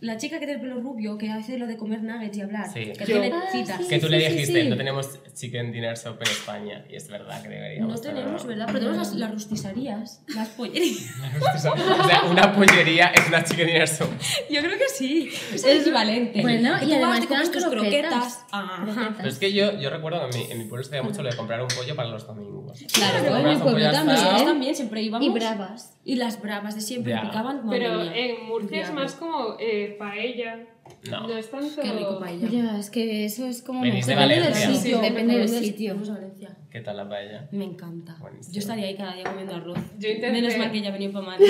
[SPEAKER 2] La chica que tiene el pelo rubio, que hace lo de comer nuggets y hablar.
[SPEAKER 1] Sí.
[SPEAKER 2] Que
[SPEAKER 3] Yo.
[SPEAKER 2] tiene
[SPEAKER 4] Ah,
[SPEAKER 2] citas.
[SPEAKER 4] sí.
[SPEAKER 1] Que tú le
[SPEAKER 4] sí,
[SPEAKER 1] dijiste,
[SPEAKER 4] sí.
[SPEAKER 1] no tenemos Chicken Dinner Shop en España, y es verdad que deberíamos.
[SPEAKER 2] No tenemos,
[SPEAKER 1] tenerlo.
[SPEAKER 2] ¿verdad? Pero tenemos las, las rustizarías, las pollerías.
[SPEAKER 1] o sea, una pollería es una chicken dinner soup.
[SPEAKER 2] Yo creo que sí. Es equivalente.
[SPEAKER 4] Bueno,
[SPEAKER 2] Que
[SPEAKER 4] y
[SPEAKER 2] tú vas,
[SPEAKER 4] además
[SPEAKER 2] te
[SPEAKER 4] te dan
[SPEAKER 2] comes tus croquetas.
[SPEAKER 4] croquetas. Ah,
[SPEAKER 2] Ajá.
[SPEAKER 4] pues,
[SPEAKER 1] Pero es que yo, yo recuerdo que en mi, en mi pueblo se veía mucho lo de comprar un pollo para los domingos.
[SPEAKER 4] Claro,
[SPEAKER 1] Compras
[SPEAKER 4] en mi
[SPEAKER 1] un
[SPEAKER 4] pueblo
[SPEAKER 1] pollo
[SPEAKER 4] también.
[SPEAKER 1] asado,
[SPEAKER 2] Nosotros también siempre íbamos.
[SPEAKER 4] Y bravas.
[SPEAKER 2] Y las bravas de siempre
[SPEAKER 1] Ya.
[SPEAKER 2] picaban. madre
[SPEAKER 3] Pero
[SPEAKER 2] mía.
[SPEAKER 3] en Murcia es
[SPEAKER 2] Diablo.
[SPEAKER 3] más como eh, paella.
[SPEAKER 1] No.
[SPEAKER 3] No es tanto...
[SPEAKER 2] Qué rico paella.
[SPEAKER 4] Ya, es que eso es como...
[SPEAKER 1] Venís de
[SPEAKER 4] depende del
[SPEAKER 1] Valencia.
[SPEAKER 4] sitio,
[SPEAKER 1] Sí,
[SPEAKER 4] depende del sitio.
[SPEAKER 2] Vamos a Valencia.
[SPEAKER 1] ¿Qué tal la paella?
[SPEAKER 2] Me encanta.
[SPEAKER 1] Buenísimo.
[SPEAKER 2] Yo estaría ahí cada día comiendo arroz.
[SPEAKER 3] Yo intenté-
[SPEAKER 2] Menos mal que ella ha venido para Madrid,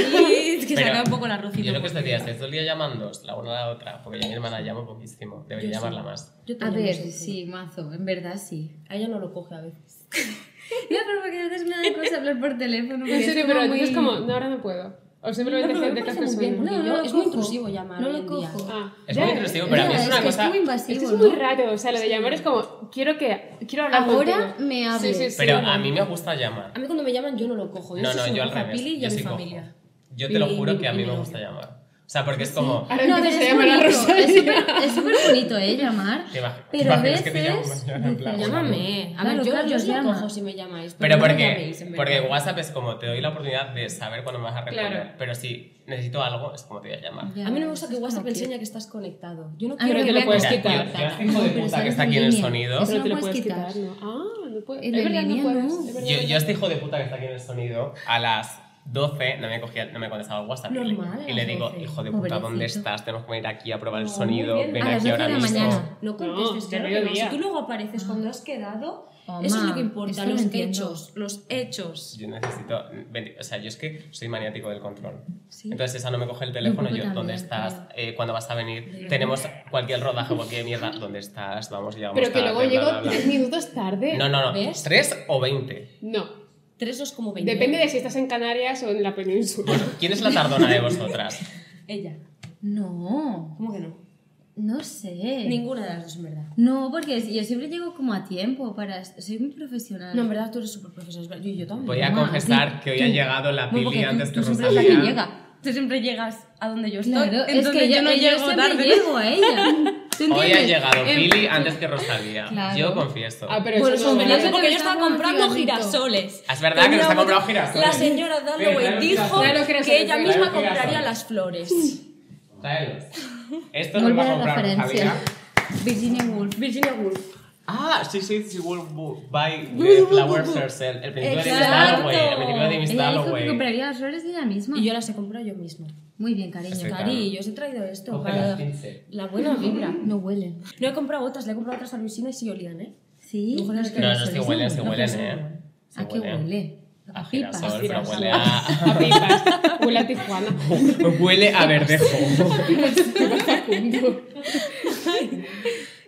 [SPEAKER 2] que se
[SPEAKER 1] Pero
[SPEAKER 2] acaba un poco el arrocito.
[SPEAKER 1] Yo lo que os
[SPEAKER 2] porque-
[SPEAKER 1] decía, estáis todo el día llamándos la una a la otra, porque yo a mi hermana la llamo poquísimo. Debería
[SPEAKER 2] Yo sí.
[SPEAKER 1] llamarla más.
[SPEAKER 2] Yo te
[SPEAKER 4] A
[SPEAKER 2] llamo
[SPEAKER 4] ver,
[SPEAKER 2] siempre.
[SPEAKER 4] sí, mazo, en verdad sí.
[SPEAKER 2] A ella no lo coge a veces.
[SPEAKER 4] Ya, pero porque a veces me da cosa hablar por teléfono.
[SPEAKER 3] En serio, pero es como, no, ahora no puedo. O simplemente
[SPEAKER 2] No, pero me
[SPEAKER 3] gente que
[SPEAKER 2] parece
[SPEAKER 3] hace
[SPEAKER 2] muy bien,
[SPEAKER 3] sueño.
[SPEAKER 2] porque
[SPEAKER 4] No, no
[SPEAKER 2] yo-
[SPEAKER 4] lo
[SPEAKER 2] es muy
[SPEAKER 4] cojo.
[SPEAKER 2] intrusivo llamar
[SPEAKER 4] No
[SPEAKER 2] hoy
[SPEAKER 4] lo
[SPEAKER 2] en día.
[SPEAKER 4] cojo.
[SPEAKER 3] Ah,
[SPEAKER 1] Es
[SPEAKER 3] ya,
[SPEAKER 1] muy intrusivo, pero a mí es una cosa.
[SPEAKER 4] muy invasivo,
[SPEAKER 3] Es que es
[SPEAKER 4] ¿no?
[SPEAKER 3] muy raro, o sea, lo de llamar es como, quiero que... Quiero hablar
[SPEAKER 4] Ahora
[SPEAKER 3] contigo.
[SPEAKER 4] me
[SPEAKER 3] Sí,
[SPEAKER 4] hables.
[SPEAKER 3] sí, sí.
[SPEAKER 1] Pero a mí me gusta llamar.
[SPEAKER 2] A mí cuando me llaman yo no lo cojo. Yo
[SPEAKER 1] No,
[SPEAKER 2] sí
[SPEAKER 1] no,
[SPEAKER 2] se lo
[SPEAKER 1] yo al
[SPEAKER 2] cojo a
[SPEAKER 1] revés.
[SPEAKER 2] Pili y
[SPEAKER 1] yo
[SPEAKER 2] a mi
[SPEAKER 1] sí cojo.
[SPEAKER 2] familia.
[SPEAKER 1] Yo te lo
[SPEAKER 2] Y-
[SPEAKER 1] juro
[SPEAKER 2] y-
[SPEAKER 1] que a
[SPEAKER 2] y
[SPEAKER 1] mí
[SPEAKER 2] mi
[SPEAKER 1] me
[SPEAKER 2] novio.
[SPEAKER 1] gusta llamar. O sea, porque es como.
[SPEAKER 2] Ah,
[SPEAKER 3] Ahora
[SPEAKER 4] No, a ver,
[SPEAKER 3] empiezas a
[SPEAKER 4] es
[SPEAKER 3] llamar a
[SPEAKER 4] bonito,
[SPEAKER 3] Rosalía.
[SPEAKER 4] es súper- Es súper bonito, ¿eh? Llamar.
[SPEAKER 1] Te imag- te
[SPEAKER 4] Pero a
[SPEAKER 1] imaginas
[SPEAKER 4] veces...
[SPEAKER 1] que te llamo mañana, en plan,
[SPEAKER 4] dices,
[SPEAKER 1] hola,
[SPEAKER 2] Llámame. A
[SPEAKER 4] Claro,
[SPEAKER 2] ver, yo,
[SPEAKER 4] Carlos,
[SPEAKER 2] yo sí lo
[SPEAKER 4] llama.
[SPEAKER 2] cojo si me llamáis.
[SPEAKER 1] Pero
[SPEAKER 2] no me
[SPEAKER 1] porque,
[SPEAKER 2] llaméis, en
[SPEAKER 1] porque
[SPEAKER 2] verdad.
[SPEAKER 1] WhatsApp es como te doy la oportunidad de saber cuándo me vas a responder.
[SPEAKER 3] Claro.
[SPEAKER 1] Pero si necesito algo, es como te voy a llamar.
[SPEAKER 4] Ya,
[SPEAKER 2] A mí no me gusta que
[SPEAKER 4] es como
[SPEAKER 2] WhatsApp enseñe que estás conectado. Yo no quiero
[SPEAKER 4] Ah,
[SPEAKER 3] Pero te
[SPEAKER 4] no, voy
[SPEAKER 3] lo
[SPEAKER 4] a
[SPEAKER 3] puedes
[SPEAKER 4] cortar.
[SPEAKER 3] quitar.
[SPEAKER 1] Tío, este hijo de
[SPEAKER 4] Pero
[SPEAKER 1] puta que
[SPEAKER 4] sales
[SPEAKER 1] está
[SPEAKER 4] en
[SPEAKER 1] aquí en el
[SPEAKER 4] línea.
[SPEAKER 1] sonido.
[SPEAKER 4] Eso
[SPEAKER 3] Pero
[SPEAKER 4] no
[SPEAKER 3] te lo
[SPEAKER 4] puedes
[SPEAKER 3] puedes
[SPEAKER 4] quitar.
[SPEAKER 3] quitar, ¿no? Ah, no puedes.
[SPEAKER 4] En
[SPEAKER 3] Es
[SPEAKER 4] la
[SPEAKER 3] verdad, no
[SPEAKER 4] línea,
[SPEAKER 3] puedes.
[SPEAKER 4] no.
[SPEAKER 3] es verdad,
[SPEAKER 1] Yo,
[SPEAKER 3] no
[SPEAKER 1] yo a este hijo de puta que está aquí en el sonido, a las 12, no me, cogía, no me contestaba el WhatsApp. y
[SPEAKER 2] Normal, a
[SPEAKER 1] le, y
[SPEAKER 2] las
[SPEAKER 1] le digo,
[SPEAKER 2] 12.
[SPEAKER 1] hijo de puta, ¿dónde
[SPEAKER 4] Pobrecito.
[SPEAKER 1] estás? Tenemos que venir aquí a probar el
[SPEAKER 2] No, muy
[SPEAKER 1] sonido.
[SPEAKER 2] bien.
[SPEAKER 1] Ven
[SPEAKER 4] Ah, A las
[SPEAKER 1] aquí
[SPEAKER 4] 12
[SPEAKER 1] ahora
[SPEAKER 4] de la
[SPEAKER 1] mismo.
[SPEAKER 4] mañana.
[SPEAKER 2] No
[SPEAKER 3] No,
[SPEAKER 2] contestes,
[SPEAKER 3] de
[SPEAKER 2] claro que no.
[SPEAKER 3] mediodía.
[SPEAKER 2] Si tú luego apareces cuando has quedado,
[SPEAKER 4] Oh,
[SPEAKER 2] eso es
[SPEAKER 4] ma,
[SPEAKER 2] lo que importa,
[SPEAKER 4] esto lo
[SPEAKER 2] los
[SPEAKER 4] entiendo.
[SPEAKER 2] hechos, los hechos.
[SPEAKER 1] Yo necesito. vendi- O sea, yo es que soy maniático del control.
[SPEAKER 2] Sí.
[SPEAKER 1] Entonces, esa no me coge el teléfono.
[SPEAKER 4] poco
[SPEAKER 1] Yo, ¿dónde
[SPEAKER 4] también,
[SPEAKER 1] estás?
[SPEAKER 4] creo.
[SPEAKER 1] Eh, ¿Cuándo vas a venir? Tenemos cualquier rodaje, cualquier mierda. ¿Dónde estás? Vamos, llegamos
[SPEAKER 3] Pero que
[SPEAKER 1] tarde,
[SPEAKER 3] luego
[SPEAKER 1] bla,
[SPEAKER 3] llego
[SPEAKER 1] bla, bla.
[SPEAKER 3] tres minutos tarde.
[SPEAKER 1] No, no, no.
[SPEAKER 2] ¿Ves?
[SPEAKER 1] ¿Tres o veinte?
[SPEAKER 3] No.
[SPEAKER 2] Tres dos como veinte.
[SPEAKER 3] Depende de si estás en Canarias o en la península.
[SPEAKER 1] Bueno, ¿quién es la tardona de vosotras?
[SPEAKER 2] Ella.
[SPEAKER 4] No,
[SPEAKER 2] ¿Cómo que no?
[SPEAKER 4] no sé.
[SPEAKER 2] Ninguna de las dos, en verdad.
[SPEAKER 4] No, porque yo siempre llego como a tiempo para... Soy muy profesional.
[SPEAKER 2] No, en verdad tú eres súper profesional. Yo, yo también.
[SPEAKER 1] Voy a
[SPEAKER 4] Ah,
[SPEAKER 1] confesar
[SPEAKER 4] sí,
[SPEAKER 1] que hoy ha
[SPEAKER 4] tú.
[SPEAKER 1] llegado la
[SPEAKER 2] No,
[SPEAKER 1] Pili
[SPEAKER 2] porque tú-
[SPEAKER 1] antes
[SPEAKER 2] tú
[SPEAKER 1] que
[SPEAKER 2] siempre eres la que
[SPEAKER 1] Rosalía.
[SPEAKER 2] llega. Tú siempre llegas a donde yo estoy.
[SPEAKER 4] Claro, es
[SPEAKER 2] entonces
[SPEAKER 4] que
[SPEAKER 2] yo,
[SPEAKER 4] yo,
[SPEAKER 2] no
[SPEAKER 4] yo
[SPEAKER 2] llego
[SPEAKER 4] siempre
[SPEAKER 2] tarde. Pues,
[SPEAKER 4] llego a ella. ¿Tú
[SPEAKER 1] Hoy ha
[SPEAKER 4] entiendes?
[SPEAKER 1] llegado
[SPEAKER 4] En-
[SPEAKER 1] Pili antes que Rosalía.
[SPEAKER 4] Claro.
[SPEAKER 1] Yo confieso.
[SPEAKER 3] Ah, pero
[SPEAKER 2] Bueno,
[SPEAKER 3] eso no
[SPEAKER 2] eso
[SPEAKER 3] es
[SPEAKER 2] es
[SPEAKER 3] verdad.
[SPEAKER 2] porque yo estaba
[SPEAKER 4] Estaba
[SPEAKER 2] comprando
[SPEAKER 4] muy clarito.
[SPEAKER 2] girasoles.
[SPEAKER 1] Ah, Es verdad que nos ha comprado girasoles.
[SPEAKER 2] La señora
[SPEAKER 1] Pero
[SPEAKER 2] Dalloway
[SPEAKER 1] claro,
[SPEAKER 2] dijo
[SPEAKER 1] girasoles.
[SPEAKER 3] Claro, girasoles,
[SPEAKER 2] que ella
[SPEAKER 3] claro,
[SPEAKER 2] misma
[SPEAKER 1] girasoles.
[SPEAKER 2] compraría las flores.
[SPEAKER 1] Tráelos. Esto no lo va a
[SPEAKER 4] Vuelve la
[SPEAKER 1] comprar
[SPEAKER 4] referencia.
[SPEAKER 1] Rosalía.
[SPEAKER 4] Virginia Woolf.
[SPEAKER 2] Virginia Woolf.
[SPEAKER 1] Ah, sí, sí, sí, will buy the flowers herself. El principio de Miss
[SPEAKER 2] Exacto.
[SPEAKER 1] Dalloway. El principio de Miss
[SPEAKER 4] Ella dijo que
[SPEAKER 1] Dalloway.
[SPEAKER 4] compraría las flores de ella misma.
[SPEAKER 2] Y yo las he comprado yo misma.
[SPEAKER 4] Muy bien, cariño.
[SPEAKER 1] Sí, claro.
[SPEAKER 2] Cari, yo os he traído esto
[SPEAKER 1] Coge
[SPEAKER 2] para
[SPEAKER 1] las pinzas.
[SPEAKER 2] la buena vibra.
[SPEAKER 4] No huelen.
[SPEAKER 2] No he comprado otras, le he comprado otras a Luisina y sí olían, ¿eh?
[SPEAKER 4] Sí.
[SPEAKER 2] No, no, es que
[SPEAKER 1] No, no, es que huelen, se
[SPEAKER 2] No,
[SPEAKER 1] huelen,
[SPEAKER 2] pero
[SPEAKER 1] eh. Se
[SPEAKER 4] ¿A Ah, qué
[SPEAKER 1] huelen.
[SPEAKER 4] huele?
[SPEAKER 1] A
[SPEAKER 4] pipas.
[SPEAKER 1] Ah, girasol, pero
[SPEAKER 3] Girasol.
[SPEAKER 1] huele a...
[SPEAKER 3] A pipas. Huele a Tijuana.
[SPEAKER 1] Huele a verdejo.
[SPEAKER 3] Huele a Facundo.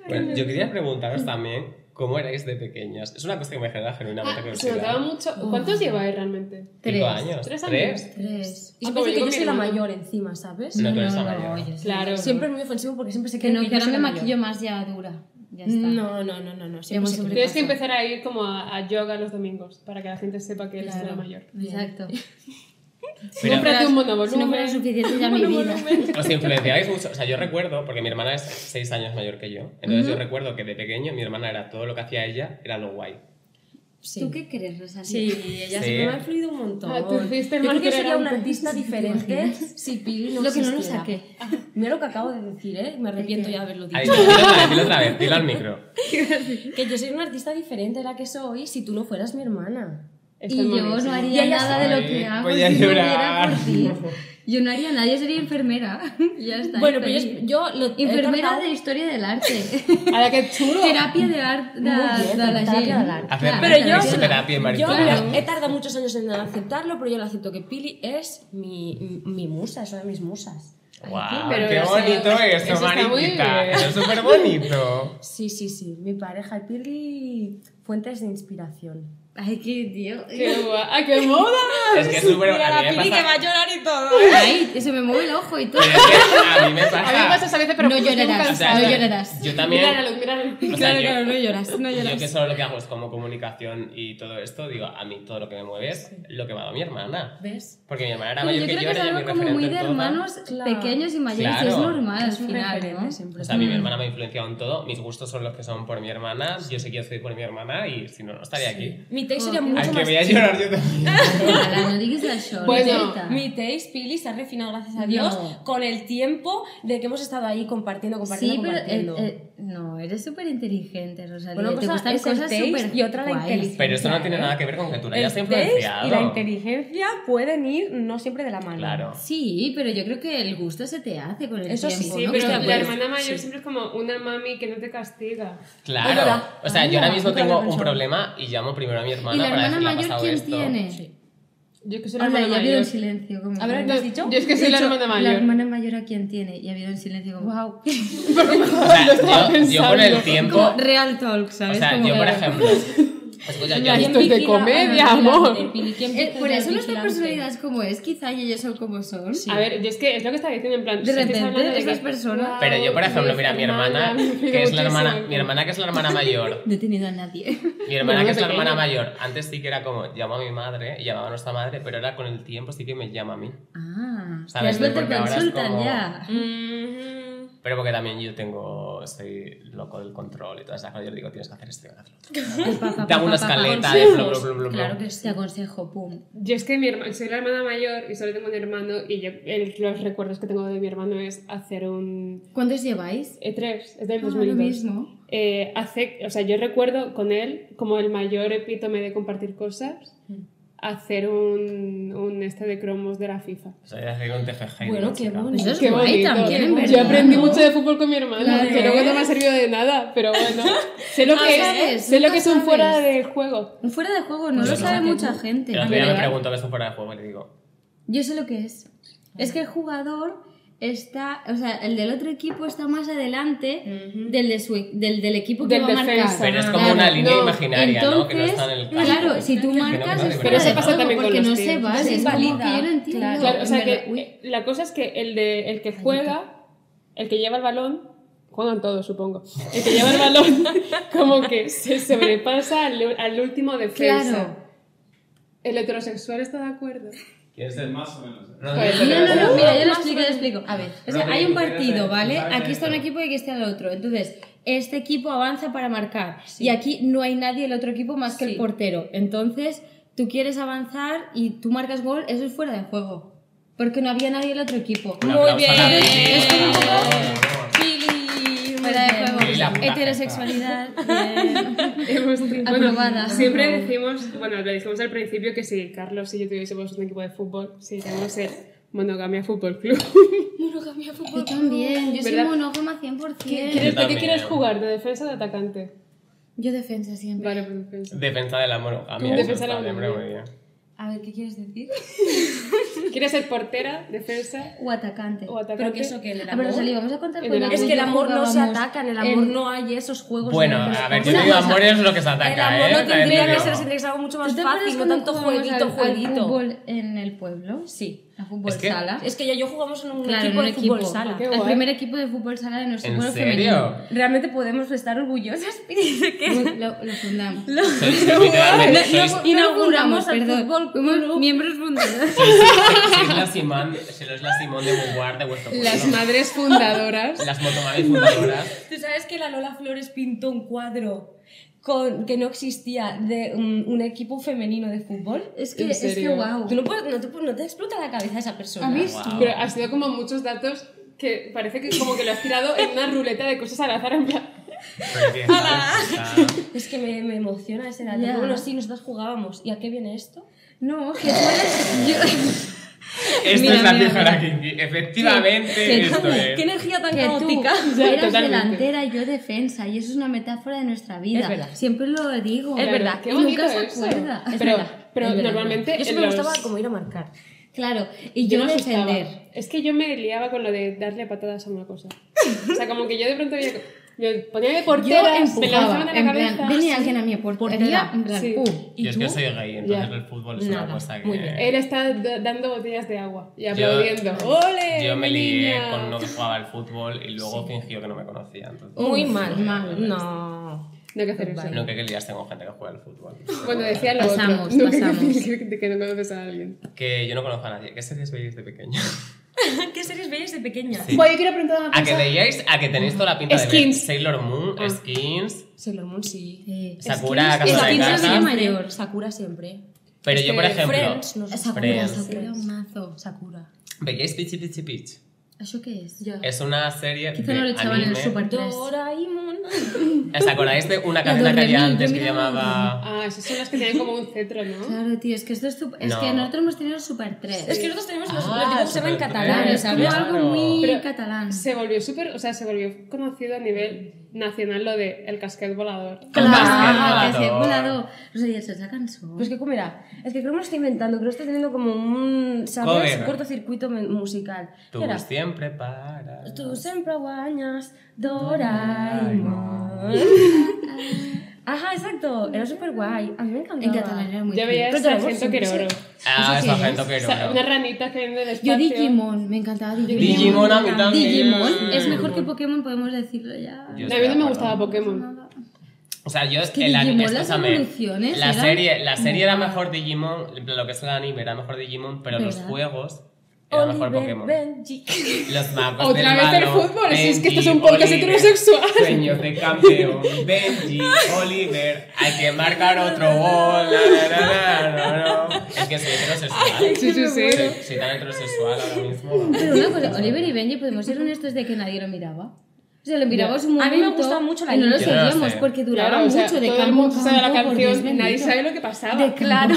[SPEAKER 1] Bueno, yo quería preguntaros también cómo erais de pequeñas. Es una cosa que me genera genuinamente
[SPEAKER 3] Ah, se notaba
[SPEAKER 1] curiosidad.
[SPEAKER 3] mucho. ¿Cuántos lleváis realmente?
[SPEAKER 1] ¿Cinco
[SPEAKER 4] Tres.
[SPEAKER 1] años?
[SPEAKER 3] Tres
[SPEAKER 1] ¿Tres?
[SPEAKER 4] Tres.
[SPEAKER 2] Y se
[SPEAKER 3] Ah, como
[SPEAKER 2] parece
[SPEAKER 3] yo
[SPEAKER 2] que yo
[SPEAKER 3] con mi
[SPEAKER 2] soy la
[SPEAKER 3] hermano.
[SPEAKER 2] mayor encima, ¿sabes?
[SPEAKER 1] No, tú eres la mayor.
[SPEAKER 4] yo soy-
[SPEAKER 3] Claro.
[SPEAKER 2] Siempre es muy ofensivo porque siempre se
[SPEAKER 4] Que
[SPEAKER 2] cree
[SPEAKER 4] no,
[SPEAKER 2] que
[SPEAKER 4] que
[SPEAKER 2] yo
[SPEAKER 4] ahora
[SPEAKER 2] soy
[SPEAKER 4] me
[SPEAKER 2] la mayor.
[SPEAKER 4] maquillo más ya dura. Ya está.
[SPEAKER 2] No, no, no, no, no. Siempre
[SPEAKER 4] Hemos
[SPEAKER 2] se cree.
[SPEAKER 4] sobre-
[SPEAKER 3] Tienes que empezar a ir como a, a yoga los domingos para que la gente sepa que eres
[SPEAKER 4] Claro.
[SPEAKER 3] una mayor.
[SPEAKER 4] Exacto.
[SPEAKER 1] Pero-
[SPEAKER 3] Cómprate un monovolumen.
[SPEAKER 4] Si no fuera suficiente ya mi vida.
[SPEAKER 1] Os influenciáis mucho. O sea, yo recuerdo, porque mi hermana es seis años mayor que yo. Entonces yo recuerdo que de pequeño mi hermana era todo lo que hacía ella, era lo guay.
[SPEAKER 2] Sí.
[SPEAKER 4] ¿Tú qué crees, Rosalía?
[SPEAKER 2] Sí, ella
[SPEAKER 1] Sí.
[SPEAKER 2] siempre me ha influido un montón.
[SPEAKER 3] Ah, tú fuiste el
[SPEAKER 2] Yo
[SPEAKER 3] más
[SPEAKER 2] creo que sería una
[SPEAKER 3] tolerante.
[SPEAKER 2] artista diferente si Pili no
[SPEAKER 4] Lo que no lo
[SPEAKER 2] existiera. Ah,
[SPEAKER 4] saqué.
[SPEAKER 2] Mira lo que acabo de decir, ¿eh? Me arrepiento ya de haberlo dicho.
[SPEAKER 1] Ahí, dilo otra vez, dilo otra vez, dilo al micro.
[SPEAKER 2] Que yo soy una artista diferente de la que soy si tú no fueras mi hermana.
[SPEAKER 3] Está
[SPEAKER 4] Y yo no
[SPEAKER 3] malísimo.
[SPEAKER 4] haría
[SPEAKER 2] Y ella
[SPEAKER 4] nada de lo
[SPEAKER 1] Ay,
[SPEAKER 4] que hago
[SPEAKER 1] voy a
[SPEAKER 4] si no fuera
[SPEAKER 1] llorar.
[SPEAKER 4] por ti. Yo no haría nada, yo sería enfermera. ya está.
[SPEAKER 2] Bueno, pero
[SPEAKER 4] estoy-
[SPEAKER 2] yo, yo lo he
[SPEAKER 4] Enfermera
[SPEAKER 2] tardado-
[SPEAKER 4] de historia del arte.
[SPEAKER 3] Ahora que chulo.
[SPEAKER 4] terapia de arte. De,
[SPEAKER 2] bien,
[SPEAKER 4] de la
[SPEAKER 2] terapia
[SPEAKER 4] Jane.
[SPEAKER 2] del arte.
[SPEAKER 1] Hacer-
[SPEAKER 2] Pero yo-
[SPEAKER 1] hacer terapia en
[SPEAKER 2] Yo
[SPEAKER 1] Maricón.
[SPEAKER 2] mira, he tardado muchos años en aceptarlo, pero yo lo acepto que Pili es mi, mi musa, es una de mis musas.
[SPEAKER 1] ¡Guau!
[SPEAKER 3] pero
[SPEAKER 1] ¡Qué
[SPEAKER 3] eso-
[SPEAKER 1] bonito
[SPEAKER 3] eso
[SPEAKER 1] eso,
[SPEAKER 3] está muy
[SPEAKER 1] mariquita!
[SPEAKER 3] bien.
[SPEAKER 1] Eso es súper bonito.
[SPEAKER 2] Sí, sí, sí. Mi pareja Pili, fuentes de inspiración.
[SPEAKER 4] Ay, qué tío.
[SPEAKER 3] ¡Qué guay! ¡Ah, qué moda!
[SPEAKER 1] Es que es súper... A mí me
[SPEAKER 2] Pili que
[SPEAKER 1] pasa...
[SPEAKER 2] va a llorar y todo.
[SPEAKER 4] Ay, se me mueve el ojo y todo.
[SPEAKER 1] Pero es que a mí me
[SPEAKER 3] A mí me pasa
[SPEAKER 1] pasa...
[SPEAKER 3] a veces, pero
[SPEAKER 4] No
[SPEAKER 3] estoy
[SPEAKER 4] llorarás,
[SPEAKER 1] sea,
[SPEAKER 3] cansada.
[SPEAKER 4] no llorarás.
[SPEAKER 1] Yo
[SPEAKER 3] Mira
[SPEAKER 1] también...
[SPEAKER 3] la luz, mira la luz.
[SPEAKER 1] O sea, yo-
[SPEAKER 4] lloras, no
[SPEAKER 1] Yo que solo lo que hago es como comunicación y todo esto, digo, a mí todo lo que me mueve es lo que me ha dado mi hermana.
[SPEAKER 2] ¿Ves?
[SPEAKER 1] Porque mi hermana era
[SPEAKER 4] Pero
[SPEAKER 1] mayor que
[SPEAKER 4] yo creo
[SPEAKER 1] yo,
[SPEAKER 4] que es
[SPEAKER 1] era yo mi
[SPEAKER 4] algo como
[SPEAKER 1] referente
[SPEAKER 4] muy
[SPEAKER 1] en
[SPEAKER 4] de
[SPEAKER 1] todo.
[SPEAKER 4] hermanos
[SPEAKER 2] Claro.
[SPEAKER 4] pequeños y mayores.
[SPEAKER 1] Claro.
[SPEAKER 4] Es normal al
[SPEAKER 2] Ah, Es un
[SPEAKER 4] final,
[SPEAKER 2] referente
[SPEAKER 4] ¿no?
[SPEAKER 2] siempre.
[SPEAKER 1] O sea, a mí mi hermana me ha influenciado en todo, mis gustos son los que son por mi hermana, yo sé que yo soy por mi hermana y si no, no estaría aquí.
[SPEAKER 2] Mi taste sería
[SPEAKER 4] Ok.
[SPEAKER 2] mucho
[SPEAKER 1] Al que
[SPEAKER 2] más
[SPEAKER 1] voy a llorar yo también.
[SPEAKER 4] Ojalá, no digas al show.
[SPEAKER 3] Bueno,
[SPEAKER 4] Rosita.
[SPEAKER 2] Mi taste, Pili, se ha refinado, gracias a Dios,
[SPEAKER 4] No.
[SPEAKER 2] con el tiempo de que hemos estado ahí compartiendo, compartiendo,
[SPEAKER 4] Sí, pero eh,
[SPEAKER 2] compartiendo.
[SPEAKER 4] eh, no, eres súper inteligente, Rosalía.
[SPEAKER 2] Una
[SPEAKER 3] pues,
[SPEAKER 4] Te
[SPEAKER 2] cosa
[SPEAKER 3] ah,
[SPEAKER 4] gustan
[SPEAKER 2] es el
[SPEAKER 4] cosas
[SPEAKER 2] taste
[SPEAKER 4] súper
[SPEAKER 2] y otra la
[SPEAKER 4] guays.
[SPEAKER 2] inteligencia.
[SPEAKER 1] Pero esto no tiene nada que ver con que tú la
[SPEAKER 2] eh, el
[SPEAKER 1] hayas
[SPEAKER 2] taste
[SPEAKER 1] influenciado.
[SPEAKER 2] y la inteligencia pueden ir no siempre de la mano.
[SPEAKER 1] Claro.
[SPEAKER 4] Sí, pero yo creo que el gusto se te hace con el
[SPEAKER 2] Eso sí,
[SPEAKER 4] tiempo.
[SPEAKER 3] Sí, pero
[SPEAKER 4] ¿no? Como
[SPEAKER 2] Estoy de
[SPEAKER 3] la
[SPEAKER 2] acuerdo.
[SPEAKER 3] hermana mayor
[SPEAKER 2] Sí.
[SPEAKER 3] siempre es como una mami que no te castiga.
[SPEAKER 2] Es
[SPEAKER 1] Claro.
[SPEAKER 2] verdad.
[SPEAKER 1] O sea, yo ahora mismo
[SPEAKER 2] Nunca lo
[SPEAKER 1] tengo
[SPEAKER 2] he
[SPEAKER 1] un
[SPEAKER 2] pensado.
[SPEAKER 1] problema y llamo primero a mi
[SPEAKER 4] ¿Y
[SPEAKER 1] hermana
[SPEAKER 4] la
[SPEAKER 1] para
[SPEAKER 4] hermana
[SPEAKER 1] decirle ha
[SPEAKER 4] mayor
[SPEAKER 1] pasado
[SPEAKER 4] quién
[SPEAKER 1] esto.
[SPEAKER 4] tiene?
[SPEAKER 3] Yo que soy la
[SPEAKER 4] Habla,
[SPEAKER 3] hermana
[SPEAKER 4] y ha habido
[SPEAKER 3] mayor.
[SPEAKER 4] un silencio. Como
[SPEAKER 2] A ver, ¿qué has dicho?
[SPEAKER 3] Yo es que soy la hermana
[SPEAKER 4] La
[SPEAKER 3] mayor.
[SPEAKER 4] hermana mayor a quién tiene. Y ha habido un silencio como, wow.
[SPEAKER 1] O sea, yo, yo con el
[SPEAKER 3] pensando.
[SPEAKER 1] tiempo.
[SPEAKER 4] Como real talk,
[SPEAKER 1] o
[SPEAKER 4] ¿sabes?
[SPEAKER 1] sea,
[SPEAKER 4] Como
[SPEAKER 1] yo por
[SPEAKER 4] que-
[SPEAKER 1] ejemplo. Escucha, yo,
[SPEAKER 3] Ya, Esto es de comedia, amor.
[SPEAKER 4] Eh, por eso nuestra personalidad es como es, quizá y ellos son como son.
[SPEAKER 3] A ver, yo es que es lo que estaba diciendo en plan.
[SPEAKER 4] De
[SPEAKER 3] si estás
[SPEAKER 4] repente,
[SPEAKER 3] hablando de
[SPEAKER 4] esas
[SPEAKER 3] que-
[SPEAKER 4] personas-
[SPEAKER 3] Guau,
[SPEAKER 1] Pero yo, por ejemplo,
[SPEAKER 3] mi
[SPEAKER 1] mira, mi hermana,
[SPEAKER 3] me influye
[SPEAKER 1] que es la
[SPEAKER 3] muchísimo.
[SPEAKER 1] hermana, mi hermana que es la hermana mayor,
[SPEAKER 4] No he tenido a nadie.
[SPEAKER 1] mi hermana que es la
[SPEAKER 3] pequeña.
[SPEAKER 1] hermana mayor, antes sí que era como, llamo a mi madre, y llamaba a nuestra madre, pero ahora con el tiempo sí que me llama a mí.
[SPEAKER 4] Ah, te
[SPEAKER 1] ¿Sabes?
[SPEAKER 4] has vuelto
[SPEAKER 1] Porque ahora es
[SPEAKER 4] consultan
[SPEAKER 1] como-
[SPEAKER 4] ya.
[SPEAKER 3] Mhm.
[SPEAKER 1] Pero porque también yo tengo, soy loco del control y todas esas cosas, yo le digo, tienes que hacer esto, y hacer lo otro.
[SPEAKER 4] Pues
[SPEAKER 1] Te hago una escaleta de bla, bla, bla, bla, bla.
[SPEAKER 4] Claro que sí. Te aconsejo, pum.
[SPEAKER 3] Yo es que mi herma- soy la hermana mayor y solo tengo un hermano y yo el- los recuerdos que tengo de mi hermano es hacer un
[SPEAKER 4] ¿Cuántos lleváis?
[SPEAKER 3] E3, es del
[SPEAKER 4] Ah, lo
[SPEAKER 3] 2002.
[SPEAKER 4] mismo.
[SPEAKER 3] Eh, hace, o sea, yo recuerdo con él como el mayor epítome de compartir cosas hacer un, un este de cromos de la FIFA.
[SPEAKER 1] Eso ya se con TFG.
[SPEAKER 2] Bueno,
[SPEAKER 1] ¿no,
[SPEAKER 2] qué
[SPEAKER 1] chica?
[SPEAKER 2] bonito.
[SPEAKER 4] Pues Eso es
[SPEAKER 3] Qué
[SPEAKER 4] guay
[SPEAKER 3] bonito.
[SPEAKER 4] también, en
[SPEAKER 3] Yo
[SPEAKER 4] verdad,
[SPEAKER 3] aprendí
[SPEAKER 4] ¿no?
[SPEAKER 3] mucho de fútbol con mi hermana,
[SPEAKER 4] Claro.
[SPEAKER 3] que luego no me ha servido de nada, pero bueno. Sé lo
[SPEAKER 4] Ah,
[SPEAKER 3] que
[SPEAKER 4] ¿sabes?
[SPEAKER 3] es, sé lo
[SPEAKER 4] Nunca
[SPEAKER 3] que es un
[SPEAKER 4] sabes.
[SPEAKER 3] fuera de juego.
[SPEAKER 4] Un fuera de juego no
[SPEAKER 1] Pues
[SPEAKER 4] lo
[SPEAKER 1] yo no.
[SPEAKER 4] sabe mucha gente.
[SPEAKER 1] El otro día me preguntó que es un fuera de juego y le digo,
[SPEAKER 4] Yo sé lo que es. Es que el jugador está, o sea, el del otro equipo está más adelante del, de su, e, del, del equipo que
[SPEAKER 3] Del
[SPEAKER 4] va a marcar.
[SPEAKER 3] defensa.
[SPEAKER 1] pero es como
[SPEAKER 4] Claro.
[SPEAKER 1] una línea
[SPEAKER 3] no.
[SPEAKER 1] imaginaria, ¿no? Que no
[SPEAKER 4] Entonces,
[SPEAKER 1] está en el campo.
[SPEAKER 4] claro, si tú
[SPEAKER 1] Que no,
[SPEAKER 4] marcas
[SPEAKER 1] que no, que no.
[SPEAKER 4] es fuera de
[SPEAKER 3] Pero eso pasa
[SPEAKER 4] juego,
[SPEAKER 3] también con
[SPEAKER 4] porque
[SPEAKER 3] los
[SPEAKER 4] no
[SPEAKER 3] tíos.
[SPEAKER 4] se va,
[SPEAKER 2] Sí,
[SPEAKER 4] es como que
[SPEAKER 2] valida,
[SPEAKER 4] yo no entiendo.
[SPEAKER 2] claro.
[SPEAKER 3] Claro, o sea
[SPEAKER 4] en
[SPEAKER 3] que
[SPEAKER 4] verdad. Uy,
[SPEAKER 3] eh, la cosa es que el, de, el que juega, el que lleva el balón, juegan todos supongo, el que lleva el balón como que se sobrepasa al, al último defensa.
[SPEAKER 4] Claro.
[SPEAKER 3] El heterosexual está de acuerdo.
[SPEAKER 1] ¿Quién es el más?
[SPEAKER 6] o menos.
[SPEAKER 1] Rodrigo,
[SPEAKER 4] No, no, no,
[SPEAKER 1] Rodrigo.
[SPEAKER 4] mira, yo lo explico, yo lo explico. A ver, o sea,
[SPEAKER 1] Rodrigo,
[SPEAKER 4] hay un
[SPEAKER 1] ¿qué quieres
[SPEAKER 4] partido,
[SPEAKER 1] hacer?
[SPEAKER 4] ¿vale?
[SPEAKER 1] ¿Sabes
[SPEAKER 4] Aquí está un
[SPEAKER 1] esto?
[SPEAKER 4] equipo y aquí está el otro. Entonces, este equipo avanza para marcar y aquí no hay nadie el otro equipo más que el
[SPEAKER 2] Sí.
[SPEAKER 4] portero. Entonces, tú quieres avanzar y tú marcas gol, eso es fuera de juego. Porque no había nadie el otro equipo.
[SPEAKER 1] Un aplauso a la
[SPEAKER 4] bien.
[SPEAKER 1] Rodrigo,
[SPEAKER 4] Es como un poco-
[SPEAKER 1] bravo.
[SPEAKER 2] Pili,
[SPEAKER 4] Fuera de juego.
[SPEAKER 1] Y la puta
[SPEAKER 4] Heterosexualidad. bien.
[SPEAKER 3] Hemos- bueno,
[SPEAKER 4] Aprobada.
[SPEAKER 3] Siempre decimos, bueno, lo dijimos al principio que si Carlos y yo tuviésemos un equipo de fútbol, sí, tenemos el Monogamia Fútbol Club.
[SPEAKER 2] Monogamia
[SPEAKER 4] Yo
[SPEAKER 2] fútbol.
[SPEAKER 4] también, yo soy
[SPEAKER 3] ¿Verdad?
[SPEAKER 4] monógama 100%.
[SPEAKER 3] ¿Qué, quieres- ¿De qué
[SPEAKER 1] también.
[SPEAKER 3] quieres jugar? ¿De defensa o de atacante?
[SPEAKER 4] Yo defensa siempre.
[SPEAKER 3] Vale, pues defensa.
[SPEAKER 1] Defensa del amor. A mí
[SPEAKER 3] Tú,
[SPEAKER 1] eso
[SPEAKER 3] defensa
[SPEAKER 1] está
[SPEAKER 3] del
[SPEAKER 1] de
[SPEAKER 3] amor.
[SPEAKER 1] broma, ya.
[SPEAKER 2] A ver, ¿qué quieres decir?
[SPEAKER 3] ¿Quieres ser portera, defensa
[SPEAKER 4] O atacante.
[SPEAKER 3] o atacante?
[SPEAKER 2] Pero que eso, que el
[SPEAKER 4] Ah, pero Rosalía,
[SPEAKER 2] amor...
[SPEAKER 4] vamos a contar
[SPEAKER 3] En
[SPEAKER 4] con
[SPEAKER 3] el
[SPEAKER 2] Es
[SPEAKER 3] amor.
[SPEAKER 2] que el amor no se
[SPEAKER 4] jugábamos.
[SPEAKER 2] ataca, en el amor
[SPEAKER 4] En-
[SPEAKER 2] no hay esos juegos.
[SPEAKER 1] Bueno,
[SPEAKER 2] de-
[SPEAKER 1] a ver, yo
[SPEAKER 2] O sea,
[SPEAKER 1] te digo,
[SPEAKER 2] o sea,
[SPEAKER 1] amor es lo que se
[SPEAKER 2] El
[SPEAKER 1] ataca,
[SPEAKER 2] amor
[SPEAKER 1] ¿eh?
[SPEAKER 2] no
[SPEAKER 1] También
[SPEAKER 2] tendría
[SPEAKER 1] te
[SPEAKER 2] que
[SPEAKER 1] digo.
[SPEAKER 2] ser, tendría que ser algo mucho más
[SPEAKER 4] ¿Tú te acuerdas
[SPEAKER 2] fácil, no
[SPEAKER 4] cuando
[SPEAKER 2] tanto
[SPEAKER 4] jugábamos
[SPEAKER 2] jueguito,
[SPEAKER 4] al- al
[SPEAKER 2] jueguito.
[SPEAKER 4] fútbol en el pueblo?
[SPEAKER 2] Sí.
[SPEAKER 4] A fútbol
[SPEAKER 1] Es que-
[SPEAKER 4] sala.
[SPEAKER 2] Es que ya yo jugamos en un
[SPEAKER 4] claro, en
[SPEAKER 2] equipo
[SPEAKER 4] un
[SPEAKER 2] de fútbol
[SPEAKER 4] equipo.
[SPEAKER 2] sala.
[SPEAKER 3] Qué
[SPEAKER 4] El
[SPEAKER 3] guay.
[SPEAKER 4] primer equipo de fútbol sala de nuestro
[SPEAKER 1] ¿En
[SPEAKER 4] pueblo
[SPEAKER 1] serio?
[SPEAKER 4] femenino.
[SPEAKER 2] Realmente podemos estar orgullosos de que...
[SPEAKER 4] Lo- Lo, lo fundamos.
[SPEAKER 1] Sois- sois literalmente- sois-
[SPEAKER 4] No lo
[SPEAKER 2] Inauguramos
[SPEAKER 4] fundamos,
[SPEAKER 2] el
[SPEAKER 4] perdón.
[SPEAKER 2] fútbol
[SPEAKER 4] Fuimos miembros fundadores.
[SPEAKER 1] sois la Simón- sois la Simón de Beauvoir de vuestro pueblo.
[SPEAKER 3] Las madres fundadoras.
[SPEAKER 1] Las motomames fundadoras.
[SPEAKER 2] Tú sabes que la Lola Flores pintó un cuadro con, que no existía de un, un equipo femenino de fútbol.
[SPEAKER 4] Es que,
[SPEAKER 3] ¿En
[SPEAKER 4] es que
[SPEAKER 3] serio?
[SPEAKER 4] wow.
[SPEAKER 2] Tú no, puedes- no te, no te explota la cabeza esa persona.
[SPEAKER 4] A mí sí.
[SPEAKER 1] Guau.
[SPEAKER 3] Pero ha sido como muchos datos que parece que como que lo has tirado en una ruleta de cosas al azar en plan.
[SPEAKER 1] Pero que está-
[SPEAKER 2] Es que me, me emociona ese dato.
[SPEAKER 4] Ya.
[SPEAKER 2] Bueno, sí, nosotros jugábamos. ¿Y a qué viene esto?
[SPEAKER 4] No, que fuera. yo-
[SPEAKER 1] Esto
[SPEAKER 4] Mira,
[SPEAKER 1] es la
[SPEAKER 4] mira,
[SPEAKER 1] pija
[SPEAKER 4] mira.
[SPEAKER 1] la Kinky. Efectivamente,
[SPEAKER 4] Que-
[SPEAKER 1] esto
[SPEAKER 2] ¿Qué
[SPEAKER 1] es.
[SPEAKER 2] energía tan
[SPEAKER 4] que tú
[SPEAKER 2] caótica?
[SPEAKER 3] Ya,
[SPEAKER 4] eras
[SPEAKER 3] totalmente.
[SPEAKER 4] delantera y yo defensa y eso es una metáfora de nuestra vida
[SPEAKER 2] Es verdad.
[SPEAKER 4] siempre lo digo
[SPEAKER 2] Es verdad,
[SPEAKER 3] Qué
[SPEAKER 4] y
[SPEAKER 3] bonito
[SPEAKER 4] nunca se
[SPEAKER 3] eso.
[SPEAKER 4] acuerda Es
[SPEAKER 3] Pero,
[SPEAKER 4] verdad,
[SPEAKER 3] pero
[SPEAKER 4] es verdad.
[SPEAKER 3] normalmente.
[SPEAKER 2] Yo
[SPEAKER 3] en
[SPEAKER 2] siempre me
[SPEAKER 3] los-
[SPEAKER 2] gustaba como ir a marcar.
[SPEAKER 4] claro y yo,
[SPEAKER 3] me asustaba.
[SPEAKER 4] defender
[SPEAKER 3] Es que yo me liaba con lo de darle patadas a una cosa. O sea, como que yo de pronto veía que- Me ponía de
[SPEAKER 4] yo
[SPEAKER 3] portera, me
[SPEAKER 4] empujaba
[SPEAKER 3] lanzaban a
[SPEAKER 4] en
[SPEAKER 3] la
[SPEAKER 4] plan
[SPEAKER 3] cabeza.
[SPEAKER 4] venía alguien a mi portería
[SPEAKER 2] Portera,
[SPEAKER 4] en plan
[SPEAKER 3] sí.
[SPEAKER 4] pum.
[SPEAKER 2] ¿Y
[SPEAKER 1] Yo es
[SPEAKER 2] tú?
[SPEAKER 1] que soy gay, entonces
[SPEAKER 3] Ya.
[SPEAKER 1] el fútbol es
[SPEAKER 2] Nada,
[SPEAKER 1] una cosa que.
[SPEAKER 2] muy bien.
[SPEAKER 3] Él está d- dando botellas de agua y
[SPEAKER 1] Yo-
[SPEAKER 3] aplaudiendo. ¡Ole!
[SPEAKER 1] Yo me
[SPEAKER 3] mi
[SPEAKER 1] lié
[SPEAKER 3] niña!
[SPEAKER 1] con uno que jugaba al fútbol y luego fingió que no me conocía. Entonces,
[SPEAKER 2] Muy mal.
[SPEAKER 4] mal.
[SPEAKER 2] No.
[SPEAKER 3] No hay que hacer eso.
[SPEAKER 1] Nunca que liarse con gente que juega al fútbol.
[SPEAKER 3] Bueno, decía lo
[SPEAKER 4] Pasamos,
[SPEAKER 3] otro. Nunca
[SPEAKER 4] pasamos.
[SPEAKER 3] Que, que, que no conoces a alguien.
[SPEAKER 1] Que yo no conozco a nadie. ¿Qué series veis de pequeño?
[SPEAKER 2] ¿Qué series veías de pequeña?
[SPEAKER 1] Sí.
[SPEAKER 3] Bueno, yo quiero preguntar una
[SPEAKER 1] A que
[SPEAKER 3] cosa.
[SPEAKER 1] veíais, a que tenéis toda la pinta
[SPEAKER 3] Skins.
[SPEAKER 1] de ver Sailor Moon,
[SPEAKER 3] Ah.
[SPEAKER 1] Skins,
[SPEAKER 2] Sailor Moon sí.
[SPEAKER 4] Eh,
[SPEAKER 1] Sakura,
[SPEAKER 4] es que-
[SPEAKER 1] Casa
[SPEAKER 4] es
[SPEAKER 1] de
[SPEAKER 4] que yo soy
[SPEAKER 1] Cartas.
[SPEAKER 4] mayor
[SPEAKER 2] Sakura siempre.
[SPEAKER 1] Pero yo, por
[SPEAKER 3] Este,
[SPEAKER 1] ejemplo,
[SPEAKER 2] Friends, no sé.
[SPEAKER 4] Sakura,
[SPEAKER 1] Friends.
[SPEAKER 4] Sakura, un mazo.
[SPEAKER 2] Sakura.
[SPEAKER 1] veíais Pichi Pichi Pitch.
[SPEAKER 4] ¿Eso qué es?
[SPEAKER 2] Ya.
[SPEAKER 1] Es una serie
[SPEAKER 4] Quizá
[SPEAKER 1] de
[SPEAKER 4] no lo echaban en el
[SPEAKER 1] anime.
[SPEAKER 4] Super 3.
[SPEAKER 2] Doraemon.
[SPEAKER 1] ¿Os acordáis de una
[SPEAKER 4] La
[SPEAKER 1] cadena que había
[SPEAKER 4] Doremi,
[SPEAKER 1] antes
[SPEAKER 4] yo
[SPEAKER 1] que
[SPEAKER 4] miraba
[SPEAKER 1] llamaba...
[SPEAKER 3] Ah, esas son las que tienen como un cetro, ¿no?
[SPEAKER 4] Claro, tío, es que esto es, sup- es
[SPEAKER 1] No.
[SPEAKER 4] que nosotros hemos tenido el Super 3.
[SPEAKER 2] Es que nosotros tenemos los,
[SPEAKER 1] Ah,
[SPEAKER 2] los dibujos eran
[SPEAKER 1] Super
[SPEAKER 4] Claro,
[SPEAKER 2] catalanes,
[SPEAKER 4] es como
[SPEAKER 2] ¿sabes?
[SPEAKER 1] Claro.
[SPEAKER 4] algo muy
[SPEAKER 3] Pero-
[SPEAKER 4] catalán.
[SPEAKER 3] Se volvió súper, o sea, se volvió conocido a nivel nacional lo de el casquete volador.
[SPEAKER 1] Claro.
[SPEAKER 4] que se ha volado. O sea, ya se esa canción.
[SPEAKER 2] Pues que, ¿cómo era? Es que creo que me lo estoy inventando, creo que estoy teniendo como un, ¿sabes?
[SPEAKER 1] Cover.
[SPEAKER 2] cortocircuito men- musical. ¿Qué
[SPEAKER 1] Tú
[SPEAKER 2] era?
[SPEAKER 1] siempre Ah, paras.
[SPEAKER 2] Tú siempre guañas Doraemon. Ajá, exacto. Era súper guay. A mí me encantaba.
[SPEAKER 4] en catalán era muy Pues
[SPEAKER 3] Yo veía
[SPEAKER 4] feo.
[SPEAKER 2] Pero
[SPEAKER 3] ese argento
[SPEAKER 2] tenemos un-
[SPEAKER 3] que era oro.
[SPEAKER 1] Ah,
[SPEAKER 4] ¿Eso
[SPEAKER 1] esa
[SPEAKER 4] qué
[SPEAKER 1] gente
[SPEAKER 4] es?
[SPEAKER 1] que
[SPEAKER 3] ¿eh? O sea,
[SPEAKER 1] no.
[SPEAKER 3] unas ranitas que vienen del
[SPEAKER 4] Yo
[SPEAKER 3] espacio.
[SPEAKER 4] Digimon, me encantaba Digimon.
[SPEAKER 1] Digimon a mí también.
[SPEAKER 4] Digimon es mejor que Pokémon, podemos decirlo ya.
[SPEAKER 1] Yo-
[SPEAKER 3] No, a mí no me
[SPEAKER 1] Yo-
[SPEAKER 3] gustaba Pokémon.
[SPEAKER 1] O sea, yo es
[SPEAKER 4] que
[SPEAKER 1] el anime,
[SPEAKER 4] Digimon, las
[SPEAKER 1] escúchame,
[SPEAKER 4] evoluciones
[SPEAKER 1] la
[SPEAKER 4] eran
[SPEAKER 1] serie, la serie era mejor Digimon, en plan, lo que es el anime era mejor Digimon, pero los
[SPEAKER 4] ¿Verdad?
[SPEAKER 1] juegos era mejor
[SPEAKER 2] Oliver
[SPEAKER 1] Pokémon.
[SPEAKER 2] Benji.
[SPEAKER 1] Los magos
[SPEAKER 3] Otra
[SPEAKER 1] del
[SPEAKER 3] vez el
[SPEAKER 1] malo,
[SPEAKER 3] fútbol, si es que esto es
[SPEAKER 1] Benji,
[SPEAKER 3] un podcast heterosexual.
[SPEAKER 1] Sueños de campeón, Benji, Oliver, hay que marcar otro gol. la, la, la, la, no, no. Es que soy heterosexual.
[SPEAKER 3] Sí, sí, sí.
[SPEAKER 1] Soy, soy tan heterosexual ahora mismo.
[SPEAKER 4] Pero una cosa, Oliver y Benji, podemos ser honestos de que nadie lo miraba. O sea, lo mirábamos un
[SPEAKER 2] A
[SPEAKER 4] momento.
[SPEAKER 2] mí me gustaba mucho la
[SPEAKER 4] y no lo
[SPEAKER 1] Yo no lo
[SPEAKER 4] seguíamos
[SPEAKER 1] sé.
[SPEAKER 4] porque duraba
[SPEAKER 3] Claro, o sea,
[SPEAKER 4] mucho de
[SPEAKER 3] todo
[SPEAKER 4] campo
[SPEAKER 3] el
[SPEAKER 4] en
[SPEAKER 3] mundo sabe la
[SPEAKER 4] campo, por Dios
[SPEAKER 3] canción, nadie
[SPEAKER 4] bendito.
[SPEAKER 3] sabe lo que pasaba.
[SPEAKER 4] De claro.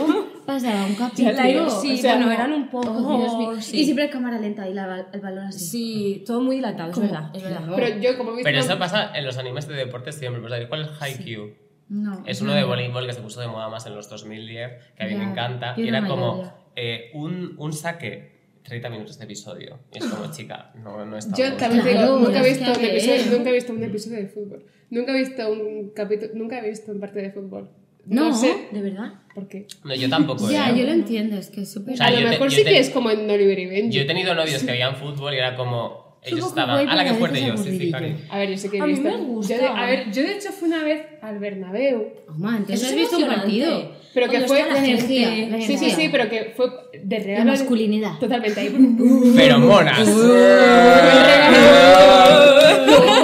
[SPEAKER 4] pasaba un capítulo.
[SPEAKER 2] la iba-
[SPEAKER 4] sí,
[SPEAKER 2] o sea,
[SPEAKER 4] bueno,
[SPEAKER 2] no.
[SPEAKER 4] eran un poco.
[SPEAKER 2] Oh, Dios mío.
[SPEAKER 4] Y siempre es cámara lenta y la, ba- el balón así.
[SPEAKER 2] Sí, todo muy dilatado, es
[SPEAKER 4] Como-
[SPEAKER 2] verdad. Es verdad.
[SPEAKER 4] Claro.
[SPEAKER 3] Pero yo, como he visto.
[SPEAKER 1] Pero eso pasa en los animes de deporte siempre. Pues, ¿sabéis ¿Cuál es Haikyuu?
[SPEAKER 4] No.
[SPEAKER 1] Es uno de voleibol que se puso de moda más en los 2010, que a mí
[SPEAKER 4] Ya,
[SPEAKER 1] me encanta.
[SPEAKER 4] yo
[SPEAKER 1] Y
[SPEAKER 4] era
[SPEAKER 1] era
[SPEAKER 4] mayor
[SPEAKER 1] como eh, un, un saque, 30 minutos de episodio. Y es como, chica, no, no está
[SPEAKER 3] Yo
[SPEAKER 1] bueno.
[SPEAKER 3] también te
[SPEAKER 4] Claro,
[SPEAKER 3] digo, nunca he,
[SPEAKER 4] es
[SPEAKER 3] visto
[SPEAKER 4] que
[SPEAKER 3] un
[SPEAKER 4] a ver.
[SPEAKER 3] episodio, nunca he visto un episodio de fútbol. Nunca he visto un capítulo. Nunca he visto un partido de fútbol. No,
[SPEAKER 4] No,
[SPEAKER 3] sé
[SPEAKER 2] ¿De verdad?
[SPEAKER 3] por qué.
[SPEAKER 1] No, yo tampoco.
[SPEAKER 4] Ya,
[SPEAKER 1] ¿eh?
[SPEAKER 4] yo lo entiendo, es que es súper.
[SPEAKER 1] O sea,
[SPEAKER 3] a
[SPEAKER 1] yo
[SPEAKER 3] lo
[SPEAKER 1] te-
[SPEAKER 3] mejor
[SPEAKER 1] yo
[SPEAKER 3] sí
[SPEAKER 1] te-
[SPEAKER 3] que es como en Oliver y Benji.
[SPEAKER 1] Yo he tenido novios que veían fútbol y era como.
[SPEAKER 4] Es un
[SPEAKER 1] Ellos
[SPEAKER 4] poco
[SPEAKER 1] estaban.
[SPEAKER 4] guay,
[SPEAKER 1] ¡Hala, qué
[SPEAKER 4] pero a
[SPEAKER 1] fuerte! Y yo,
[SPEAKER 4] veces
[SPEAKER 1] sí, sí,
[SPEAKER 4] aburridillo".
[SPEAKER 1] Cari.
[SPEAKER 3] A ver, yo sé que he
[SPEAKER 2] A mí
[SPEAKER 3] visto.
[SPEAKER 2] me gusta.
[SPEAKER 3] Yo de- a ver, yo de hecho fui una vez al Bernabéu.
[SPEAKER 4] Toma, entonces
[SPEAKER 2] Eso
[SPEAKER 4] has
[SPEAKER 2] es
[SPEAKER 4] visto un
[SPEAKER 2] emocionante.
[SPEAKER 4] partido.
[SPEAKER 3] Pero que
[SPEAKER 2] Cuando
[SPEAKER 3] fue.
[SPEAKER 2] está la
[SPEAKER 4] energía,
[SPEAKER 2] gente-
[SPEAKER 4] la
[SPEAKER 3] Sí, sí,
[SPEAKER 4] energía.
[SPEAKER 3] sí, pero que fue de Real
[SPEAKER 4] La
[SPEAKER 3] Madrid-
[SPEAKER 4] masculinidad.
[SPEAKER 3] Totalmente ahí.
[SPEAKER 1] ¡Pero monas!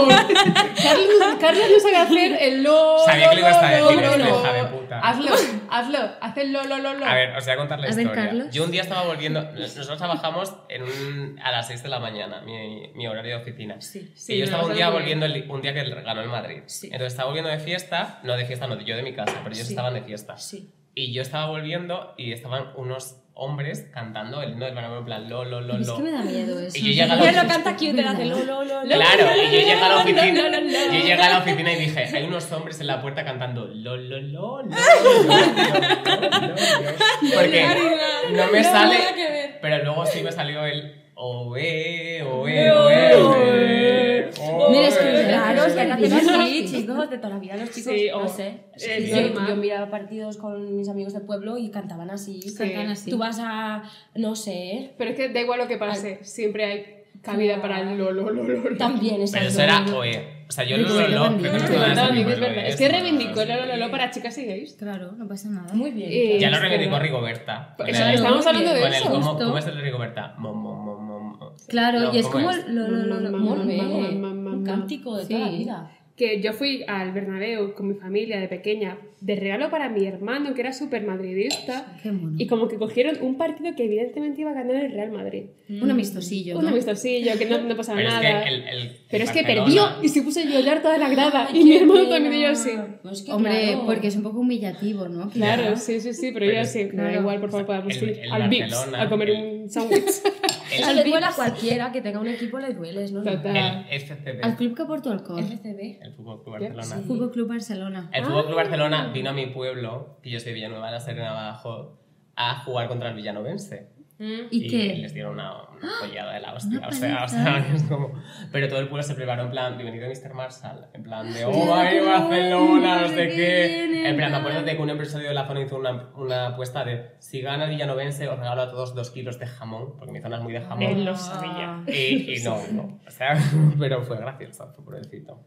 [SPEAKER 3] Carlos, Carlos no sabe hacer el lo.
[SPEAKER 1] Sabía que le ibas a
[SPEAKER 3] lo,
[SPEAKER 1] decir
[SPEAKER 3] lo,
[SPEAKER 1] esto,
[SPEAKER 3] lo.
[SPEAKER 1] hija de puta.
[SPEAKER 3] Hazlo, hazlo, haz el lo, lo, lo, lo.
[SPEAKER 1] A ver, os voy a contar la
[SPEAKER 4] A ver,
[SPEAKER 1] historia.
[SPEAKER 4] Carlos.
[SPEAKER 1] Yo un día estaba volviendo. Nosotros trabajamos en un- a las 6 de la mañana, mi, mi horario de oficina.
[SPEAKER 2] Sí.
[SPEAKER 3] Sí,
[SPEAKER 1] y yo
[SPEAKER 3] no,
[SPEAKER 1] estaba un
[SPEAKER 3] no,
[SPEAKER 1] día
[SPEAKER 3] no.
[SPEAKER 1] volviendo, el- un día que ganó el Madrid.
[SPEAKER 2] Sí.
[SPEAKER 1] Entonces estaba volviendo de fiesta, no de fiesta, no, yo de mi casa, pero ellos
[SPEAKER 2] Sí.
[SPEAKER 1] estaban de fiesta.
[SPEAKER 2] Sí.
[SPEAKER 1] Y yo estaba volviendo y estaban unos hombres cantando el no del Bernabéu en plan lo, lo, lo,
[SPEAKER 4] Es que me
[SPEAKER 1] lo.
[SPEAKER 4] da miedo eso.
[SPEAKER 1] Y yo llegaba-
[SPEAKER 2] Ella lo canta cute, la hace lo, lo, lo, lo.
[SPEAKER 1] Claro, y yo llegué a la oficina,
[SPEAKER 2] No, no, no, no.
[SPEAKER 1] yo llegué a la oficina y dije, hay unos hombres en la puerta cantando lo, lo, lo, lo, lo, lo, lo, lo". Porque no me
[SPEAKER 2] No,
[SPEAKER 1] sale,
[SPEAKER 2] nada que ver.
[SPEAKER 1] pero luego sí me salió el oe, oe,
[SPEAKER 2] Eh,
[SPEAKER 1] oe,
[SPEAKER 2] oe,
[SPEAKER 1] oe, oe.
[SPEAKER 4] Mira, es que-
[SPEAKER 2] Claro,
[SPEAKER 4] Claro,
[SPEAKER 2] es que
[SPEAKER 4] sí,
[SPEAKER 2] hacen
[SPEAKER 4] sí.
[SPEAKER 2] así, chicos, de toda la vida los chicos,
[SPEAKER 3] Sí, o-
[SPEAKER 2] no sé.
[SPEAKER 3] Sí,
[SPEAKER 2] Yo-
[SPEAKER 3] normal.
[SPEAKER 2] yo, miraba partidos con mis amigos del pueblo y cantaban así.
[SPEAKER 4] Cantan así.
[SPEAKER 2] Tú vas a, no sé,
[SPEAKER 3] Pero es que da igual lo que pase, siempre hay cabida para el lo, lo, lo, lo, lo.
[SPEAKER 2] también es
[SPEAKER 1] Pero eso
[SPEAKER 2] algo.
[SPEAKER 1] era oe. O sea, yo lo,
[SPEAKER 4] Reivindicó
[SPEAKER 1] lo, lo,
[SPEAKER 4] el
[SPEAKER 1] pero
[SPEAKER 4] bandismo.
[SPEAKER 1] eso no era así,
[SPEAKER 3] Es
[SPEAKER 1] pues,
[SPEAKER 3] verdad,
[SPEAKER 1] oe,
[SPEAKER 3] es que
[SPEAKER 1] eso no era
[SPEAKER 3] reivindicó el
[SPEAKER 1] así.
[SPEAKER 3] lo, lo, lo para chicas y gays.
[SPEAKER 4] Claro, no pasa nada.
[SPEAKER 2] Muy bien.
[SPEAKER 3] Eh,
[SPEAKER 1] Ya lo reivindicó
[SPEAKER 3] Claro.
[SPEAKER 1] Rigoberta.
[SPEAKER 3] Pues,
[SPEAKER 1] Con
[SPEAKER 3] eso,
[SPEAKER 1] el-
[SPEAKER 3] estamos hablando de
[SPEAKER 1] con el
[SPEAKER 3] eso.
[SPEAKER 1] ¿cómo,
[SPEAKER 4] Justo.
[SPEAKER 1] ¿Cómo es el de Rigoberta? Mom, mom, mom, mom, mom.
[SPEAKER 4] Claro,
[SPEAKER 1] No,
[SPEAKER 4] y es
[SPEAKER 1] ¿cómo
[SPEAKER 4] como
[SPEAKER 1] es?
[SPEAKER 4] lo, lo, lo, lo-
[SPEAKER 2] Muy bien.
[SPEAKER 3] Ma, ma, ma, ma,
[SPEAKER 2] Un
[SPEAKER 3] ma.
[SPEAKER 2] cántico de toda la
[SPEAKER 4] Sí.
[SPEAKER 2] vida.
[SPEAKER 3] que yo fui al Bernabéu con mi familia de pequeña de regalo para mi hermano que era súper madridista
[SPEAKER 4] Qué mono.
[SPEAKER 3] y como que cogieron un partido que evidentemente iba a ganar el Real Madrid
[SPEAKER 4] Mm. Un amistosillo.
[SPEAKER 3] un
[SPEAKER 4] ¿no?
[SPEAKER 3] amistosillo que no, no pasaba
[SPEAKER 1] Pero es
[SPEAKER 3] nada
[SPEAKER 1] que el, el-
[SPEAKER 3] pero
[SPEAKER 1] el
[SPEAKER 3] es que
[SPEAKER 1] Barcelona-
[SPEAKER 3] perdió y se puso a llorar toda la grada
[SPEAKER 2] Ay,
[SPEAKER 3] Ah, y mi
[SPEAKER 2] qué
[SPEAKER 3] hermano
[SPEAKER 2] pena.
[SPEAKER 3] también y yo así
[SPEAKER 2] Pues que
[SPEAKER 4] Hombre,
[SPEAKER 2] claro.
[SPEAKER 4] porque es un poco humillativo, ¿no?
[SPEAKER 3] claro
[SPEAKER 1] Ya.
[SPEAKER 3] sí sí sí pero,
[SPEAKER 1] Pero
[SPEAKER 3] yo
[SPEAKER 1] es-
[SPEAKER 3] así me da
[SPEAKER 4] claro.
[SPEAKER 3] igual por favor podamos
[SPEAKER 1] El-
[SPEAKER 3] ir
[SPEAKER 1] el
[SPEAKER 3] al Vips
[SPEAKER 1] Barcelona,
[SPEAKER 3] a comer
[SPEAKER 1] el-
[SPEAKER 3] un sándwich
[SPEAKER 1] El,
[SPEAKER 2] Eso le duele a cualquiera que tenga un equipo, le duele, es normal.
[SPEAKER 3] total
[SPEAKER 1] el FCB,
[SPEAKER 4] Al club que aportó alcohol.
[SPEAKER 2] FCB.
[SPEAKER 1] el Fútbol Club Barcelona.
[SPEAKER 2] Sí.
[SPEAKER 4] Fútbol Club Barcelona.
[SPEAKER 1] El Fútbol Club Barcelona vino a mi pueblo, que yo soy de Villanueva, la Serena Badajoz, a jugar contra el Villanovense.
[SPEAKER 4] ¿Y, qué?
[SPEAKER 1] les dieron una, una collada de la hostia.
[SPEAKER 4] Una
[SPEAKER 1] o sea, o
[SPEAKER 4] paliza.
[SPEAKER 1] sea, es como. Pero todo el pueblo se preparó en plan, bienvenido Mr. Marshall. En plan de, oh, ay, Barcelona, no sé qué. En plan, me acuerdo de que un empresario de la zona hizo una, una apuesta de, si gana el Villanovense, os regalo a todos dos kilos de jamón, porque mi zona es muy de jamón.
[SPEAKER 3] él lo sabía
[SPEAKER 1] Y, y no, no. O sea, pero fue gracioso, fue pobrecito.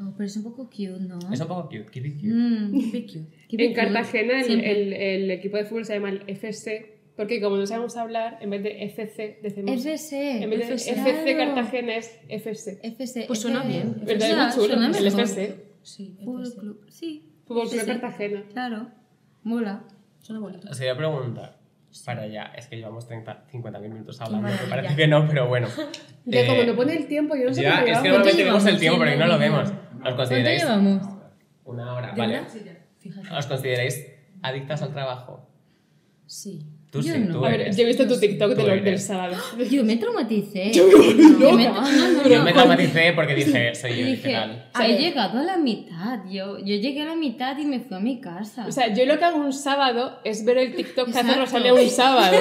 [SPEAKER 4] Oh, pero es un poco cute, ¿no?
[SPEAKER 1] Es un poco cute, cute, cute.
[SPEAKER 4] Mm, qué cute.
[SPEAKER 3] en Cartagena el,
[SPEAKER 4] Siempre.
[SPEAKER 3] el- el equipo de fútbol se llama el FC porque como no sabemos hablar en vez de FC decimos
[SPEAKER 4] FC.
[SPEAKER 3] En vez de FC,
[SPEAKER 4] claro.
[SPEAKER 3] Cartagena es FC.
[SPEAKER 4] FC.
[SPEAKER 2] Pues suena bien.
[SPEAKER 3] ¿Verdad?
[SPEAKER 4] O sea,
[SPEAKER 3] es muy chulo.
[SPEAKER 4] suena
[SPEAKER 3] El
[SPEAKER 4] mejor.
[SPEAKER 3] FC.
[SPEAKER 2] Sí,
[SPEAKER 4] Fútbol
[SPEAKER 2] FCB.
[SPEAKER 4] Club. Sí,
[SPEAKER 3] Fútbol Club
[SPEAKER 4] Sí, sí.
[SPEAKER 1] Eh,
[SPEAKER 3] Cartagena.
[SPEAKER 4] claro. Mola.
[SPEAKER 2] Suena bonito.
[SPEAKER 1] Os quería preguntar, para ya, es que llevamos 30, 50.000 minutos hablando, que
[SPEAKER 4] maravilla.
[SPEAKER 1] parece que no, pero bueno.
[SPEAKER 3] Ya
[SPEAKER 1] Eh,
[SPEAKER 3] como no pone el tiempo, yo no sé
[SPEAKER 1] ya,
[SPEAKER 3] por qué
[SPEAKER 1] es que
[SPEAKER 3] vamos.
[SPEAKER 1] normalmente vemos
[SPEAKER 4] llevamos?
[SPEAKER 1] el tiempo,
[SPEAKER 4] Sí,
[SPEAKER 1] pero aquí no lo
[SPEAKER 4] madre
[SPEAKER 1] vemos.
[SPEAKER 4] mía.
[SPEAKER 1] ¿Os
[SPEAKER 4] ¿Cuánto
[SPEAKER 1] consideráis
[SPEAKER 4] llevamos?
[SPEAKER 1] una hora? Vale.
[SPEAKER 2] Fíjate.
[SPEAKER 1] ¿Os consideráis adictas al trabajo?
[SPEAKER 2] Sí.
[SPEAKER 1] Tú
[SPEAKER 4] Yo
[SPEAKER 1] sí,
[SPEAKER 4] no.
[SPEAKER 1] tú
[SPEAKER 3] A ver,
[SPEAKER 1] eres.
[SPEAKER 3] yo he visto tu TikTok de
[SPEAKER 1] Tú
[SPEAKER 3] lo-
[SPEAKER 1] eres.
[SPEAKER 3] del sábado.
[SPEAKER 4] Yo me traumaticé.
[SPEAKER 3] Yo me volví
[SPEAKER 4] Yo me-
[SPEAKER 3] loca.
[SPEAKER 4] no, no, no,
[SPEAKER 1] Yo
[SPEAKER 4] no.
[SPEAKER 1] me traumaticé porque dije, soy yo,
[SPEAKER 4] Dije,
[SPEAKER 1] literal.
[SPEAKER 4] o sea, he llegado a la mitad. Yo, yo llegué a la mitad y me fui a mi casa.
[SPEAKER 3] O sea, yo lo que hago un sábado es ver el TikTok que hace
[SPEAKER 4] Exacto.
[SPEAKER 3] Rosalía un sábado.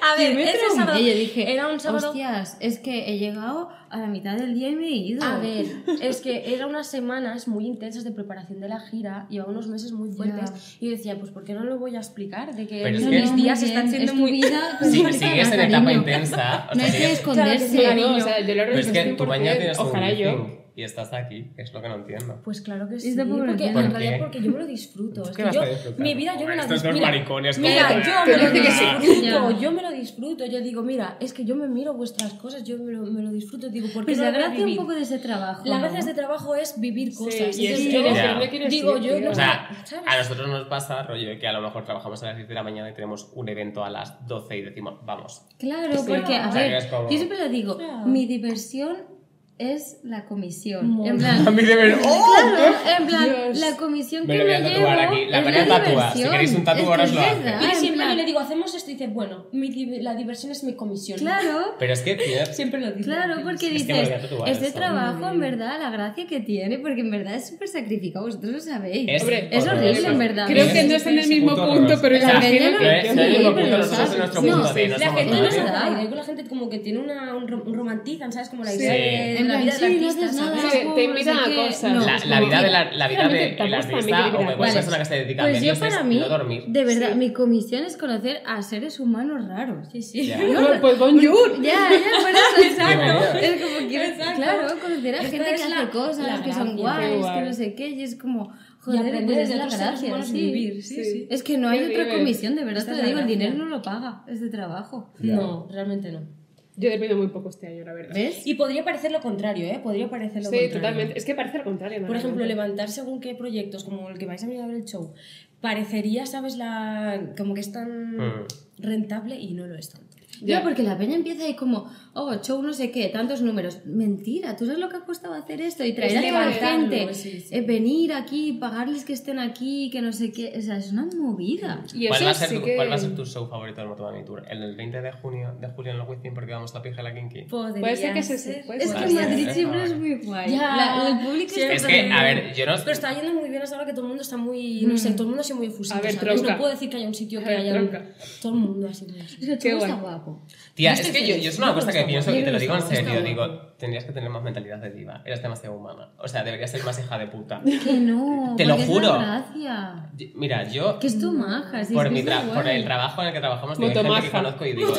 [SPEAKER 2] A
[SPEAKER 4] Yo
[SPEAKER 2] ver,
[SPEAKER 4] me
[SPEAKER 2] ese
[SPEAKER 4] traumé,
[SPEAKER 2] sábado
[SPEAKER 4] yo dije,
[SPEAKER 2] era un sábado.
[SPEAKER 4] Hostias, es que he llegado a la mitad del día y me he ido.
[SPEAKER 2] A ver, es que eran unas semanas muy intensas de preparación de la gira, llevaba unos meses muy fuertes y decía, pues ¿por qué no lo voy a explicar? De que
[SPEAKER 1] Pero es
[SPEAKER 2] mis
[SPEAKER 1] que-
[SPEAKER 4] No, no, muy
[SPEAKER 2] días
[SPEAKER 4] bien,
[SPEAKER 2] están siendo
[SPEAKER 4] es tu
[SPEAKER 2] muy...
[SPEAKER 4] vida,
[SPEAKER 1] Sí,
[SPEAKER 4] muy
[SPEAKER 1] sigues en
[SPEAKER 4] sana,
[SPEAKER 1] etapa
[SPEAKER 4] cariño.
[SPEAKER 1] intensa. O
[SPEAKER 4] No
[SPEAKER 1] sea,
[SPEAKER 4] hay que
[SPEAKER 1] sigues-
[SPEAKER 4] esconderse.
[SPEAKER 2] Claro que sí,
[SPEAKER 3] No, o sea, yo lo
[SPEAKER 1] pero es
[SPEAKER 3] reconozco
[SPEAKER 1] que tú mañana tienes
[SPEAKER 3] 100%.
[SPEAKER 1] un
[SPEAKER 3] Ojalá yo.
[SPEAKER 1] meeting y estás aquí, que es lo que no entiendo.
[SPEAKER 2] Pues claro que
[SPEAKER 4] Es
[SPEAKER 2] sí,
[SPEAKER 4] de pobre
[SPEAKER 2] porque
[SPEAKER 4] ¿Por
[SPEAKER 2] en realidad
[SPEAKER 1] qué?
[SPEAKER 2] porque yo me lo disfruto.
[SPEAKER 1] ¿Tú
[SPEAKER 2] es
[SPEAKER 1] qué
[SPEAKER 2] que
[SPEAKER 1] vas
[SPEAKER 2] yo-
[SPEAKER 1] a disfrutar?
[SPEAKER 2] mi vida yo me la
[SPEAKER 1] Estos
[SPEAKER 2] disfruto.
[SPEAKER 1] dos maricones, ¿cómo?
[SPEAKER 2] mira, yo me
[SPEAKER 3] Pero
[SPEAKER 2] lo
[SPEAKER 3] dice que sí.
[SPEAKER 2] disfruto, yo me lo disfruto. Yo digo, mira, es que yo me miro vuestras cosas, yo me lo, me lo disfruto. Digo, porque
[SPEAKER 4] Pues la
[SPEAKER 2] no lo voy a
[SPEAKER 4] gracia un
[SPEAKER 2] vivir?
[SPEAKER 4] poco de ese trabajo.
[SPEAKER 2] La
[SPEAKER 4] ¿no?
[SPEAKER 2] gracia de este trabajo es vivir
[SPEAKER 3] Sí,
[SPEAKER 2] cosas.
[SPEAKER 3] y es
[SPEAKER 2] Entonces,
[SPEAKER 3] que
[SPEAKER 2] yo-
[SPEAKER 1] Ya.
[SPEAKER 3] no quiero
[SPEAKER 2] Digo,
[SPEAKER 3] decir,
[SPEAKER 2] yo
[SPEAKER 3] tío.
[SPEAKER 2] Pues no-
[SPEAKER 1] O sea,
[SPEAKER 2] ¿Sabes?
[SPEAKER 1] a nosotros nos pasa, rollo, que a lo mejor trabajamos a las 10 de la mañana y tenemos un evento a las 12 y decimos, vamos.
[SPEAKER 4] Claro, porque, a
[SPEAKER 1] O sea, que
[SPEAKER 4] ver,
[SPEAKER 1] es como-
[SPEAKER 4] yo siempre lo digo,
[SPEAKER 2] Claro.
[SPEAKER 4] mi diversión es la comisión.
[SPEAKER 2] Muy
[SPEAKER 4] en plan,
[SPEAKER 1] A mí de ver. ¡Oh!
[SPEAKER 4] Claro, en plan,
[SPEAKER 3] Dios.
[SPEAKER 4] la comisión
[SPEAKER 1] Me
[SPEAKER 4] que
[SPEAKER 1] lo voy a
[SPEAKER 4] me
[SPEAKER 1] tatuar
[SPEAKER 4] llevo
[SPEAKER 1] aquí. La
[SPEAKER 4] es
[SPEAKER 1] María tatúa. Si
[SPEAKER 4] diversión.
[SPEAKER 1] queréis un tatu,
[SPEAKER 4] Es que
[SPEAKER 1] ahora
[SPEAKER 4] es
[SPEAKER 1] os lo hace.
[SPEAKER 4] verdad,
[SPEAKER 2] Y
[SPEAKER 4] Ah, en
[SPEAKER 2] siempre
[SPEAKER 4] plan,
[SPEAKER 2] yo le digo, hacemos esto y dice, bueno, mi di- la diversión es mi comisión.
[SPEAKER 4] Claro,
[SPEAKER 1] Pero es que, tía,
[SPEAKER 2] Siempre lo dice.
[SPEAKER 4] claro, porque
[SPEAKER 1] Es que me
[SPEAKER 4] dices,
[SPEAKER 1] voy a tatuar
[SPEAKER 4] este
[SPEAKER 1] esto.
[SPEAKER 4] trabajo, en verdad, la gracia que tiene, porque en verdad es súper sacrificado, vosotros lo sabéis.
[SPEAKER 1] Es
[SPEAKER 3] Hombre,
[SPEAKER 4] es horrible,
[SPEAKER 1] horroroso.
[SPEAKER 4] en verdad.
[SPEAKER 3] Creo que no está en el mismo
[SPEAKER 1] Puto
[SPEAKER 3] punto,
[SPEAKER 1] horroroso.
[SPEAKER 3] pero
[SPEAKER 4] La gente
[SPEAKER 3] imagino
[SPEAKER 1] No es
[SPEAKER 4] no-
[SPEAKER 1] no es el
[SPEAKER 4] Sí,
[SPEAKER 1] mismo
[SPEAKER 4] pero
[SPEAKER 1] punto,
[SPEAKER 4] lo
[SPEAKER 1] nosotros en
[SPEAKER 4] sabes.
[SPEAKER 1] nuestro
[SPEAKER 4] No,
[SPEAKER 1] punto de
[SPEAKER 4] sí,
[SPEAKER 1] no
[SPEAKER 2] La
[SPEAKER 1] somos
[SPEAKER 2] gente no
[SPEAKER 4] Vale.
[SPEAKER 2] se
[SPEAKER 1] nadie.
[SPEAKER 2] da idea, que la gente como que tiene una, un, rom- un romantizan, ¿sabes? Como la
[SPEAKER 3] Sí.
[SPEAKER 2] idea de, de
[SPEAKER 4] En
[SPEAKER 2] la
[SPEAKER 4] plan,
[SPEAKER 2] vida
[SPEAKER 4] sí,
[SPEAKER 2] del
[SPEAKER 4] no
[SPEAKER 2] artista,
[SPEAKER 4] haces nada,
[SPEAKER 2] ¿sabes?
[SPEAKER 3] Sí, te
[SPEAKER 4] es como no sé
[SPEAKER 3] invitan a
[SPEAKER 4] qué.
[SPEAKER 3] cosas.
[SPEAKER 4] No,
[SPEAKER 1] La,
[SPEAKER 4] es
[SPEAKER 1] la
[SPEAKER 4] como
[SPEAKER 1] vida
[SPEAKER 4] que-
[SPEAKER 1] de la, la vida
[SPEAKER 3] Realmente
[SPEAKER 1] de el
[SPEAKER 3] tampoco es tan
[SPEAKER 1] artista o
[SPEAKER 3] equilibrado.
[SPEAKER 1] una
[SPEAKER 3] Vale.
[SPEAKER 1] persona que se dedica a
[SPEAKER 4] Pues yo
[SPEAKER 1] medios es
[SPEAKER 4] para mí,
[SPEAKER 1] no dormir.
[SPEAKER 4] de verdad,
[SPEAKER 3] Sí.
[SPEAKER 4] mi comisión es conocer a seres humanos raros. Sí, sí.
[SPEAKER 1] Ya.
[SPEAKER 3] Bueno, Pues bonjour.
[SPEAKER 4] Ya, ya, por eso, exacto.
[SPEAKER 1] Bienvenida.
[SPEAKER 4] Es como quiero,
[SPEAKER 2] Exacto.
[SPEAKER 4] claro, conocer a
[SPEAKER 2] Esta
[SPEAKER 4] gente que
[SPEAKER 2] es la-
[SPEAKER 4] hace cosas,
[SPEAKER 2] la
[SPEAKER 4] que
[SPEAKER 2] gracia,
[SPEAKER 4] son
[SPEAKER 3] qué
[SPEAKER 4] guays,
[SPEAKER 3] guay.
[SPEAKER 4] que no sé qué, y es como,
[SPEAKER 2] Y
[SPEAKER 4] joder,
[SPEAKER 2] aprender
[SPEAKER 4] pues es
[SPEAKER 2] desde
[SPEAKER 4] la
[SPEAKER 2] otros seres
[SPEAKER 4] gracia,
[SPEAKER 2] humanos y
[SPEAKER 4] sí.
[SPEAKER 2] vivir, sí,
[SPEAKER 3] Sí.
[SPEAKER 2] sí.
[SPEAKER 4] Es que no hay
[SPEAKER 3] Qué
[SPEAKER 4] otra
[SPEAKER 3] vive.
[SPEAKER 4] comisión, de verdad
[SPEAKER 2] Esta es
[SPEAKER 4] te lo
[SPEAKER 2] la
[SPEAKER 4] digo, el
[SPEAKER 2] gracia.
[SPEAKER 4] dinero no lo paga, es de trabajo.
[SPEAKER 2] No, realmente no.
[SPEAKER 3] Yo dependo muy poco este año, la verdad.
[SPEAKER 4] ¿Ves?
[SPEAKER 2] Y podría parecer lo contrario, ¿eh? Podría
[SPEAKER 3] Sí,
[SPEAKER 2] parecer lo contrario.
[SPEAKER 3] totalmente. Es que parece lo contrario.
[SPEAKER 2] Por ejemplo,
[SPEAKER 3] realmente.
[SPEAKER 2] levantar según qué proyectos, como el que vais a venir a ver el show, parecería, ¿sabes? La... Como que es tan
[SPEAKER 1] Mm.
[SPEAKER 2] rentable y no lo es tanto.
[SPEAKER 4] Ya, porque la peña empieza ahí como, oh, show no sé qué, tantos números. Mentira, tú sabes lo que ha costado hacer esto y traer
[SPEAKER 2] Es
[SPEAKER 4] a toda la
[SPEAKER 2] levantarlo,
[SPEAKER 4] gente,
[SPEAKER 2] sí, sí.
[SPEAKER 4] eh, venir aquí, pagarles que estén aquí, que no sé qué, o sea, es una movida.
[SPEAKER 3] Y
[SPEAKER 1] ¿Cuál
[SPEAKER 3] eso
[SPEAKER 1] va, a ser
[SPEAKER 3] sí
[SPEAKER 1] tu,
[SPEAKER 3] que-
[SPEAKER 1] ¿Cuál va a ser tu show favorito del Motomami Tour? ¿El del 20 de junio de julio en el Wizzing porque vamos a la pija y la kinky?
[SPEAKER 2] Podría
[SPEAKER 3] Puede ser que se- puede
[SPEAKER 4] Es
[SPEAKER 3] ser.
[SPEAKER 4] que
[SPEAKER 1] Pues,
[SPEAKER 4] Madrid
[SPEAKER 1] eh,
[SPEAKER 4] siempre es
[SPEAKER 1] eh,
[SPEAKER 4] muy guay.
[SPEAKER 2] Ya.
[SPEAKER 4] La- el público
[SPEAKER 2] Sí,
[SPEAKER 1] Es
[SPEAKER 4] está
[SPEAKER 1] que,
[SPEAKER 4] todo
[SPEAKER 1] a
[SPEAKER 4] muy-
[SPEAKER 1] ver, yo no...
[SPEAKER 2] Pero está yendo muy bien hasta ahora que todo el mundo está muy, no
[SPEAKER 4] Mm.
[SPEAKER 2] sé, todo el mundo así muy efusivo,
[SPEAKER 3] A ver,
[SPEAKER 2] ¿sabes?
[SPEAKER 3] tronca.
[SPEAKER 2] No puedo decir que haya un sitio
[SPEAKER 3] A
[SPEAKER 2] que
[SPEAKER 3] ver,
[SPEAKER 2] haya...
[SPEAKER 3] tronca.
[SPEAKER 2] Todo el mundo así muy así.
[SPEAKER 4] Es que el
[SPEAKER 3] Qué
[SPEAKER 4] chico está
[SPEAKER 3] guay.
[SPEAKER 4] guapo.
[SPEAKER 1] Tía,
[SPEAKER 2] Yo
[SPEAKER 1] es
[SPEAKER 2] estoy
[SPEAKER 1] que yo,
[SPEAKER 2] feliz.
[SPEAKER 1] yo es una
[SPEAKER 2] Yo
[SPEAKER 1] cosa
[SPEAKER 2] creo
[SPEAKER 1] que
[SPEAKER 2] que está
[SPEAKER 1] pienso y te lo digo en
[SPEAKER 2] guapo. Está
[SPEAKER 1] serio,
[SPEAKER 2] guapo.
[SPEAKER 1] digo, tendrías que tener más mentalidad de diva, eres demasiado humana, o sea, deberías ser más hija de puta.
[SPEAKER 4] Que no.
[SPEAKER 1] Te lo
[SPEAKER 4] porque es
[SPEAKER 1] juro.
[SPEAKER 4] la gracia.
[SPEAKER 1] Y- Mira, yo
[SPEAKER 4] Que es tu maja. si
[SPEAKER 1] por,
[SPEAKER 4] es que
[SPEAKER 1] mi
[SPEAKER 4] es
[SPEAKER 1] tra-
[SPEAKER 4] guay.
[SPEAKER 1] por el trabajo en el que trabajamos, digo, hay gente que
[SPEAKER 3] Motomaja.
[SPEAKER 1] conozco y digo,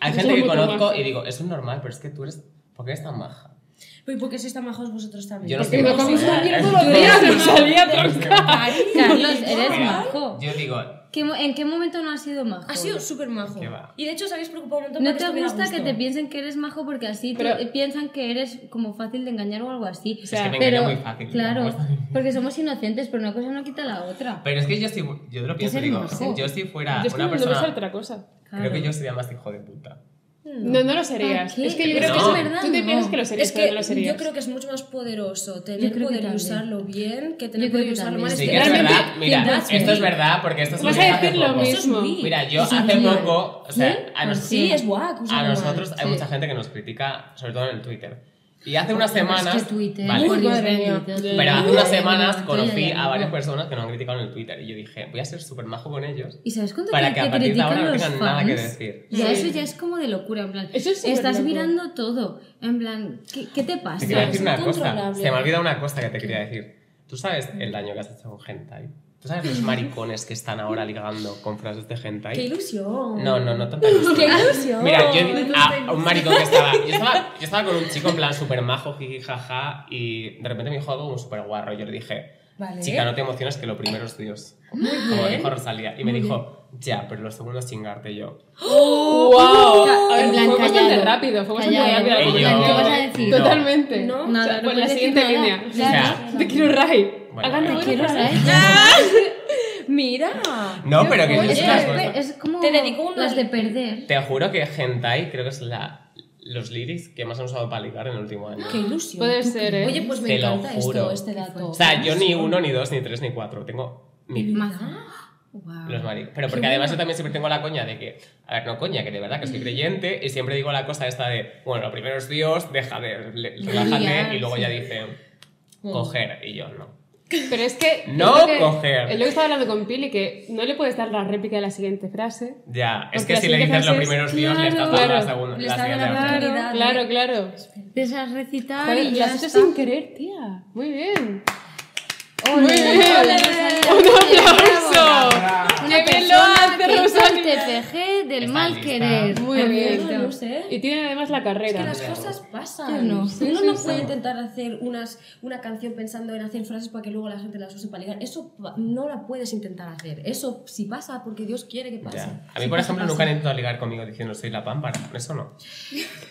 [SPEAKER 1] hay gente
[SPEAKER 3] Somos
[SPEAKER 1] que conozco
[SPEAKER 3] motomaja.
[SPEAKER 1] y digo, eso es normal, pero es que tú eres, ¿por qué eres tan maja?
[SPEAKER 2] Pero ¿y por qué sois tan majos vosotros también?
[SPEAKER 1] Yo no
[SPEAKER 3] Que
[SPEAKER 1] soy
[SPEAKER 3] no
[SPEAKER 1] maja,
[SPEAKER 3] comís
[SPEAKER 1] ¿eh?
[SPEAKER 3] una mierda todos los días, me salía tronca.
[SPEAKER 4] Carlos, eres
[SPEAKER 1] Mira,
[SPEAKER 4] majo.
[SPEAKER 1] Yo digo,
[SPEAKER 4] ¿Qué mo- ¿En qué momento no has sido majo?
[SPEAKER 2] Ha sido súper majo.
[SPEAKER 1] Qué va.
[SPEAKER 2] Y de hecho os habéis preocupado un montón
[SPEAKER 4] No
[SPEAKER 2] para
[SPEAKER 4] te
[SPEAKER 2] estuviera a
[SPEAKER 4] gusta que
[SPEAKER 2] gusto.
[SPEAKER 4] te piensen que eres majo porque así te-
[SPEAKER 3] Pero-
[SPEAKER 4] piensan que eres como fácil de engañar o algo así.
[SPEAKER 1] es que me engaña
[SPEAKER 4] pero,
[SPEAKER 1] muy fácil.
[SPEAKER 4] claro,
[SPEAKER 1] digamos.
[SPEAKER 4] porque somos inocentes, pero una cosa no quita la otra.
[SPEAKER 1] Pero es que yo, si, yo te lo pienso,
[SPEAKER 4] Es
[SPEAKER 1] digo,
[SPEAKER 4] hermoso.
[SPEAKER 1] yo si fuera
[SPEAKER 3] Yo es que
[SPEAKER 1] una
[SPEAKER 3] no me sale
[SPEAKER 1] persona,
[SPEAKER 3] otra cosa.
[SPEAKER 1] creo que
[SPEAKER 4] Claro.
[SPEAKER 1] yo sería más hijo de puta.
[SPEAKER 3] No, no lo serías.
[SPEAKER 4] ¿Para qué?
[SPEAKER 3] Es que yo creo
[SPEAKER 1] No.
[SPEAKER 3] que eso-
[SPEAKER 1] Es
[SPEAKER 4] verdad,
[SPEAKER 3] tú te
[SPEAKER 4] no.
[SPEAKER 3] piensas que lo serías,
[SPEAKER 2] Es
[SPEAKER 3] pero
[SPEAKER 2] que
[SPEAKER 3] no lo serías.
[SPEAKER 2] yo creo que es mucho más poderoso
[SPEAKER 4] Yo
[SPEAKER 2] tener
[SPEAKER 4] creo que
[SPEAKER 2] poder y
[SPEAKER 4] también.
[SPEAKER 2] usarlo bien que
[SPEAKER 4] Yo
[SPEAKER 2] tener
[SPEAKER 4] creo
[SPEAKER 2] poder
[SPEAKER 4] que
[SPEAKER 2] y usarlo
[SPEAKER 4] también.
[SPEAKER 2] mal. Es
[SPEAKER 3] Pues
[SPEAKER 1] Sí,
[SPEAKER 2] que
[SPEAKER 1] que es
[SPEAKER 2] realmente-
[SPEAKER 1] verdad, mira,
[SPEAKER 2] realmente-
[SPEAKER 1] esto es verdad, porque esto es
[SPEAKER 3] Vas
[SPEAKER 1] un
[SPEAKER 3] a
[SPEAKER 1] hace
[SPEAKER 3] decir lo
[SPEAKER 1] poco.
[SPEAKER 3] mismo.
[SPEAKER 2] Eso es
[SPEAKER 1] Mira, yo
[SPEAKER 2] Sí,
[SPEAKER 1] hace
[SPEAKER 2] mira.
[SPEAKER 1] poco, o sea,
[SPEAKER 4] ¿Sí?
[SPEAKER 1] a nosotros,
[SPEAKER 2] Sí, es guac.
[SPEAKER 1] a nosotros hay
[SPEAKER 4] Sí.
[SPEAKER 1] mucha gente que nos critica, sobre todo en el Twitter. Y hace unas
[SPEAKER 4] Pero es
[SPEAKER 1] semanas,
[SPEAKER 4] que Twitter,
[SPEAKER 1] vale,
[SPEAKER 4] por Dios
[SPEAKER 2] Madre mía.
[SPEAKER 4] bendito, Twitter.
[SPEAKER 1] pero hace unas semanas
[SPEAKER 4] Yo ya
[SPEAKER 1] conocí
[SPEAKER 4] digo.
[SPEAKER 1] a varias personas que nos han criticado en el Twitter y yo dije, voy a ser súper majo con ellos
[SPEAKER 4] ¿Y sabes cuánto
[SPEAKER 1] para
[SPEAKER 4] te-
[SPEAKER 1] que
[SPEAKER 4] te
[SPEAKER 1] a partir de
[SPEAKER 4] critican
[SPEAKER 1] ahora no
[SPEAKER 4] los
[SPEAKER 1] tengan nada que
[SPEAKER 4] fans?
[SPEAKER 1] decir.
[SPEAKER 4] Ya,
[SPEAKER 3] Sí.
[SPEAKER 4] eso ya es como de locura, en plan.
[SPEAKER 3] Eh, Eso es súper
[SPEAKER 4] estás
[SPEAKER 3] loco.
[SPEAKER 4] mirando todo. En plan, ¿qué, qué te pasa?
[SPEAKER 1] Te quería
[SPEAKER 2] es
[SPEAKER 1] decir una cosa,
[SPEAKER 2] incontrolable.
[SPEAKER 1] se me ha olvidado una cosa que te quería decir. ¿Tú sabes el daño que has hecho con Hentai? ¿Tú sabes los maricones que están ahora ligando con frases de Hentai?
[SPEAKER 2] ¡Qué ilusión!
[SPEAKER 1] No, no, no tanta ilusión.
[SPEAKER 2] ¡Qué ilusión!
[SPEAKER 1] Mira, yo a un maricón que estaba yo, estaba. yo estaba con un chico en plan súper majo, jiji, jaja, y de repente me dijo algo como súper guarro. Yo le dije,
[SPEAKER 2] Vale.
[SPEAKER 1] chica, no te emociones que lo primero es Dios. Como dijo Rosalía. Y me dijo, ya, pero lo segundo es chingarte yo.
[SPEAKER 3] ¡Wow!
[SPEAKER 4] En plan,
[SPEAKER 3] fue bastante
[SPEAKER 4] callado.
[SPEAKER 3] rápido, fue bastante
[SPEAKER 4] Callado.
[SPEAKER 3] rápido.
[SPEAKER 1] Y yo-
[SPEAKER 3] Porque-
[SPEAKER 1] ¿Qué vas a
[SPEAKER 4] decir?
[SPEAKER 3] Totalmente.
[SPEAKER 2] No.
[SPEAKER 3] O sea,
[SPEAKER 4] Nada, no
[SPEAKER 3] pues la
[SPEAKER 4] puedes decir
[SPEAKER 3] siguiente
[SPEAKER 4] nada.
[SPEAKER 3] línea.
[SPEAKER 4] O
[SPEAKER 1] O sea,
[SPEAKER 3] Te quiero Ray.
[SPEAKER 1] Bueno,
[SPEAKER 3] Hagan
[SPEAKER 1] eh.
[SPEAKER 3] algo
[SPEAKER 1] Te
[SPEAKER 4] Quiero
[SPEAKER 3] que-
[SPEAKER 4] saber.
[SPEAKER 2] ¡Mira!
[SPEAKER 1] no, pero que yo
[SPEAKER 4] Oye,
[SPEAKER 1] es una
[SPEAKER 4] es-
[SPEAKER 1] cosa-
[SPEAKER 4] es como
[SPEAKER 2] Te dedico uno
[SPEAKER 4] las
[SPEAKER 2] al-
[SPEAKER 4] de perder.
[SPEAKER 1] Te juro que Hentai creo que es la, los lyrics que más han usado para ligar en el último año.
[SPEAKER 2] ¡Qué ilusión!
[SPEAKER 3] Puede ser, ¿eh?
[SPEAKER 2] Oye, pues me
[SPEAKER 1] Te lo
[SPEAKER 2] encanta
[SPEAKER 1] juro.
[SPEAKER 2] esto, este dato.
[SPEAKER 1] O sea, yo ni uno, ni dos, ni tres, ni cuatro. Tengo mil.
[SPEAKER 4] Wow.
[SPEAKER 1] Los maricos. Pero porque además yo también siempre tengo la coña de que, a ver, no coña, que de verdad que soy creyente y siempre digo la cosa esta de, bueno, lo primero es Dios, deja de, le-
[SPEAKER 4] De
[SPEAKER 1] relájate
[SPEAKER 4] liar,
[SPEAKER 1] y luego
[SPEAKER 4] sí.
[SPEAKER 1] ya dice, coger. Y yo, no.
[SPEAKER 3] Pero es que.
[SPEAKER 1] No
[SPEAKER 3] yo creo que-
[SPEAKER 1] coger.
[SPEAKER 3] Es lo que estaba hablando con Pili, que no le puedes dar la réplica de la siguiente frase.
[SPEAKER 1] Ya, es
[SPEAKER 3] Porque
[SPEAKER 1] que si
[SPEAKER 3] así
[SPEAKER 1] le
[SPEAKER 3] que
[SPEAKER 1] dices lo
[SPEAKER 3] frases-
[SPEAKER 1] primero es Dios, le estás
[SPEAKER 3] Claro,
[SPEAKER 1] dando la
[SPEAKER 3] claro.
[SPEAKER 1] segunda.
[SPEAKER 2] Le
[SPEAKER 1] la
[SPEAKER 2] estás dando
[SPEAKER 1] siguiente
[SPEAKER 2] la
[SPEAKER 1] frase.
[SPEAKER 2] oportunidad.
[SPEAKER 4] Claro.
[SPEAKER 3] Claro, claro.
[SPEAKER 4] De esas recitar
[SPEAKER 3] Joder,
[SPEAKER 4] y
[SPEAKER 3] lo
[SPEAKER 4] ya
[SPEAKER 3] has hecho
[SPEAKER 4] está.
[SPEAKER 3] sin querer, tía. Muy bien.
[SPEAKER 4] Ole,
[SPEAKER 3] Muy bien.
[SPEAKER 4] ole,
[SPEAKER 3] ¡Un
[SPEAKER 4] Rosalía, bravo.
[SPEAKER 3] aplauso!
[SPEAKER 4] Una
[SPEAKER 3] ¡Qué bien lo
[SPEAKER 4] persona
[SPEAKER 3] hace,
[SPEAKER 4] que hizo el
[SPEAKER 3] Rosalía!
[SPEAKER 4] TFG del
[SPEAKER 1] Está
[SPEAKER 4] mal
[SPEAKER 1] lista.
[SPEAKER 4] querer.
[SPEAKER 3] Muy ¿eh?
[SPEAKER 2] No,
[SPEAKER 3] bien.
[SPEAKER 2] no sé.
[SPEAKER 3] Y tiene además la
[SPEAKER 2] Que
[SPEAKER 3] carrera.
[SPEAKER 2] las cosas pasan.
[SPEAKER 4] Yo no.
[SPEAKER 2] Uno
[SPEAKER 4] Sí,
[SPEAKER 2] no puede intentar hacer unas, una canción pensando en hacer frases para que luego la gente las use para ligar. Eso pa- no la puedes intentar hacer. Eso si pasa porque Dios quiere que pase.
[SPEAKER 1] Ya. A mí, por ejemplo, nunca han intentado ligar conmigo diciendo soy la pámpara. Eso no.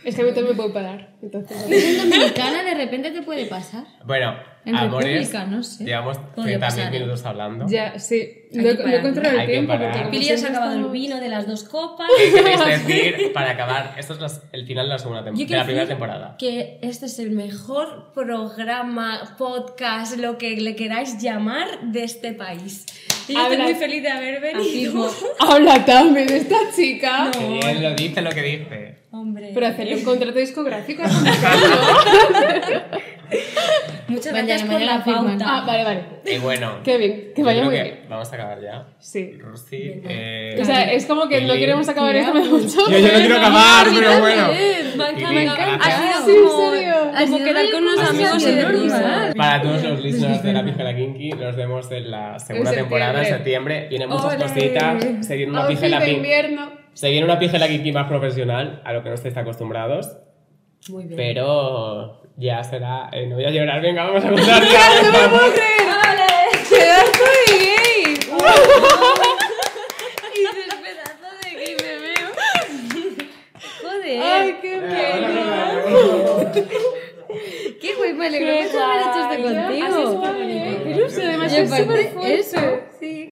[SPEAKER 3] Es que a mí todo me puedo parar. Entonces,
[SPEAKER 4] En dominicana de repente te puede pasar.
[SPEAKER 1] Bueno,
[SPEAKER 4] En
[SPEAKER 1] Amores,
[SPEAKER 4] República, no sé.
[SPEAKER 1] Llevamos
[SPEAKER 4] Podría
[SPEAKER 1] 30.000
[SPEAKER 4] pasar.
[SPEAKER 1] minutos hablando.
[SPEAKER 3] Ya, sí.
[SPEAKER 4] Hay
[SPEAKER 3] Lo,
[SPEAKER 4] que
[SPEAKER 3] lo he
[SPEAKER 4] parar.
[SPEAKER 3] controlado
[SPEAKER 1] Hay
[SPEAKER 3] el
[SPEAKER 1] que
[SPEAKER 3] tiempo.
[SPEAKER 1] parar.
[SPEAKER 3] porque como
[SPEAKER 4] Pili ya se ha
[SPEAKER 3] siempre
[SPEAKER 4] acabado el
[SPEAKER 3] estamos-
[SPEAKER 4] vino de las dos copas.
[SPEAKER 1] ¿Qué queréis decir para acabar? Esto es las- el final de la, segunda tem-
[SPEAKER 2] Yo
[SPEAKER 1] de
[SPEAKER 2] quiero
[SPEAKER 1] la primera
[SPEAKER 2] decir
[SPEAKER 1] temporada.
[SPEAKER 2] Que este es el mejor programa, podcast, lo que le queráis llamar de este país. Y yo estoy
[SPEAKER 3] Habla-
[SPEAKER 2] muy feliz de haber venido.
[SPEAKER 4] Afirmo.
[SPEAKER 3] Habla también de esta chica.
[SPEAKER 1] Que bien lo dice lo que dice.
[SPEAKER 2] Hombre.
[SPEAKER 3] Pero hacerle un contrato discográfico es complicado.
[SPEAKER 2] Muchas
[SPEAKER 4] Mañana,
[SPEAKER 2] gracias por
[SPEAKER 4] mañana
[SPEAKER 2] la
[SPEAKER 4] firman.
[SPEAKER 2] pauta.
[SPEAKER 3] Ah, vale, vale.
[SPEAKER 1] Y bueno,
[SPEAKER 3] Qué bien, que
[SPEAKER 1] yo
[SPEAKER 3] vaya
[SPEAKER 1] creo
[SPEAKER 3] muy
[SPEAKER 1] que
[SPEAKER 3] bien.
[SPEAKER 1] Vamos a acabar ya.
[SPEAKER 3] Sí.
[SPEAKER 1] Rusty, eh,
[SPEAKER 3] O sea, es como que no
[SPEAKER 1] Lili.
[SPEAKER 3] queremos acabar esto mucho.
[SPEAKER 1] Yo, yo no quiero acabar, pero bueno.
[SPEAKER 2] Eh, me encanta.
[SPEAKER 1] Y bien,
[SPEAKER 2] Ha
[SPEAKER 3] Ah, Sí,
[SPEAKER 2] sido
[SPEAKER 3] en
[SPEAKER 2] como,
[SPEAKER 3] serio.
[SPEAKER 4] Ha
[SPEAKER 2] como
[SPEAKER 4] sido
[SPEAKER 2] quedar con unos
[SPEAKER 1] Ha sido
[SPEAKER 2] amigos y
[SPEAKER 1] súper
[SPEAKER 2] de
[SPEAKER 1] bien.
[SPEAKER 2] risa.
[SPEAKER 1] Para todos los listeners de la Pijela Kinky, nos vemos en la segunda
[SPEAKER 3] En
[SPEAKER 1] temporada, en
[SPEAKER 3] septiembre.
[SPEAKER 1] septiembre. Vienen muchas
[SPEAKER 2] Ole.
[SPEAKER 1] cositas. Se viene una
[SPEAKER 3] Outfit
[SPEAKER 1] Pijela
[SPEAKER 3] de
[SPEAKER 1] Kinky.
[SPEAKER 3] invierno.
[SPEAKER 1] Se viene una Pijela Kinky más profesional, a lo que no estáis acostumbrados.
[SPEAKER 2] Muy bien.
[SPEAKER 1] Pero ya será. eh, no voy a llorar, venga, vamos a contar. ya.
[SPEAKER 3] ¡Pedazo de gay!
[SPEAKER 4] Dices, pedazo de gay me veo. Joder.
[SPEAKER 3] ¡Ay, qué pena!
[SPEAKER 4] qué guay, me alegro mucho de haber hecho esto
[SPEAKER 3] Ay, ya, así
[SPEAKER 4] contigo.
[SPEAKER 3] suave, ¿eh? ¡Qué ilusión! Además,
[SPEAKER 4] Y
[SPEAKER 3] es
[SPEAKER 4] aparte,
[SPEAKER 3] súper fuerte.
[SPEAKER 4] eso,